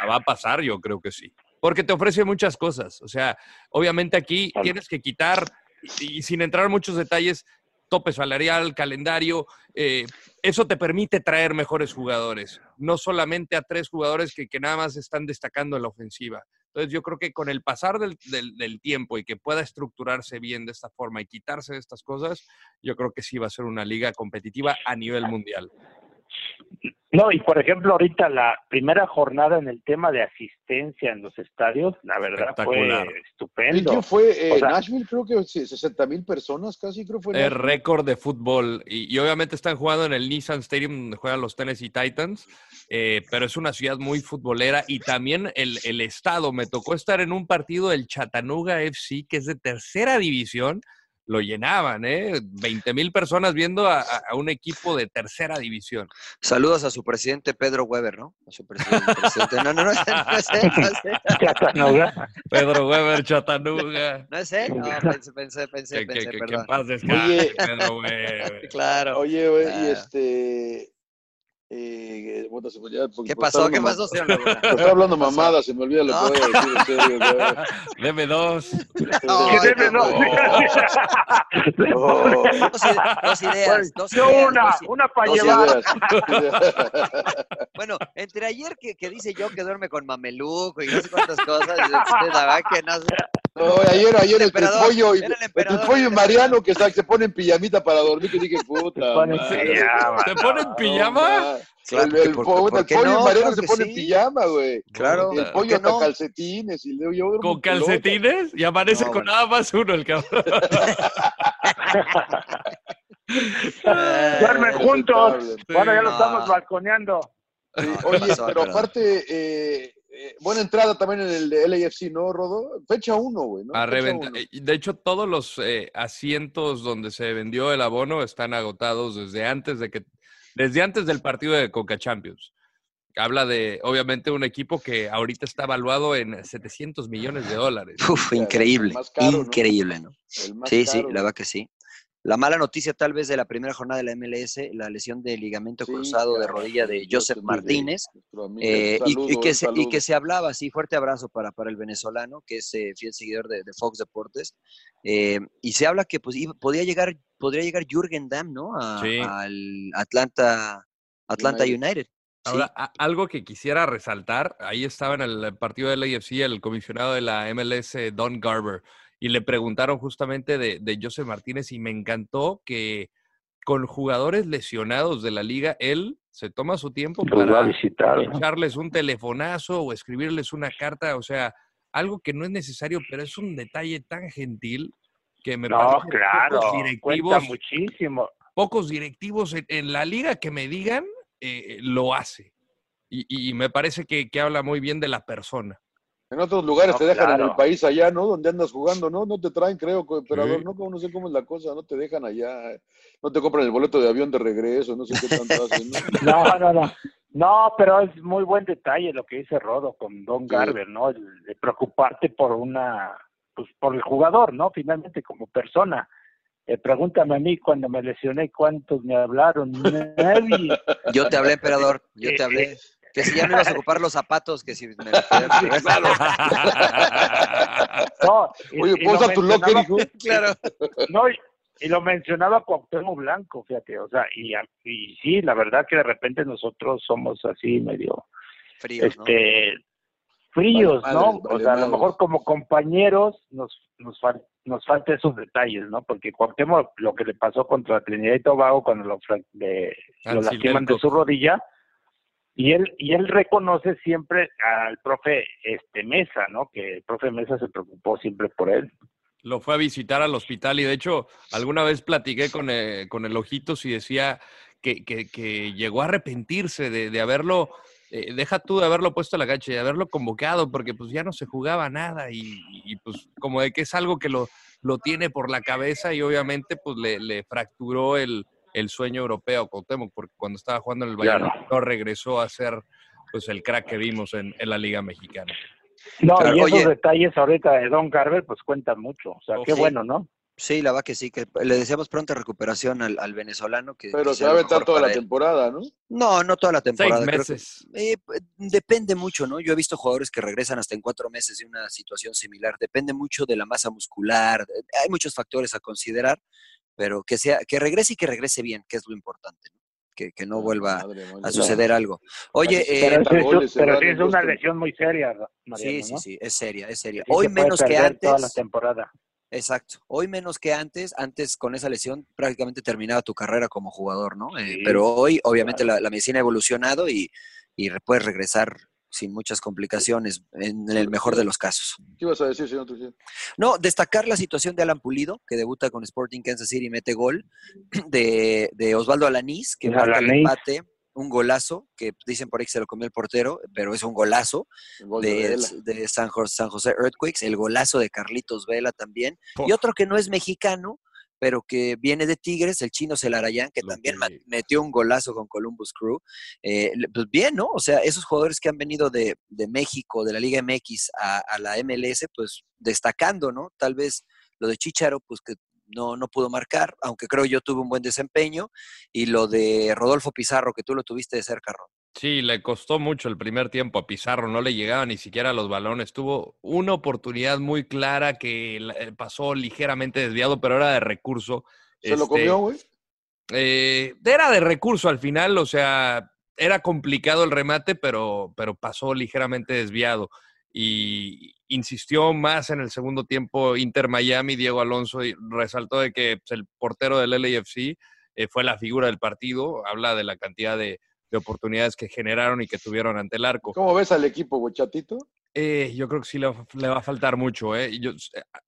S3: la va a pasar, yo creo que sí. Porque te ofrece muchas cosas. O sea, obviamente aquí
S5: Claro.
S3: tienes que quitar, y, y sin entrar en muchos detalles, tope salarial, calendario, eh, eso te permite traer mejores jugadores, no solamente a tres jugadores que, que nada más están destacando en la ofensiva. Entonces yo creo que con el pasar del, del- del tiempo y que pueda estructurarse bien de esta forma y quitarse de estas cosas, yo creo que sí va a ser una liga competitiva a nivel mundial.
S5: No, y por ejemplo, ahorita la primera jornada en el tema de asistencia en los estadios, la verdad fue
S4: ¿Y
S5: estupendo.
S4: qué fue? Eh,
S5: O sea,
S4: Nashville, creo que 60 mil personas casi, creo fue.
S3: Es
S4: Nashville.
S3: récord de fútbol. Y, y obviamente están jugando en el Nissan Stadium donde juegan los Tennessee Titans, eh, pero es una ciudad muy futbolera y también el, el estado. Me tocó estar en un partido del Chattanooga FC, que es de tercera división. Lo llenaban, ¿eh? 20 mil personas viendo a, a- a un equipo de tercera división.
S1: Saludos a su presidente Pedro Weber, ¿no? A su presidente. presidente. No, no, no es él, no es él, no es él.
S5: Chattanooga.
S3: Pedro Weber, Chattanooga.
S1: No es él. No, pensé, pensé, pensé,
S3: Que, que- que-
S1: pensé,
S3: que en
S1: perdón.
S3: paz descanse,
S4: Oye.
S3: Pedro Weber.
S1: Claro.
S4: Oye, güey, y
S1: Ah.
S4: este. eh, puta, se me olvidó, porque
S1: ¿Qué
S4: por
S1: pasó?
S4: estar
S1: ¿Qué
S4: hablando
S1: pasó,
S4: mam-
S1: señor Laguna?
S4: por estar hablando
S1: ¿Qué pasó?
S4: mamadas, se me olvida lo que voy a decir, en serio, güey.
S3: Deme dos.
S1: Ay,
S5: Que debe
S1: no,
S5: dos.
S4: Oh,
S1: Dos ide- dos ideas, dos
S5: Yo
S1: ideas,
S5: una,
S1: dos i-
S5: una para
S1: dos
S5: llevar.
S4: ideas, ideas.
S1: Bueno, entre ayer que, que dice yo que duerme con mameluco y no sé cuántas cosas, este, la verdad que no sé.
S4: No, güey, ayer, ayer,
S1: El
S4: entre el
S1: emperador,
S4: pollo y,
S1: era el
S4: entre el
S1: emperador,
S4: pollo y
S1: era-
S4: Mariano, que sa- se ponen pijamita para dormir, que dije, puta.
S5: Ponen
S4: madre.
S5: pijama.
S3: ¿Te ponen pijama?
S4: No,
S1: Claro
S4: el,
S1: que
S4: el
S1: por-
S4: pollo-
S1: ¿por
S4: el
S1: qué
S4: pollo
S1: no?
S4: y Mariano
S1: Claro
S4: se
S1: que
S4: ponen
S1: sí.
S4: pijama, güey.
S1: Claro.
S4: El
S1: ¿por
S4: pollo
S1: qué
S4: hasta
S1: no?
S4: calcetines. Y luego yo duermo
S3: ¿Con
S4: pelota.
S3: calcetines? Y amanece
S1: No,
S3: con
S1: bueno.
S3: nada más uno, el cabrón.
S1: Eh,
S5: Duermen juntos.
S4: Aceptable.
S5: Bueno, ya lo
S1: No.
S5: estamos balconeando.
S1: no, ¿qué
S4: Oye,
S1: pasó?
S4: pero
S1: Perdón.
S4: aparte, eh, eh, buena entrada también en el de LAFC, ¿no, Rodo? Fecha uno, güey. ¿no?
S3: A
S4: Fecha
S3: reventar.
S4: uno.
S3: Eh, De hecho, todos los eh, asientos donde se vendió el abono están agotados desde antes de que, desde antes del partido de Coca Champions. Habla de, obviamente, un equipo que ahorita está valuado en 700 millones de dólares.
S1: Uf, increíble,
S4: más caro, ¿no?
S1: increíble, ¿no?
S4: El más
S1: Sí, sí,
S4: caro,
S1: la
S4: güey.
S1: verdad que sí. La mala noticia tal vez de la primera jornada de la MLS, la lesión de ligamento
S4: Sí,
S1: cruzado de
S4: carajo,
S1: rodilla de Joseph
S4: Miguel,
S1: Martínez,
S4: nuestro amigo,
S1: eh,
S4: un
S1: y,
S4: saludo,
S1: y que
S4: un
S1: se, y
S4: saludo.
S1: que se hablaba, sí, fuerte abrazo para, para el venezolano, que es eh, fiel seguidor de, de Fox Deportes, eh, y se habla que pues, iba- podía llegar, podría llegar Jürgen Damm, ¿no? A-
S3: Sí.
S1: Al Atlanta, Atlanta
S4: United.
S1: United. Sí.
S3: Ahora, a- algo que quisiera resaltar, ahí estaba en el partido de la IFC el comisionado de la MLS, Don Garber, y le preguntaron justamente de, de José Martínez y me encantó que con jugadores lesionados de la liga, él se toma su tiempo
S5: Los Pues va a
S3: para
S5: visitar. ¿no?
S3: echarles un telefonazo o escribirles una carta, o sea, algo que no es necesario, pero es un detalle tan gentil que me
S5: No,
S3: parece que
S5: claro.
S3: pocos
S5: Cuenta
S3: directivos,
S5: muchísimo.
S3: pocos directivos en, en la liga que me digan eh, lo hace. Y, y me parece que, que habla muy bien de la persona.
S4: En otros lugares
S5: No,
S4: te dejan en
S5: claro.
S4: el país allá, ¿no? Donde andas jugando, ¿no? No te traen, creo, emperador,
S3: Sí.
S4: ¿no? Como no sé cómo es la cosa, no te dejan allá. eh. No te compran el boleto de avión de regreso, no sé qué tanto hacen, ¿no?
S5: No, no, no. No, pero es muy buen detalle lo que dice Rodo con Don
S4: Sí.
S5: Garber, ¿no? El de preocuparte por una, pues por el jugador, ¿no? Finalmente como persona. Eh, pregúntame a mí cuando me lesioné cuántos me hablaron. Nadie.
S1: Yo te hablé, emperador, yo te
S5: Eh,
S1: hablé.
S5: eh.
S1: Que si ya no ibas a ocupar los zapatos, que si me los podías regresar.
S5: No, y-
S4: Oye,
S5: y
S4: ¿puedo
S5: lo
S4: usar tu locker,
S5: mencionaba-
S4: hijo?
S1: Claro.
S5: No, y, y lo mencionaba Cuauhtémoc Blanco, fíjate, o sea, y, a- y sí, la verdad que de repente nosotros somos así medio
S1: Fríos, ¿no?
S5: este fríos,
S4: Vale,
S5: ¿no?
S4: madres,
S5: o
S4: vale,
S5: sea, a lo
S4: madres.
S5: mejor como compañeros nos nos fal- nos falta esos detalles, ¿no? Porque Cuauhtémoc lo que le pasó contra Trinidad y Tobago cuando lo, fra- le-
S3: Al
S5: lo lastiman de
S3: Silberto.
S5: su rodilla y él y él reconoce siempre al profe este Mesa, ¿no? Que el profe Mesa se preocupó siempre por él.
S3: Lo fue a visitar al hospital y de hecho alguna vez platiqué con, eh, con el Ojitos y decía que, que- que llegó a arrepentirse de, de haberlo, eh, deja tú de haberlo puesto a la gacha y de haberlo convocado porque pues ya no se jugaba nada y, y, pues como de que es algo que lo, lo tiene por la cabeza y obviamente pues le, le fracturó el, el sueño europeo a Cuauhtémoc porque cuando estaba jugando en el
S5: Claro.
S3: Valladolid no regresó a ser pues el crack que vimos en- en la Liga Mexicana.
S5: No,
S1: Claro,
S5: y esos
S1: oye.
S5: detalles ahorita de Don Garber pues cuentan mucho, o sea,
S3: Oh,
S5: qué
S1: sí.
S5: bueno, ¿no?
S1: Sí, la verdad que sí, que le deseamos pronta recuperación al, al venezolano. Que,
S4: Pero
S1: que
S4: se
S1: sea
S4: va a
S1: lo
S4: aventar
S1: mejor
S4: toda la
S1: para él.
S4: temporada, ¿no?
S1: No, no toda la temporada.
S3: Seis
S1: creo que-
S3: meses.
S1: Eh, pues, depende mucho, ¿no? Yo he visto jugadores que regresan hasta en cuatro meses de una situación similar. Depende mucho de la masa muscular. eh, Hay muchos factores a considerar, pero que sea, que regrese y que regrese bien, que es lo importante, ¿no? Que, que no vuelva
S4: Madre, madre,
S1: a
S4: madre.
S1: suceder algo. Oye, eh,
S5: pero sí es,
S4: goles se
S5: pero
S4: van
S5: sí
S4: en
S5: es una
S4: Houston.
S5: lesión muy seria, Mariano,
S1: sí, sí,
S5: ¿no?
S1: sí, es seria, es seria.
S5: Sí
S1: Hoy
S5: se puede
S1: menos que
S5: perder Toda la
S1: antes.
S5: temporada.
S1: Exacto. Hoy menos que antes, antes con esa lesión prácticamente terminaba tu carrera como jugador, ¿no? Eh,
S4: Sí,
S1: pero hoy obviamente la, la medicina ha evolucionado y, y re- puedes regresar sin muchas complicaciones, en el mejor de los casos.
S4: ¿Qué ibas a decir, señor Trujillo?
S1: No, destacar la situación de Alan Pulido, que debuta con Sporting Kansas City y mete gol, de, de Osvaldo Alanís, que marca el
S5: Alanís.
S1: empate, un golazo, que dicen por ahí que se lo comió el portero, pero es un golazo,
S4: El gol de
S1: de,
S4: Vela.
S1: de San, José, San José Earthquakes, el golazo de Carlitos Vela también, y otro que no es mexicano, pero que viene de Tigres, el chino Celarayán, que
S9: Lo
S1: también
S9: que-
S1: ma- metió un golazo con Columbus Crew. Eh, le- pues bien, ¿no? O sea, esos jugadores que han venido de, de México, de la Liga MX a, a la MLS, pues destacando, ¿no? Tal vez lo de Chicharo, pues que no, no pudo marcar, aunque creo yo tuvo un buen desempeño, y lo de Rodolfo Pizarro, que tú lo tuviste de cerca, Ron.
S3: Sí, le costó mucho el primer tiempo a Pizarro, no le llegaba ni siquiera a los balones. Tuvo una oportunidad muy clara que la- eh, pasó ligeramente desviado, pero era de recurso.
S4: ¿Se lo
S3: Este,
S4: comió, güey?
S3: eh, era de recurso al final, o sea, era complicado el remate, pero, pero pasó ligeramente desviado. Y insistió más en el segundo tiempo Inter Miami, Diego Alonso, y resaltó de que pues, el portero del LAFC eh, fue la figura del partido, habla de la cantidad de, de oportunidades que generaron y que tuvieron ante el arco.
S4: ¿Cómo ves al equipo, güey, chatito?
S3: Eh, yo creo que sí le, va- le va a faltar mucho. eh. Yo-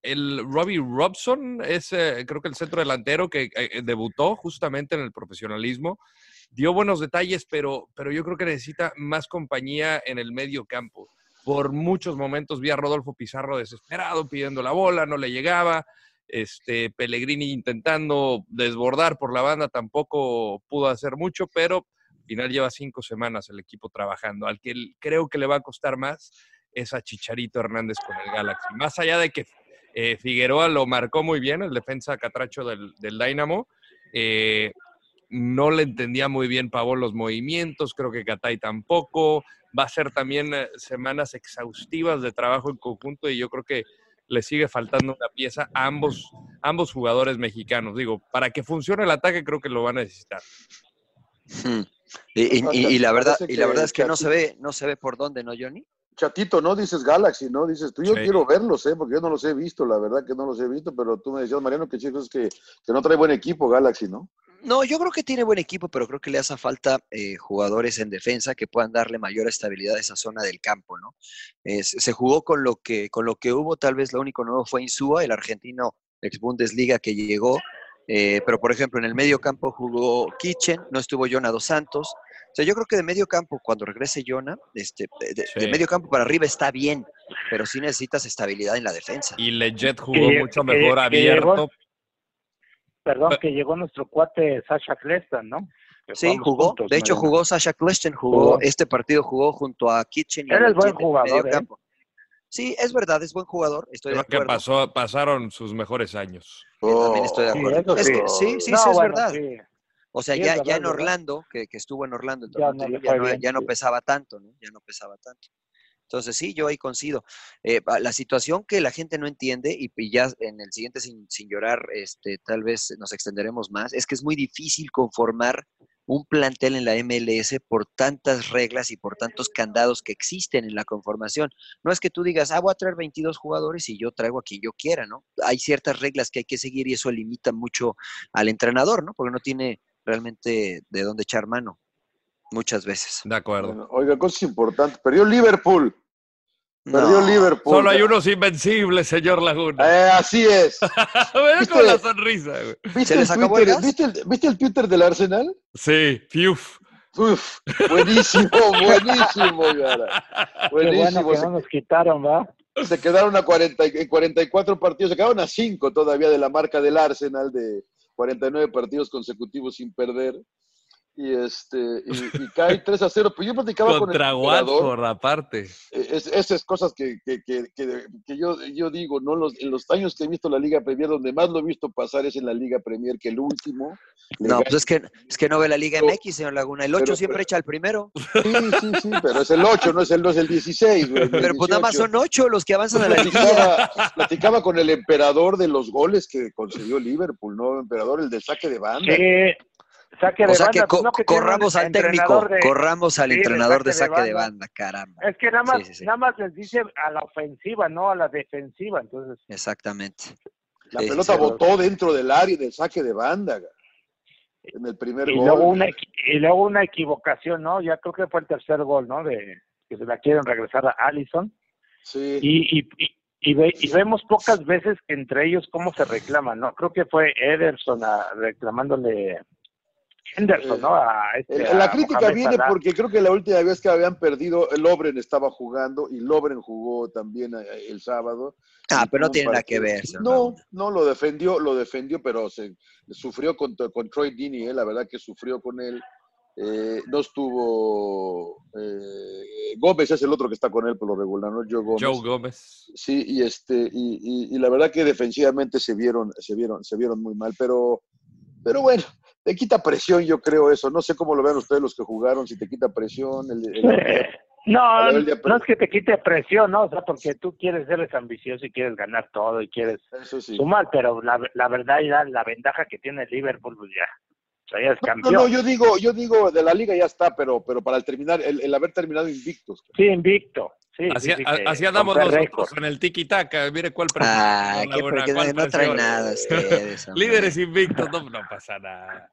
S3: el Robbie Robson es, eh, creo que el centro delantero que eh, debutó justamente en el profesionalismo. Dio buenos detalles, pero, pero yo creo que necesita más compañía en el medio campo. Por muchos momentos vi a Rodolfo Pizarro desesperado pidiendo la bola, no le llegaba. Este, Pellegrini intentando desbordar por la banda tampoco pudo hacer mucho, pero al final lleva cinco semanas el equipo trabajando. Al que l- creo que le va a costar más es a Chicharito Hernández con el Galaxy. Más allá de que eh, Figueroa lo marcó muy bien, el defensa catracho del, del Dynamo, eh, no le entendía muy bien Pavón los movimientos, creo que Catay tampoco. Va a ser también eh, semanas exhaustivas de trabajo en conjunto y yo creo que le sigue faltando una pieza a ambos, ambos jugadores mexicanos. Digo, para que funcione el ataque creo que lo van a necesitar.
S1: Hmm. Y, y- y- y la verdad,
S4: Parece
S1: y la
S4: que
S1: verdad es que no se
S4: Chapito-
S1: ve, no se ve por dónde, ¿no, Johnny?
S4: Chatito, ¿no? Dices Galaxy, ¿no? Dices tú, yo
S3: Sí.
S4: quiero verlos, ¿eh? Porque yo no los he visto, la verdad que no los he visto, pero tú me decías, Mariano, que chicos, que, que no trae buen equipo Galaxy, ¿no?
S1: No, yo creo que tiene buen equipo, pero creo que le hace falta eh, jugadores en defensa que puedan darle mayor estabilidad a esa zona del campo, ¿no? Eh, se se jugó con lo que, con lo que hubo, tal vez lo único nuevo fue Insúa, el argentino ex Bundesliga que llegó, eh, pero por ejemplo en el medio campo jugó Kitchen, no estuvo Jonah dos Santos. O sea, yo creo que de medio campo, cuando regrese Jonah, este, de, de- de
S3: Sí.
S1: medio campo para arriba está bien, pero sí necesitas estabilidad en la defensa.
S3: Y Lejet jugó
S5: Que-
S3: mucho
S5: que-
S3: mejor
S5: que
S3: abierto.
S5: llegó- Perdón, que llegó nuestro cuate Sasha Cleston, ¿no? Que
S1: Sí,
S5: jugamos
S1: jugó.
S5: juntos,
S1: de hecho,
S5: Mariano.
S1: jugó Sasha Klesten, jugó,
S5: Jugó.
S1: este partido, jugó junto a Kitchen y
S5: Él
S1: a
S5: es buen
S1: Leche en el
S5: jugador,
S1: medio
S5: ¿eh?
S1: campo. Sí, es verdad, es buen jugador. Estoy de
S3: Creo que
S1: acuerdo.
S3: pasó, pasaron sus mejores años.
S1: Yo también estoy de
S5: Sí,
S1: acuerdo.
S5: eso
S1: Es
S5: sí.
S1: que sí, sí,
S5: No,
S1: sí, es
S5: bueno,
S1: verdad.
S5: sí.
S1: O sea,
S5: Sí,
S1: ya,
S5: es verdad,
S1: ya en
S5: es verdad.
S1: Orlando, que, que estuvo en Orlando el
S5: Ya
S1: torneo
S5: no le
S1: anterior, ya,
S5: fue
S1: no,
S5: bien,
S1: ya no
S5: sí.
S1: pesaba tanto, ¿no? Ya no pesaba tanto. Entonces, sí, yo ahí coincido. Eh, pa- la situación que la gente no entiende, y, y ya en el siguiente sin, sin llorar, este, tal vez nos extenderemos más, es que es muy difícil conformar un plantel en la MLS por tantas reglas y por tantos candados que existen en la conformación. No es que tú digas, ah, voy a traer 22 jugadores y yo traigo a quien yo quiera, ¿no? Hay ciertas reglas que hay que seguir y eso limita mucho al entrenador, ¿no? Porque no tiene realmente de dónde echar mano muchas veces.
S3: De acuerdo.
S4: Bueno, oiga, cosas importantes. Perdió Liverpool, perdió
S1: No.
S4: Liverpool.
S3: Solo hay unos invencibles, señor Laguna.
S4: Eh, así es.
S3: Mira con la
S4: ¿viste?
S3: sonrisa, güey.
S4: ¿Viste,
S1: ¿Se
S4: el
S1: les acabó
S4: Twitter,
S1: el gas?
S4: ¿viste, el, ¿Viste el Twitter del Arsenal?
S3: Sí, fiuf.
S4: Uf, buenísimo, buenísimo, cara.
S5: Qué bueno
S4: Buenísimo.
S5: que
S4: Se-
S5: no nos quitaron, ¿va?
S4: se quedaron a 40, y- en 44 partidos, se quedaron a 5 todavía de la marca del Arsenal de 49 partidos consecutivos sin perder. Y este y, y cae 3 a 0. Pues yo platicaba
S3: Contra
S4: con el entrenador.
S3: Watford, aparte.
S4: Eh, es- esas cosas que, que- que- que- que yo, yo digo, ¿no? Los, en los años que he visto la Liga Premier, donde más lo he visto pasar es en la Liga Premier, que el último. le
S1: No,
S4: gana.
S1: pues es que, es que no ve la Liga
S4: Pero-
S1: MX, señor Laguna. El 8
S4: pero-
S1: siempre
S4: pero-
S1: echa el primero.
S4: Sí, sí, sí, pero es el 8, no es el, no es el 16. güey, ni el
S1: Pero pues nada más
S4: 18.
S1: son 8 los que avanzan a la liguilla.
S4: platicaba, platicaba con el emperador de los goles que consiguió Liverpool, ¿no? Emperador, el del saque de banda.
S5: Sí. Saque de
S1: O sea que
S5: banda,
S1: co-
S5: sino que tiene un
S1: corramos al técnico,
S5: entrenador de-
S1: corramos al
S5: sí, de
S1: entrenador de
S5: saque de
S1: saque de
S5: banda. Eh,
S1: banda, caramba.
S5: Es que nada más,
S1: Sí, sí, sí.
S5: nada más les dice a la ofensiva, no a la defensiva. Entonces,
S1: Exactamente.
S4: La pelota botó dentro del área del saque de banda. En el primer
S5: y
S4: gol.
S5: Luego una, y luego una equivocación, ¿no? Ya creo que fue el tercer gol, ¿no? De que se la quieren regresar a Allison.
S4: Sí.
S5: Y, y, y, y ve- y vemos pocas veces entre ellos cómo se reclaman, ¿no? Creo que fue Ederson a- reclamándole Henderson, ¿no? A este,
S4: Eh, la
S5: a
S4: crítica
S5: Mohamed
S4: viene
S5: Salah.
S4: porque creo que la última vez que habían perdido, Lobren estaba jugando y Lobren jugó también eh, el sábado.
S1: Ah,
S4: Y
S1: pero no
S4: tuvo un
S1: tiene nada que
S4: partido-
S1: ver. señor
S4: No, no, lo defendió, lo defendió, pero se sufrió con, con Troy Dini, eh, la verdad que sufrió con él. Eh, no estuvo eh, Gómez, es el otro que está con él por lo regular, ¿no? Joe Gómez.
S3: Joe Gómez.
S4: Sí, y este, y, y- y la verdad que defensivamente se vieron, se vieron, se vieron muy mal, pero, pero bueno, te quita presión, yo creo eso. No sé cómo lo vean ustedes los que jugaron, si te quita presión, el, el-
S5: No,
S4: A ver, ya,
S5: no es que te quite presión, ¿no? O sea, porque tú quieres eres ambicioso y quieres ganar todo y quieres
S4: eso sí.
S5: sumar, pero la, la verdad ya la ventaja que tiene el Liverpool, pues ya, o sea, ya es
S4: No,
S5: campeón.
S4: no, yo digo, yo digo, de la liga ya está, pero, pero para el terminar, el, el haber terminado invictos.
S5: Sí, invicto. Sí,
S3: Así,
S5: sí, sí, que
S3: a- así andamos
S5: romper
S3: nosotros
S5: récord.
S3: en el tiki-taka. Mire cuál presión.
S1: Ah,
S3: don
S1: qué
S3: Laguna,
S1: porque no,
S3: cuál
S1: no trae
S3: presión.
S1: nada ustedes. hombre.
S3: Líderes invictos, no, no pasa nada.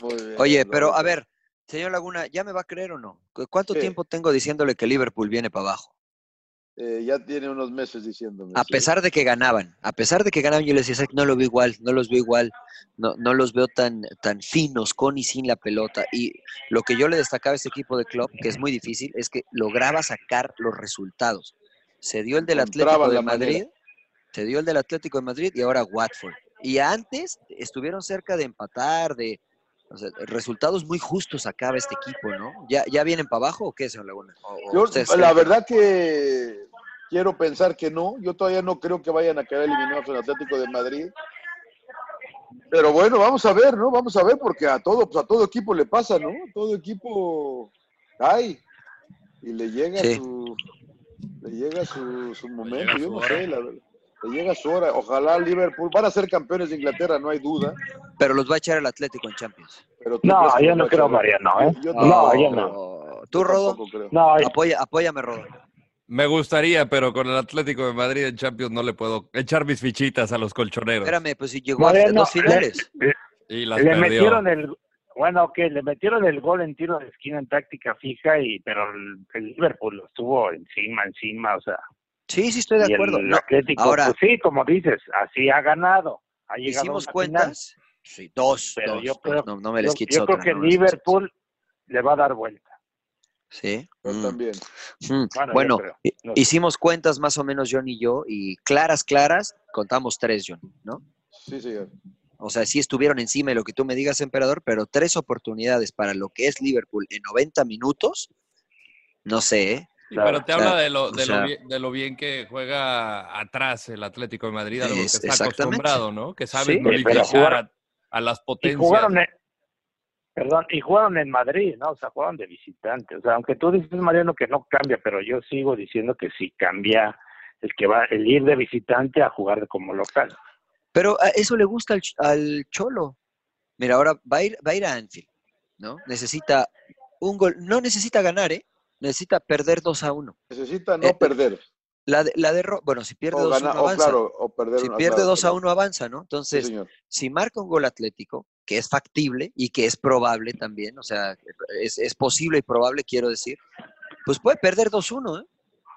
S4: Muy bien,
S1: Oye,
S4: lo-
S1: pero a ver, señor Laguna, ¿ya me va a creer o no? ¿Cu- ¿Cuánto
S4: Sí.
S1: tiempo tengo diciéndole que Liverpool viene para abajo?
S4: eh, ya tiene unos meses diciéndome.
S1: A
S4: sí.
S1: pesar de que ganaban, a pesar de que ganaban, yo les decía, no lo veo igual, no los veo igual, no, no los veo tan, tan finos con y sin la pelota. Y lo que yo le destacaba a este equipo de club, que es muy difícil, es que lograba sacar los resultados. Se dio el del
S4: Encontraba
S1: Atlético de
S4: la manera.
S1: Madrid, se dio el del Atlético de Madrid y ahora Watford. Y antes estuvieron cerca de empatar, de o sea, resultados muy justos acaba este equipo, ¿no? ¿Ya, ya vienen para abajo o qué, señor Laguna? ¿O- o
S4: Yo,
S1: ustedes
S4: la
S1: creen que-
S4: verdad que quiero pensar que no. Yo todavía no creo que vayan a quedar eliminados el Atlético de Madrid. Pero bueno, vamos a ver, ¿no? Vamos a ver, porque a todo, pues a todo equipo le pasa, ¿no? Todo equipo cae y le llega
S1: Sí.
S4: su le llega su, su momento,
S3: llega
S4: yo
S3: su
S4: no
S3: hora.
S4: sé, la verdad. Le llega su hora. Ojalá Liverpool van a ser campeones de Inglaterra, no hay duda.
S1: Pero los va a echar el Atlético en Champions.
S4: Pero tú crees
S5: No,
S4: que
S5: yo
S4: lo
S5: no
S4: va a
S5: creo,
S4: hacer.
S5: Mariano, ¿eh?
S4: Yo
S5: No,
S4: tampoco
S5: yo
S4: creo.
S5: no.
S1: Ah. Tú, Rodo,
S4: Tampoco creo.
S5: No,
S1: apoya, apóyame, Rodo.
S3: Me gustaría, pero con el Atlético de Madrid en Champions no le puedo echar mis fichitas a los colchoneros.
S1: Espérame, pues si llegó a
S5: Moreno,
S1: dos finales.
S5: le,
S3: Y las
S5: le
S3: perdió.
S5: metieron el bueno que le metieron el gol en tiro de esquina en táctica fija y pero el, el Liverpool lo estuvo encima encima o sea
S1: Sí, sí, estoy
S5: y
S1: de acuerdo.
S5: el
S1: No,
S5: Atlético
S1: ahora-
S5: pues sí como dices así ha ganado ha llegado
S1: hicimos
S5: a una final.
S1: cuentas. Sí, dos.
S5: Pero
S1: dos,
S5: yo
S1: dos,
S5: creo-
S1: no, no me
S5: yo,
S1: les quites
S5: yo creo
S1: otra,
S5: que
S1: no
S5: el
S1: me les quites
S5: Liverpool le va a dar vuelta
S1: otra. Sí.
S4: Yo
S1: mm,
S4: también.
S1: mm.
S5: Bueno, yo
S1: Bueno,
S5: creo,
S1: hi-
S5: no sé.
S1: hicimos cuentas más o menos John y yo, y claras, claras, contamos tres, John, ¿no?
S4: Sí, señor.
S1: O sea, sí estuvieron encima de lo que tú me digas, emperador, pero tres oportunidades para lo que es Liverpool en 90 minutos, no sé, ¿eh?
S3: Sí, pero te
S1: O sea,
S3: habla de lo, de,
S1: o sea-
S3: lo bien, de lo bien que juega atrás el Atlético de Madrid, algo que
S1: Es-
S3: está
S1: exactamente.
S3: acostumbrado, ¿no? Que sabe
S1: Sí,
S3: nulificar
S5: pero jugar-
S3: a, a las
S5: y
S3: potencias.
S5: jugaron en, perdón y jugaron en Madrid no o sea jugaron de visitante o sea aunque tú dices Mariano que no cambia pero yo sigo diciendo que sí cambia el que va el ir de visitante a jugar como local
S1: Pero a- eso le gusta al, ch- al Cholo. Mira, ahora va a, ir, va a ir a Anfield, ¿no? Necesita un gol. No necesita ganar, ¿eh? Necesita perder 2 a 1.
S4: Necesita no
S1: Eh,
S4: perder.
S1: La de, la de Ro- bueno, si pierde
S4: o
S1: 2 a 1
S4: ganar, o
S1: avanza.
S4: claro, o perder.
S1: si
S4: una-
S1: pierde
S4: claro,
S1: 2 a
S4: claro.
S1: 1 avanza, ¿no?
S4: Sí,
S1: Entonces,
S4: señor.
S1: si marca un gol Atlético, que es factible y que es probable también, o sea, es, es posible y probable, quiero decir, pues puede perder 2-1 ¿eh?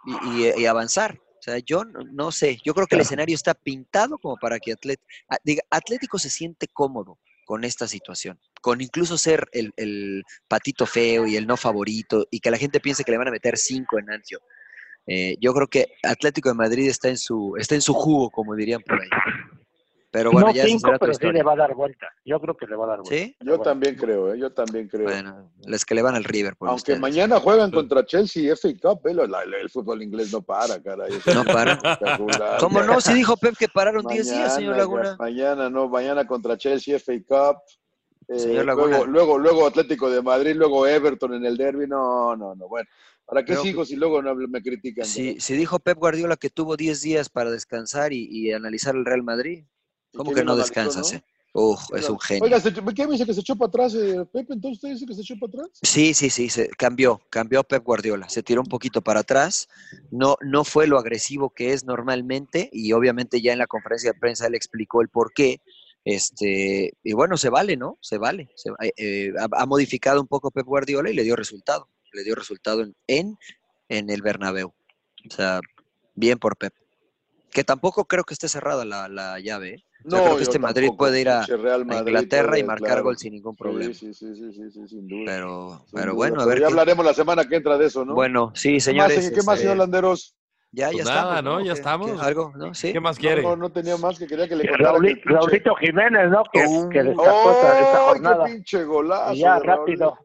S1: y, y- y avanzar. O sea, yo no, no sé, yo creo que el escenario está pintado como para que Atlet- a- diga, Atlético se siente cómodo con esta situación, con incluso ser el, el patito feo y el no favorito y que la gente piense que le van a meter 5 en Anfield. Eh, yo creo que Atlético de Madrid está en su está en su jugo, como dirían por ahí. Pero bueno,
S5: no
S1: ya esa
S5: cinco,
S1: será otra
S5: pero sí
S1: historia.
S5: le va a dar vuelta. Yo creo que le va a dar vuelta.
S1: ¿Sí?
S4: Yo también creo, ¿eh? yo también creo.
S1: Bueno, les que le van al River. Por
S4: Aunque
S1: ustedes. Pues
S4: mañana juegan contra Chelsea y FA Cup, ¿eh? La- la- el fútbol inglés no para, caray. Eso
S1: No
S4: es
S1: para.
S4: espectacular.
S1: ¿Cómo no? Si dijo Pep que pararon 10
S4: Mañana,
S1: días, señor Laguna.
S4: Mañana no, mañana contra Chelsea, FA Cup. eh,
S1: Señor Laguna.
S4: Luego, luego, luego Atlético de Madrid, luego Everton en el derby. No, no, no. Bueno, ¿para qué
S1: Creo
S4: sigo si luego no hablo- me critican?
S1: Si, si dijo Pep Guardiola que tuvo 10 días para descansar y, y analizar el Real Madrid,
S4: ¿Y
S1: ¿cómo
S4: qué
S1: que
S4: bien
S1: no
S4: analizó,
S1: descansas?
S4: no?
S1: eh? Uf, es un genio.
S4: Oiga, se- ¿qué me dice que se echó para atrás eh, Pepe? ¿Entonces usted dice que se echó para atrás?
S1: Sí, sí, sí, se cambió, cambió Pep Guardiola, se tiró un poquito para atrás, no, no fue lo agresivo que es normalmente y obviamente ya en la conferencia de prensa él explicó el por qué, este, y bueno, se vale, ¿no? Se vale, se- eh, eh, ha, ha modificado un poco Pep Guardiola y le dio resultado, le dio resultado en, en, en el Bernabéu, o sea, bien por Pep, que tampoco creo que esté cerrada la, la llave, ¿eh? O sea, creo que
S4: yo
S1: este Madrid
S4: tampoco.
S1: puede ir a,
S4: Pinche Real
S1: a
S4: Madrid
S1: Inglaterra y
S4: puede,
S1: marcar
S4: claro.
S1: gol sin ningún problema,
S4: Sí, sí, sí, sí, sí, sí, sin duda.
S1: pero,
S4: sin
S1: pero
S4: duda.
S1: bueno, a
S4: Pero
S1: ver
S4: ya
S1: qué-
S4: hablaremos la semana que entra de eso, ¿no?
S1: Bueno, sí,
S4: ¿Qué más,
S1: señores.
S4: ¿Qué más,
S1: este,
S4: señor Landeros?
S1: Ya, ya
S3: Pues
S1: estamos.
S3: nada, ¿no? Ya
S1: ¿Qué-
S3: estamos.
S1: qué- ¿Algo? ¿No? ¿Sí?
S3: ¿Qué más
S4: No,
S3: quiere?
S4: no, no tenía más que quería que le contara. que el
S5: Rauli-
S4: pinche-
S5: Raulito Jiménez, ¿no? Que,
S1: Uh.
S5: que destacó esa, esa
S4: ¡Ay,
S5: jornada.
S4: qué pinche golazo!
S5: Y ya,
S4: de Raúl!
S5: rápido.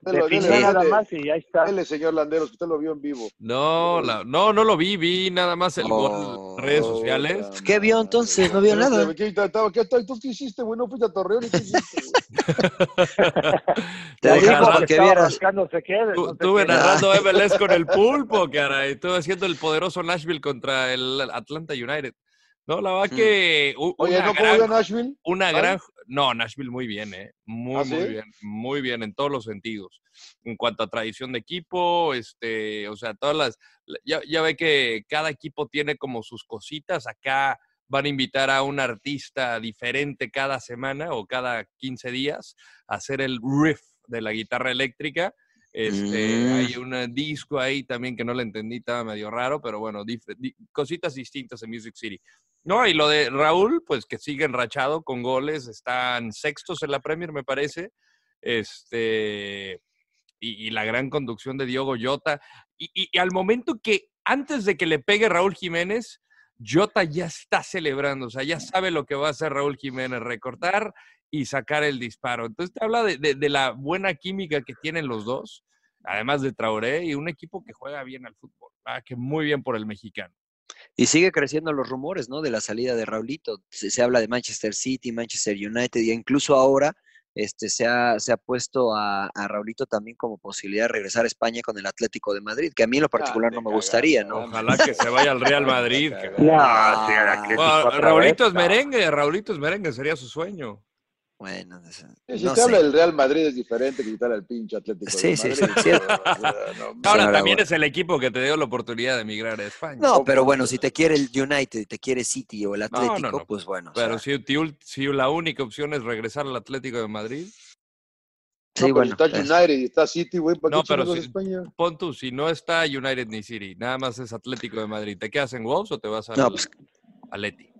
S4: Dele,
S5: De
S4: dele,
S5: pinche nada
S4: dele.
S5: más y ahí está.
S4: Dele, señor Landeros, que usted lo vio en vivo.
S3: No, la- no, no lo vi, vi nada más el gol en las redes
S1: Oh,
S3: sociales.
S4: Puta
S1: ¿Qué vio
S4: madre. este,
S1: entonces? No vio nada.
S4: ¿Qué, estaba- qué, estaba- ¿Tú qué hiciste, güey? ¿No fuiste a Torreón? ¿Y qué hiciste, güey?
S1: Te
S3: Ojalá
S1: dejé para
S3: que
S1: que
S5: Estaba
S1: vieras.
S5: rascándose, ¿qué? No
S3: Tu-
S5: sé
S3: Estuve
S5: qué.
S3: narrando MLS con el pulpo, caray. Estuve haciendo el poderoso Nashville contra el Atlanta United. No, la verdad que u-
S4: Oye,
S3: una,
S4: ¿no cómo
S3: gran,
S4: vio Nashville?
S3: una
S4: ¿Mal?
S3: gran- No, Nashville muy bien, ¿eh? Muy,
S4: ¿Ah,
S3: muy
S4: sí?
S3: bien. Muy bien en todos los sentidos. En cuanto a tradición de equipo, este, o sea, todas las... Ya, ya ve que cada equipo tiene como sus cositas. Acá van a invitar a un artista diferente cada semana o cada 15 días a hacer el riff de la guitarra eléctrica. Este,
S1: Mm.
S3: Hay un disco ahí también que no le entendí, estaba medio raro, pero bueno, dif- di- cositas distintas en Music City. No, y lo de Raúl, pues que sigue enrachado con goles, están sextos en la Premier, me parece. Este, y, y la gran conducción de Diogo Jota. Y, y- y al momento que, antes de que le pegue Raúl Jiménez, Jota ya está celebrando, o sea, ya sabe lo que va a hacer Raúl Jiménez, recortar y sacar el disparo. Entonces te habla de, de- de la buena química que tienen los dos, además de Traoré, y un equipo que juega bien al fútbol. Ah, que muy bien por el mexicano.
S1: Y sigue creciendo los rumores, ¿no? De la salida de Raulito. Se, se habla de Manchester City, Manchester United, e incluso ahora este, se, ha, se ha puesto a, a Raulito también como posibilidad de regresar a España con el Atlético de Madrid, que a
S4: Ah,
S1: mí en lo particular no me gustaría, ¿no?
S3: Ojalá que se vaya al Real Madrid. cabrón.
S5: No,
S1: Ah,
S4: Ah,
S5: sí, el Atlético
S3: Bueno,
S5: otra
S3: Raulito
S5: vez,
S3: es
S5: no.
S3: merengue, Raulito es merengue, sería su sueño.
S1: Bueno, no sé.
S4: Sí, Si
S1: No
S4: te
S1: sé.
S4: habla del Real Madrid es diferente que quitar al pinche Atlético. de
S1: Sí, sí,
S4: Madrid,
S1: sí, sí.
S4: cabrón. No, no,
S3: Ahora
S1: Señora,
S3: también
S1: bueno.
S3: es el equipo que te dio la oportunidad de emigrar a España.
S1: No, pero bueno, si te quiere el United y te quiere City o el
S3: no,
S1: Atlético,
S3: no.
S1: pues bueno. o
S3: Pero
S1: sea,
S3: si, ti- si la única opción es regresar al Atlético de Madrid,
S1: sí,
S4: pero si
S1: bueno.
S4: Está
S1: es-
S4: United y está City, güey. ¿Para
S3: No,
S4: qué
S3: pero
S4: chingados
S3: sí.
S4: España?
S3: pon tú, si no está United ni City, nada más es Atlético de Madrid, ¿te quedas en Wolves o te vas a
S1: No, pues
S3: Atleti?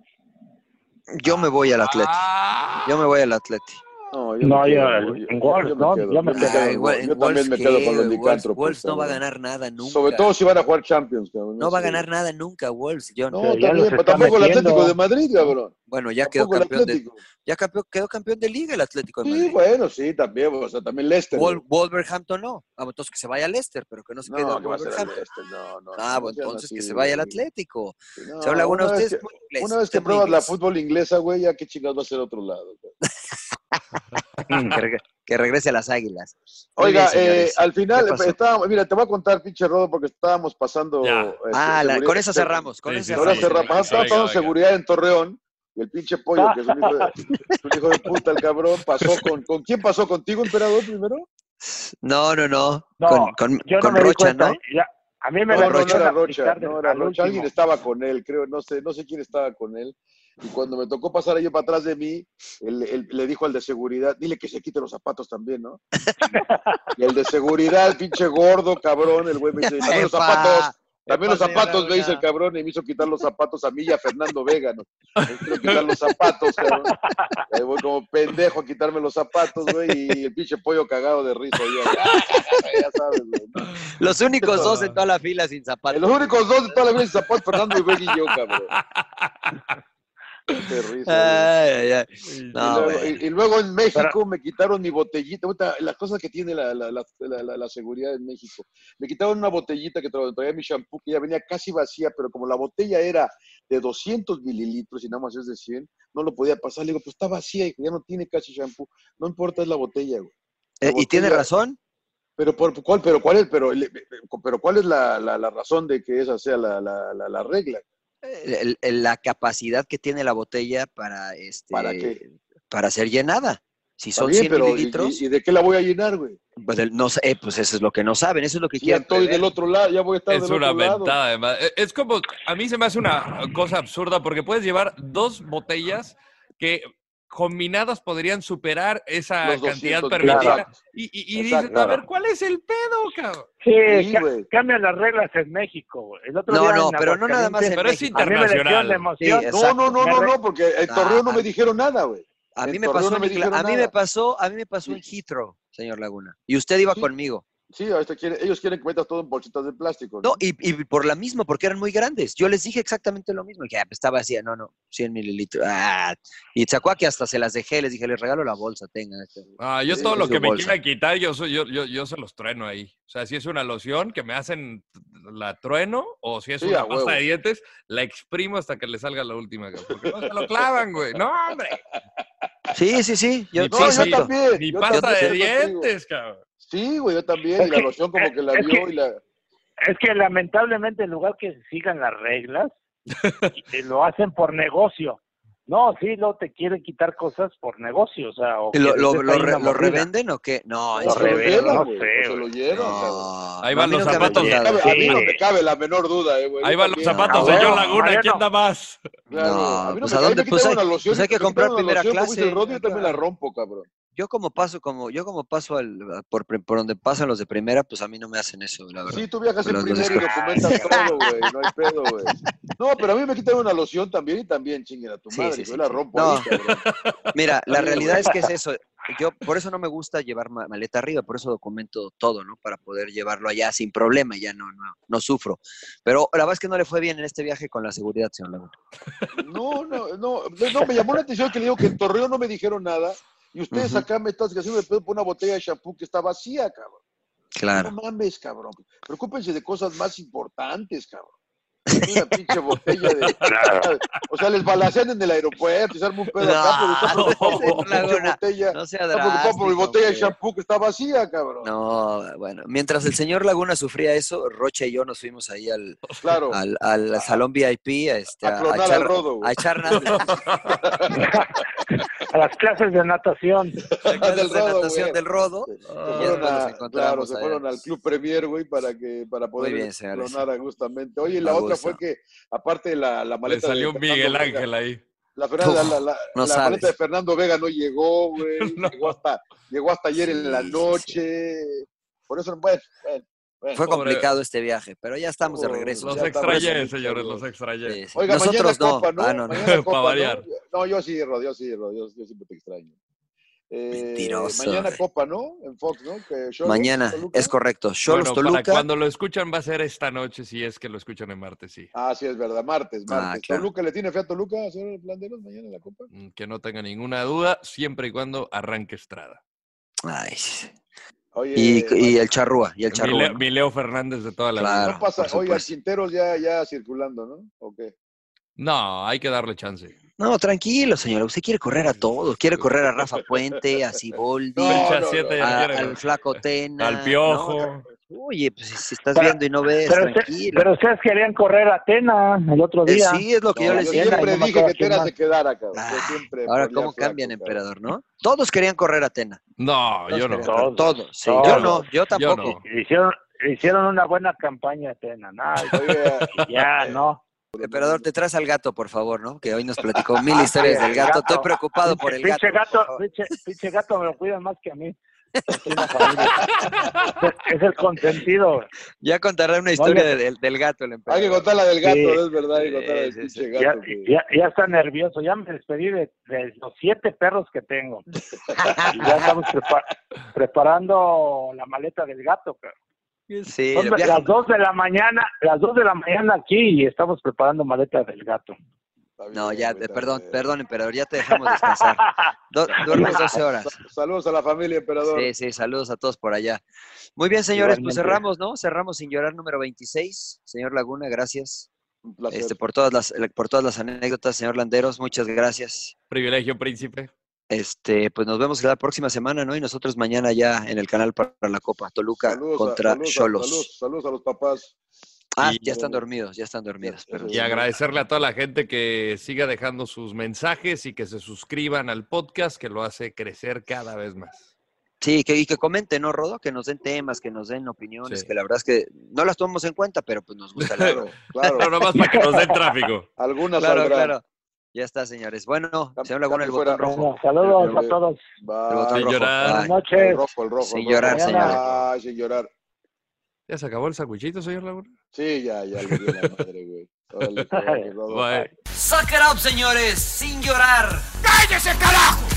S1: yo me voy al Atlético.
S3: Ah,
S1: Yo me voy al Atleti.
S4: No,
S5: No,
S4: me
S5: yo-
S4: quedo,
S5: en Wolves, no, yo me quedo
S1: Ay,
S4: en
S1: güey,
S4: Wolves.
S1: en
S4: Yo también me
S1: Wolves
S4: quedo
S1: qué,
S4: con los
S1: güey,
S4: licántropos.
S1: Wolves no va a
S4: cabrón.
S1: ganar nada nunca.
S4: Sobre todo si van a jugar Champions, cabrón.
S1: no va a
S4: Sí.
S1: ganar nada nunca Wolves, John.
S4: No,
S5: Pero ya
S4: también,
S5: los
S4: pero
S5: está
S4: tampoco el
S5: metiendo.
S4: Atlético de Madrid, cabrón.
S1: Bueno, ya quedó
S4: Tampoco el
S1: campeón de,
S4: Atlético.
S1: ya campeón, quedó campeón de liga el Atlético de
S4: Sí,
S1: Madrid.
S4: bueno, sí, también, o sea, también Leicester.
S1: Wol- Wolverhampton no. Ah, entonces que se vaya al Leicester, pero que no se
S4: No,
S1: quede en
S4: que va a ser el
S1: Wolverhampton.
S4: Leicester, no, no.
S1: Ah,
S4: no
S1: bueno,
S4: sean
S1: entonces que
S4: así,
S1: se vaya al
S4: güey.
S1: Atlético.
S4: No,
S1: se habla uno de
S4: una vez
S1: ustedes pues, este,
S4: que-
S1: muy inglés,
S4: Una vez
S1: usted
S4: que
S1: muy
S4: pruebas la
S1: inglés.
S4: fútbol inglesa, güey, ya qué chingados va a ser otro lado. güey.
S1: que, reg- que regrese a las Águilas. Muy
S4: Oiga,
S1: bien,
S4: eh,
S1: señores.
S4: al final,
S1: ¿Qué pasó?
S4: estábamos, mira, te voy a contar, pinche Rodo, porque estábamos pasando.
S3: Ya.
S4: este,
S1: Ah, la-
S4: seguridad-
S1: con eso cerramos. Con
S3: Sí,
S1: eso
S3: sí,
S4: Ahora
S3: sí,
S4: se
S3: cerramos.
S4: rapaz, estaba
S3: Venga,
S4: pasando
S3: venga.
S4: seguridad en Torreón y el pinche pollo, que es un hijo de, es un hijo de puta, el cabrón, pasó con. ¿Con quién pasó? ¿Contigo, emperador, primero?
S1: No, no, no.
S5: No,
S1: Con, con,
S5: Yo
S1: con
S5: no me di
S1: Rocha,
S5: cuenta, ¿eh?
S1: ¿no?
S5: ya- a mí me
S4: No,
S5: la
S4: no, no
S5: pusieron
S4: era
S5: a
S4: Rocha,
S5: picar
S4: no
S5: al
S4: era Rocha. Alguien
S5: último.
S4: estaba con él, creo, no sé, no sé quién estaba con él. Y cuando me tocó pasar a yo para atrás de mí, el- el- le dijo al de seguridad, dile que se quite los zapatos también, ¿no? Y el de seguridad, el pinche gordo, cabrón, el güey me dice, también los
S1: Epa,
S4: zapatos, también los
S1: epa,
S4: zapatos, me
S1: Laguna.
S4: dice el cabrón, y me hizo quitar los zapatos a mí y a Fernando Vega, ¿no? Me quiero quitar los zapatos, cabrón. Ahí voy como pendejo a quitarme los zapatos, güey, y el pinche pollo cagado de risa, ya, ya, ya sabes, güey.
S1: Los únicos dos en toda la fila sin zapatos.
S4: Los únicos dos de toda la vida sin zapatos, Fernando y Vega y yo, cabrón. Qué risa,
S1: Ay, ay, ay.
S4: güey.
S1: no,
S4: y, luego,
S1: bueno.
S4: y- y luego en México me quitaron mi botellita. Puta, Las cosas que tiene la, la- la- la- la- la seguridad en México. Me quitaron una botellita que tra- traía mi shampoo, que ya venía casi vacía, pero como la botella era de 200 mililitros y nada más es de 100, no lo podía pasar. Le digo, pues está vacía, hijo, ya no tiene casi shampoo. No importa, es la botella, güey.
S1: Eh, y tiene
S4: botella-
S1: razón.
S4: Pero por cuál, pero cuál es, pero, el- pero cuál es la, la- la razón de que esa sea la, la- la- la regla.
S1: el- el- la capacidad que tiene la botella para este
S4: ¿Para qué?
S1: para ser llenada. Si son
S4: bien,
S1: 100
S4: pero ¿y-
S1: mililitros,
S4: y- y de qué la voy a llenar, güey?
S1: pues, el- no sé, eh, pues eso es lo que no saben, eso es lo que
S4: Ya
S1: quieren.
S4: estoy
S1: prever.
S4: del otro lado, ya voy a estar
S3: Es
S4: del
S3: una
S4: otro lado.
S3: ventada, además. Eh, Es como, a mí se me hace una cosa absurda porque puedes llevar dos botellas que combinadas podrían superar esa
S4: Los
S3: cantidad
S4: 200,
S3: permitida.
S4: claro.
S3: Y, y, y
S4: Exacto,
S3: dices, a
S4: claro.
S3: ver, ¿cuál es el pedo, cabrón?
S5: Sí,
S4: Sí,
S5: ca-
S4: güey.
S5: cambian las reglas en México. güey. El otro
S1: No,
S5: día
S1: no,
S5: en
S1: pero no nada más
S5: Aguascalientes,
S1: en
S3: Pero es
S1: México. ¿eh?
S5: A mí me
S3: internacional.
S5: dio la emoción.
S1: Sí,
S4: No,
S1: exacto.
S4: no, no, no, no, porque en
S1: Ah,
S4: Torreón no
S1: ah.
S4: me dijeron nada, güey.
S1: A mí
S4: En
S1: me
S4: Torreón
S1: pasó,
S4: no me
S1: en Igla-
S4: dijeron
S1: a mí me
S4: nada.
S1: pasó, a mí me pasó en Heathrow, señor Laguna. Y usted iba
S4: Sí.
S1: conmigo.
S4: Sí, ahorita quieren- ellos quieren que metas todo en bolsitas de plástico.
S1: No, y, y por la misma, porque eran muy grandes. Yo les dije exactamente lo mismo. Dije, "Ah, pues, estaba así, no, no, 100 mililitros. Ah. Y sacó que hasta se las dejé, les dije, les regalo la bolsa, tengan. este".
S3: Ah, yo
S4: Sí,
S3: todo
S4: es
S3: lo
S1: su
S3: que me
S1: bolsa.
S3: quieran quitar, yo, soy- yo, yo, yo se los trueno ahí. O sea, si es una loción que me hacen, la trueno, o si es
S4: Sí,
S3: una
S4: a
S3: pasta
S4: huevo.
S3: de dientes, la exprimo hasta que le salga la última. cabrón, Porque no se lo clavan, güey. No, hombre.
S1: Sí, sí, sí. Yo,
S3: Mi
S4: No,
S1: sí,
S3: pasa-
S4: yo
S1: sí.
S4: también.
S3: Mi
S4: yo
S3: pasta
S4: también,
S3: de
S4: estoy contigo.
S3: dientes, cabrón.
S4: Sí, güey, yo también.
S5: Es
S4: y la
S5: que-
S4: loción como que la
S5: es
S4: vio
S5: que-
S4: y la...
S5: Es que lamentablemente en lugar que sigan las reglas, eh, lo hacen por negocio. No, sí, no te quieren quitar cosas por negocio, o sea, o que
S1: ¿Lo,
S5: les
S1: lo-
S5: des
S1: lo
S5: ahí
S1: re-
S5: una
S1: lo
S5: mordida.
S1: revenden o qué? No, en
S4: No,
S5: Lo
S4: se
S1: serio.
S4: lo
S5: revela,
S4: llenan,
S5: no
S4: güey,
S5: sé,
S4: Se lo
S5: güey.
S4: llenan,
S1: pues,
S4: cabrón.
S1: No,
S3: Ahí
S1: no,
S3: van
S1: a mí
S3: los
S1: nunca me ha
S3: zapatos.
S4: A mí no me
S1: tocado.
S4: cabe- a mí no
S5: Sí.
S4: me cabe la menor duda, eh, güey.
S3: Ahí
S4: yo
S3: van los
S4: también.
S3: zapatos
S5: Ah,
S3: de John
S5: bueno,
S3: Laguna.
S5: Mariano.
S3: ¿Quién da más?
S4: Claro,
S1: No,
S4: a mí no
S1: pues,
S4: me
S1: ¿a
S4: cabe,
S1: dónde?
S4: me
S1: Pues
S4: quitan
S1: hay-
S4: una loción
S1: pues hay
S4: y
S1: que
S4: me quitan
S1: comprar
S4: una
S1: primera
S4: loción, como dice el
S1: clase,
S4: Rodri, yo también la
S1: claro.
S4: rompo, cabrón.
S1: Yo como paso, como, yo como paso al- por, pre- por donde pasan los de primera, pues a mí no me hacen eso, la verdad.
S4: Sí, tú viajas en
S1: Los- los
S4: primera y documentas todo, güey. No hay pedo, güey. No, pero a mí me quitan una loción también y también, chinguen a tu
S1: Sí,
S4: madre.
S1: sí,
S4: yo
S1: sí,
S4: la
S1: sí.
S4: rompo
S1: No.
S4: ahí, cabrón.
S1: Mira, la
S4: Amigo.
S1: realidad es que es eso. Yo por eso no me gusta llevar ma- maleta arriba, por eso documento todo, ¿no? Para poder llevarlo allá sin problema, ya no, no, no sufro. Pero la verdad es que no le fue bien en este viaje con la seguridad, señor Laguna.
S4: No, no, no, no, no, me llamó la atención que le digo que en Torreón no me dijeron nada y ustedes
S1: Ujú.
S4: acá me están haciendo el pedo por una botella de shampoo que está vacía, cabrón.
S1: Claro.
S4: No mames, cabrón. Preocúpense de cosas más importantes, cabrón. Una pinche botella de. O sea, les balacean en el aeropuerto y se arma un pedo acá, pero está
S1: No,
S4: preocupado por
S1: señor
S4: una pinche
S1: Laguna,
S4: botella.
S1: No sea
S4: Está preocupado por mi
S1: drástico,
S4: botella de
S1: hombre.
S4: shampoo que está vacía, cabrón.
S1: No, bueno, mientras el señor Laguna sufría eso, Rocha y yo nos fuimos ahí al,
S4: Claro.
S1: al, al salón VIP este,
S4: Ah. a
S1: a,
S4: clonar al
S1: echar,
S4: rodo, güey.
S1: a echar nada.
S5: A las clases de natación.
S1: Clases
S4: Del
S1: de
S4: rodo,
S1: natación
S4: güey.
S1: del rodo.
S4: Se
S1: ya
S4: fueron
S1: después
S4: a-
S1: nos
S4: claro,
S1: encontramos
S4: se
S1: allá.
S4: fueron al Club Premier, güey, para, que, para poder
S1: bien, señores.
S4: clonar a justamente. Oye,
S1: A
S4: la
S1: gusto.
S4: otra fue que, aparte de la, la
S3: Le
S4: maleta.
S3: salió
S4: de
S3: un
S4: Fernando
S3: Miguel
S4: Vega,
S3: Ángel ahí.
S4: La, Fernanda-
S1: Uf,
S4: la- la-
S1: no
S4: la maleta de
S1: sabes.
S4: Fernando Vega no llegó, güey.
S3: No.
S4: llegó, hasta, llegó hasta ayer en la
S1: Sí, sí, sí.
S4: noche. Por eso, bueno, bueno, bueno.
S1: Fue
S3: Pobre-
S1: complicado este viaje, pero ya estamos de
S4: Pobre-
S1: regreso.
S3: Los
S4: Ya está,
S3: extrañé,
S4: bueno,
S3: señores,
S4: muchachos.
S3: los extrañé.
S1: Sí, sí.
S4: Oiga,
S1: Nosotros
S4: mañana
S1: no.
S4: copa, ¿no?
S1: Ah, no, no.
S4: Mañana copa,
S3: Pa'
S4: ¿no?
S3: variar.
S4: No, yo sí, Rod, yo sí, Rod, yo, yo siempre te extraño. Eh,
S1: Mentiroso,
S4: Mañana
S1: güey.
S4: copa, ¿no? En Fox, ¿no? Que Cholos,
S1: Mañana,
S4: Toluca.
S1: es correcto. Cholos
S3: Bueno, para
S1: Toluca.
S3: cuando lo escuchan va a ser esta noche, si es que lo escuchan el martes, sí.
S4: Ah, sí, es verdad, martes,
S1: Ah,
S4: martes.
S1: claro.
S4: ¿Toluca le tiene fe a Toluca a hacer el plan de los mañana en la copa?
S3: Mm, Que no tenga ninguna duda, siempre y cuando arranque Estrada.
S1: Ay,
S4: Oye, eh,
S1: y, y el Charrúa, y el
S3: Mi
S1: Charrúa.
S3: Leo, mi Leo Fernández de toda la
S1: Claro.
S3: vida.
S4: no pasa,
S1: por
S4: oiga,
S1: supuesto.
S4: Quinteros ya, ya circulando, ¿no? ¿O qué?
S3: No, hay que darle chance.
S1: No, tranquilo, señora. Usted quiere correr a todos. Quiere correr a Rafa Puente, a Siboldi,
S4: No,
S3: Fecha
S4: no,
S3: siete,
S4: no.
S3: ya
S1: a-
S3: quiere-
S1: Ah, al Flaco Tena.
S3: al Piojo.
S1: ¿no? Oye, pues si- si estás
S5: Pero-
S1: viendo y no ves,
S5: Pero, usted-
S1: tranquilo.
S5: pero ustedes querían correr a Atena el otro
S1: Eh,
S5: día.
S1: sí, es lo que
S4: No,
S1: yo
S4: yo
S1: les
S5: decía,
S1: digo.
S4: siempre
S5: no me
S4: dije
S5: acuerdo
S4: que
S5: quién
S4: Teras
S5: más.
S4: se quedara, cabrón. Yo
S1: Ay,
S4: siempre
S1: Ah, Ahora,
S4: ponía
S1: ¿cómo
S4: flaco,
S1: cambian,
S4: cabrón.
S1: emperador, no? Todos querían correr a Atena.
S3: No,
S1: Todos
S3: yo no.
S1: querían correr, Todos, sí. Yo
S5: Todos.
S1: no, yo
S3: Yo
S1: tampoco.
S3: no.
S5: Hicieron, hicieron una buena campaña a Atena. No,
S4: Oiga,
S5: ya, no.
S1: Emperador, te traes al gato, por favor, ¿no? Que hoy nos platicó mil historias del gato. Estoy preocupado por el gato.
S5: Pinche
S1: por
S5: gato,
S1: favor.
S5: pinche, pinche gato me lo cuidan más que a mí. Aquí en la familia. es el consentido.
S1: Ya contará una historia del, del gato el
S4: hay que
S1: emperador.
S4: contar la del gato,
S5: Sí.
S4: es verdad, hay que contar la del
S1: Sí, sí, sí.
S4: pinche
S5: Ya,
S4: gato. que-
S5: ya, ya está nervioso. Ya me despedí de, de los siete perros que tengo. Y ya estamos prepa- preparando la maleta del gato. cabrón.
S1: Sí,
S5: Son
S1: viaja-
S5: las dos de la mañana, las dos de la mañana aquí y estamos preparando maleta del gato.
S4: Está bien,
S1: No, ya,
S4: güey,
S1: de-
S4: está
S1: perdón,
S4: bien.
S1: perdón, emperador, ya te dejamos descansar. Du- duermes 12 horas.
S4: Sa- Saludos a la familia, emperador.
S1: Sí, sí, saludos a todos por allá. Muy bien, señores, pues
S5: Igualmente.
S1: cerramos, ¿no? Cerramos sin llorar número 26. Señor Laguna, gracias
S4: Un placer.
S1: este, por, todas las, por todas las anécdotas. Señor Landeros, muchas gracias.
S3: Privilegio, príncipe.
S1: Este, pues nos vemos la próxima semana, ¿no? Y nosotros mañana ya en el canal para la Copa Toluca
S4: Saludos a-
S1: contra
S4: saludos a-
S1: Cholos.
S4: Saludos, saludos a los papás.
S1: Ah, ya están dormidos, ya están dormidos. Pero...
S3: Y agradecerle a toda la gente que siga dejando sus mensajes y que se suscriban al podcast que lo hace crecer cada vez más.
S1: Sí, que, y que comenten, ¿no, Rodo? Que nos den temas, que nos den opiniones,
S3: Sí.
S1: que la verdad es que no las tomamos en cuenta, pero pues nos gusta la
S4: Claro, claro.
S3: No, nomás para que nos den tráfico.
S4: Algunas
S1: Claro,
S4: saldrán.
S1: claro. Ya está, señores. Bueno,
S4: Cam-
S1: señor Laguna, el
S4: cambio
S1: botón
S4: fuera.
S1: rojo.
S4: Ojo.
S5: Saludos a todos.
S4: Va,
S1: El botón
S3: Sin
S1: rojo.
S3: llorar.
S5: Buenas
S1: Bye.
S4: El
S5: noches.
S4: rojo, el rojo.
S1: Sin
S4: el rojo.
S1: llorar,
S5: señores.
S4: Ay, sin llorar.
S3: ¿Ya se acabó el sacuchito, señor Laguna?
S4: Sí, ya, ya le dio la madre, güey. Órale, órale, Rodo.
S3: Bye.
S8: Suck it up, señores, sin llorar.
S2: ¡Cállese, carajo!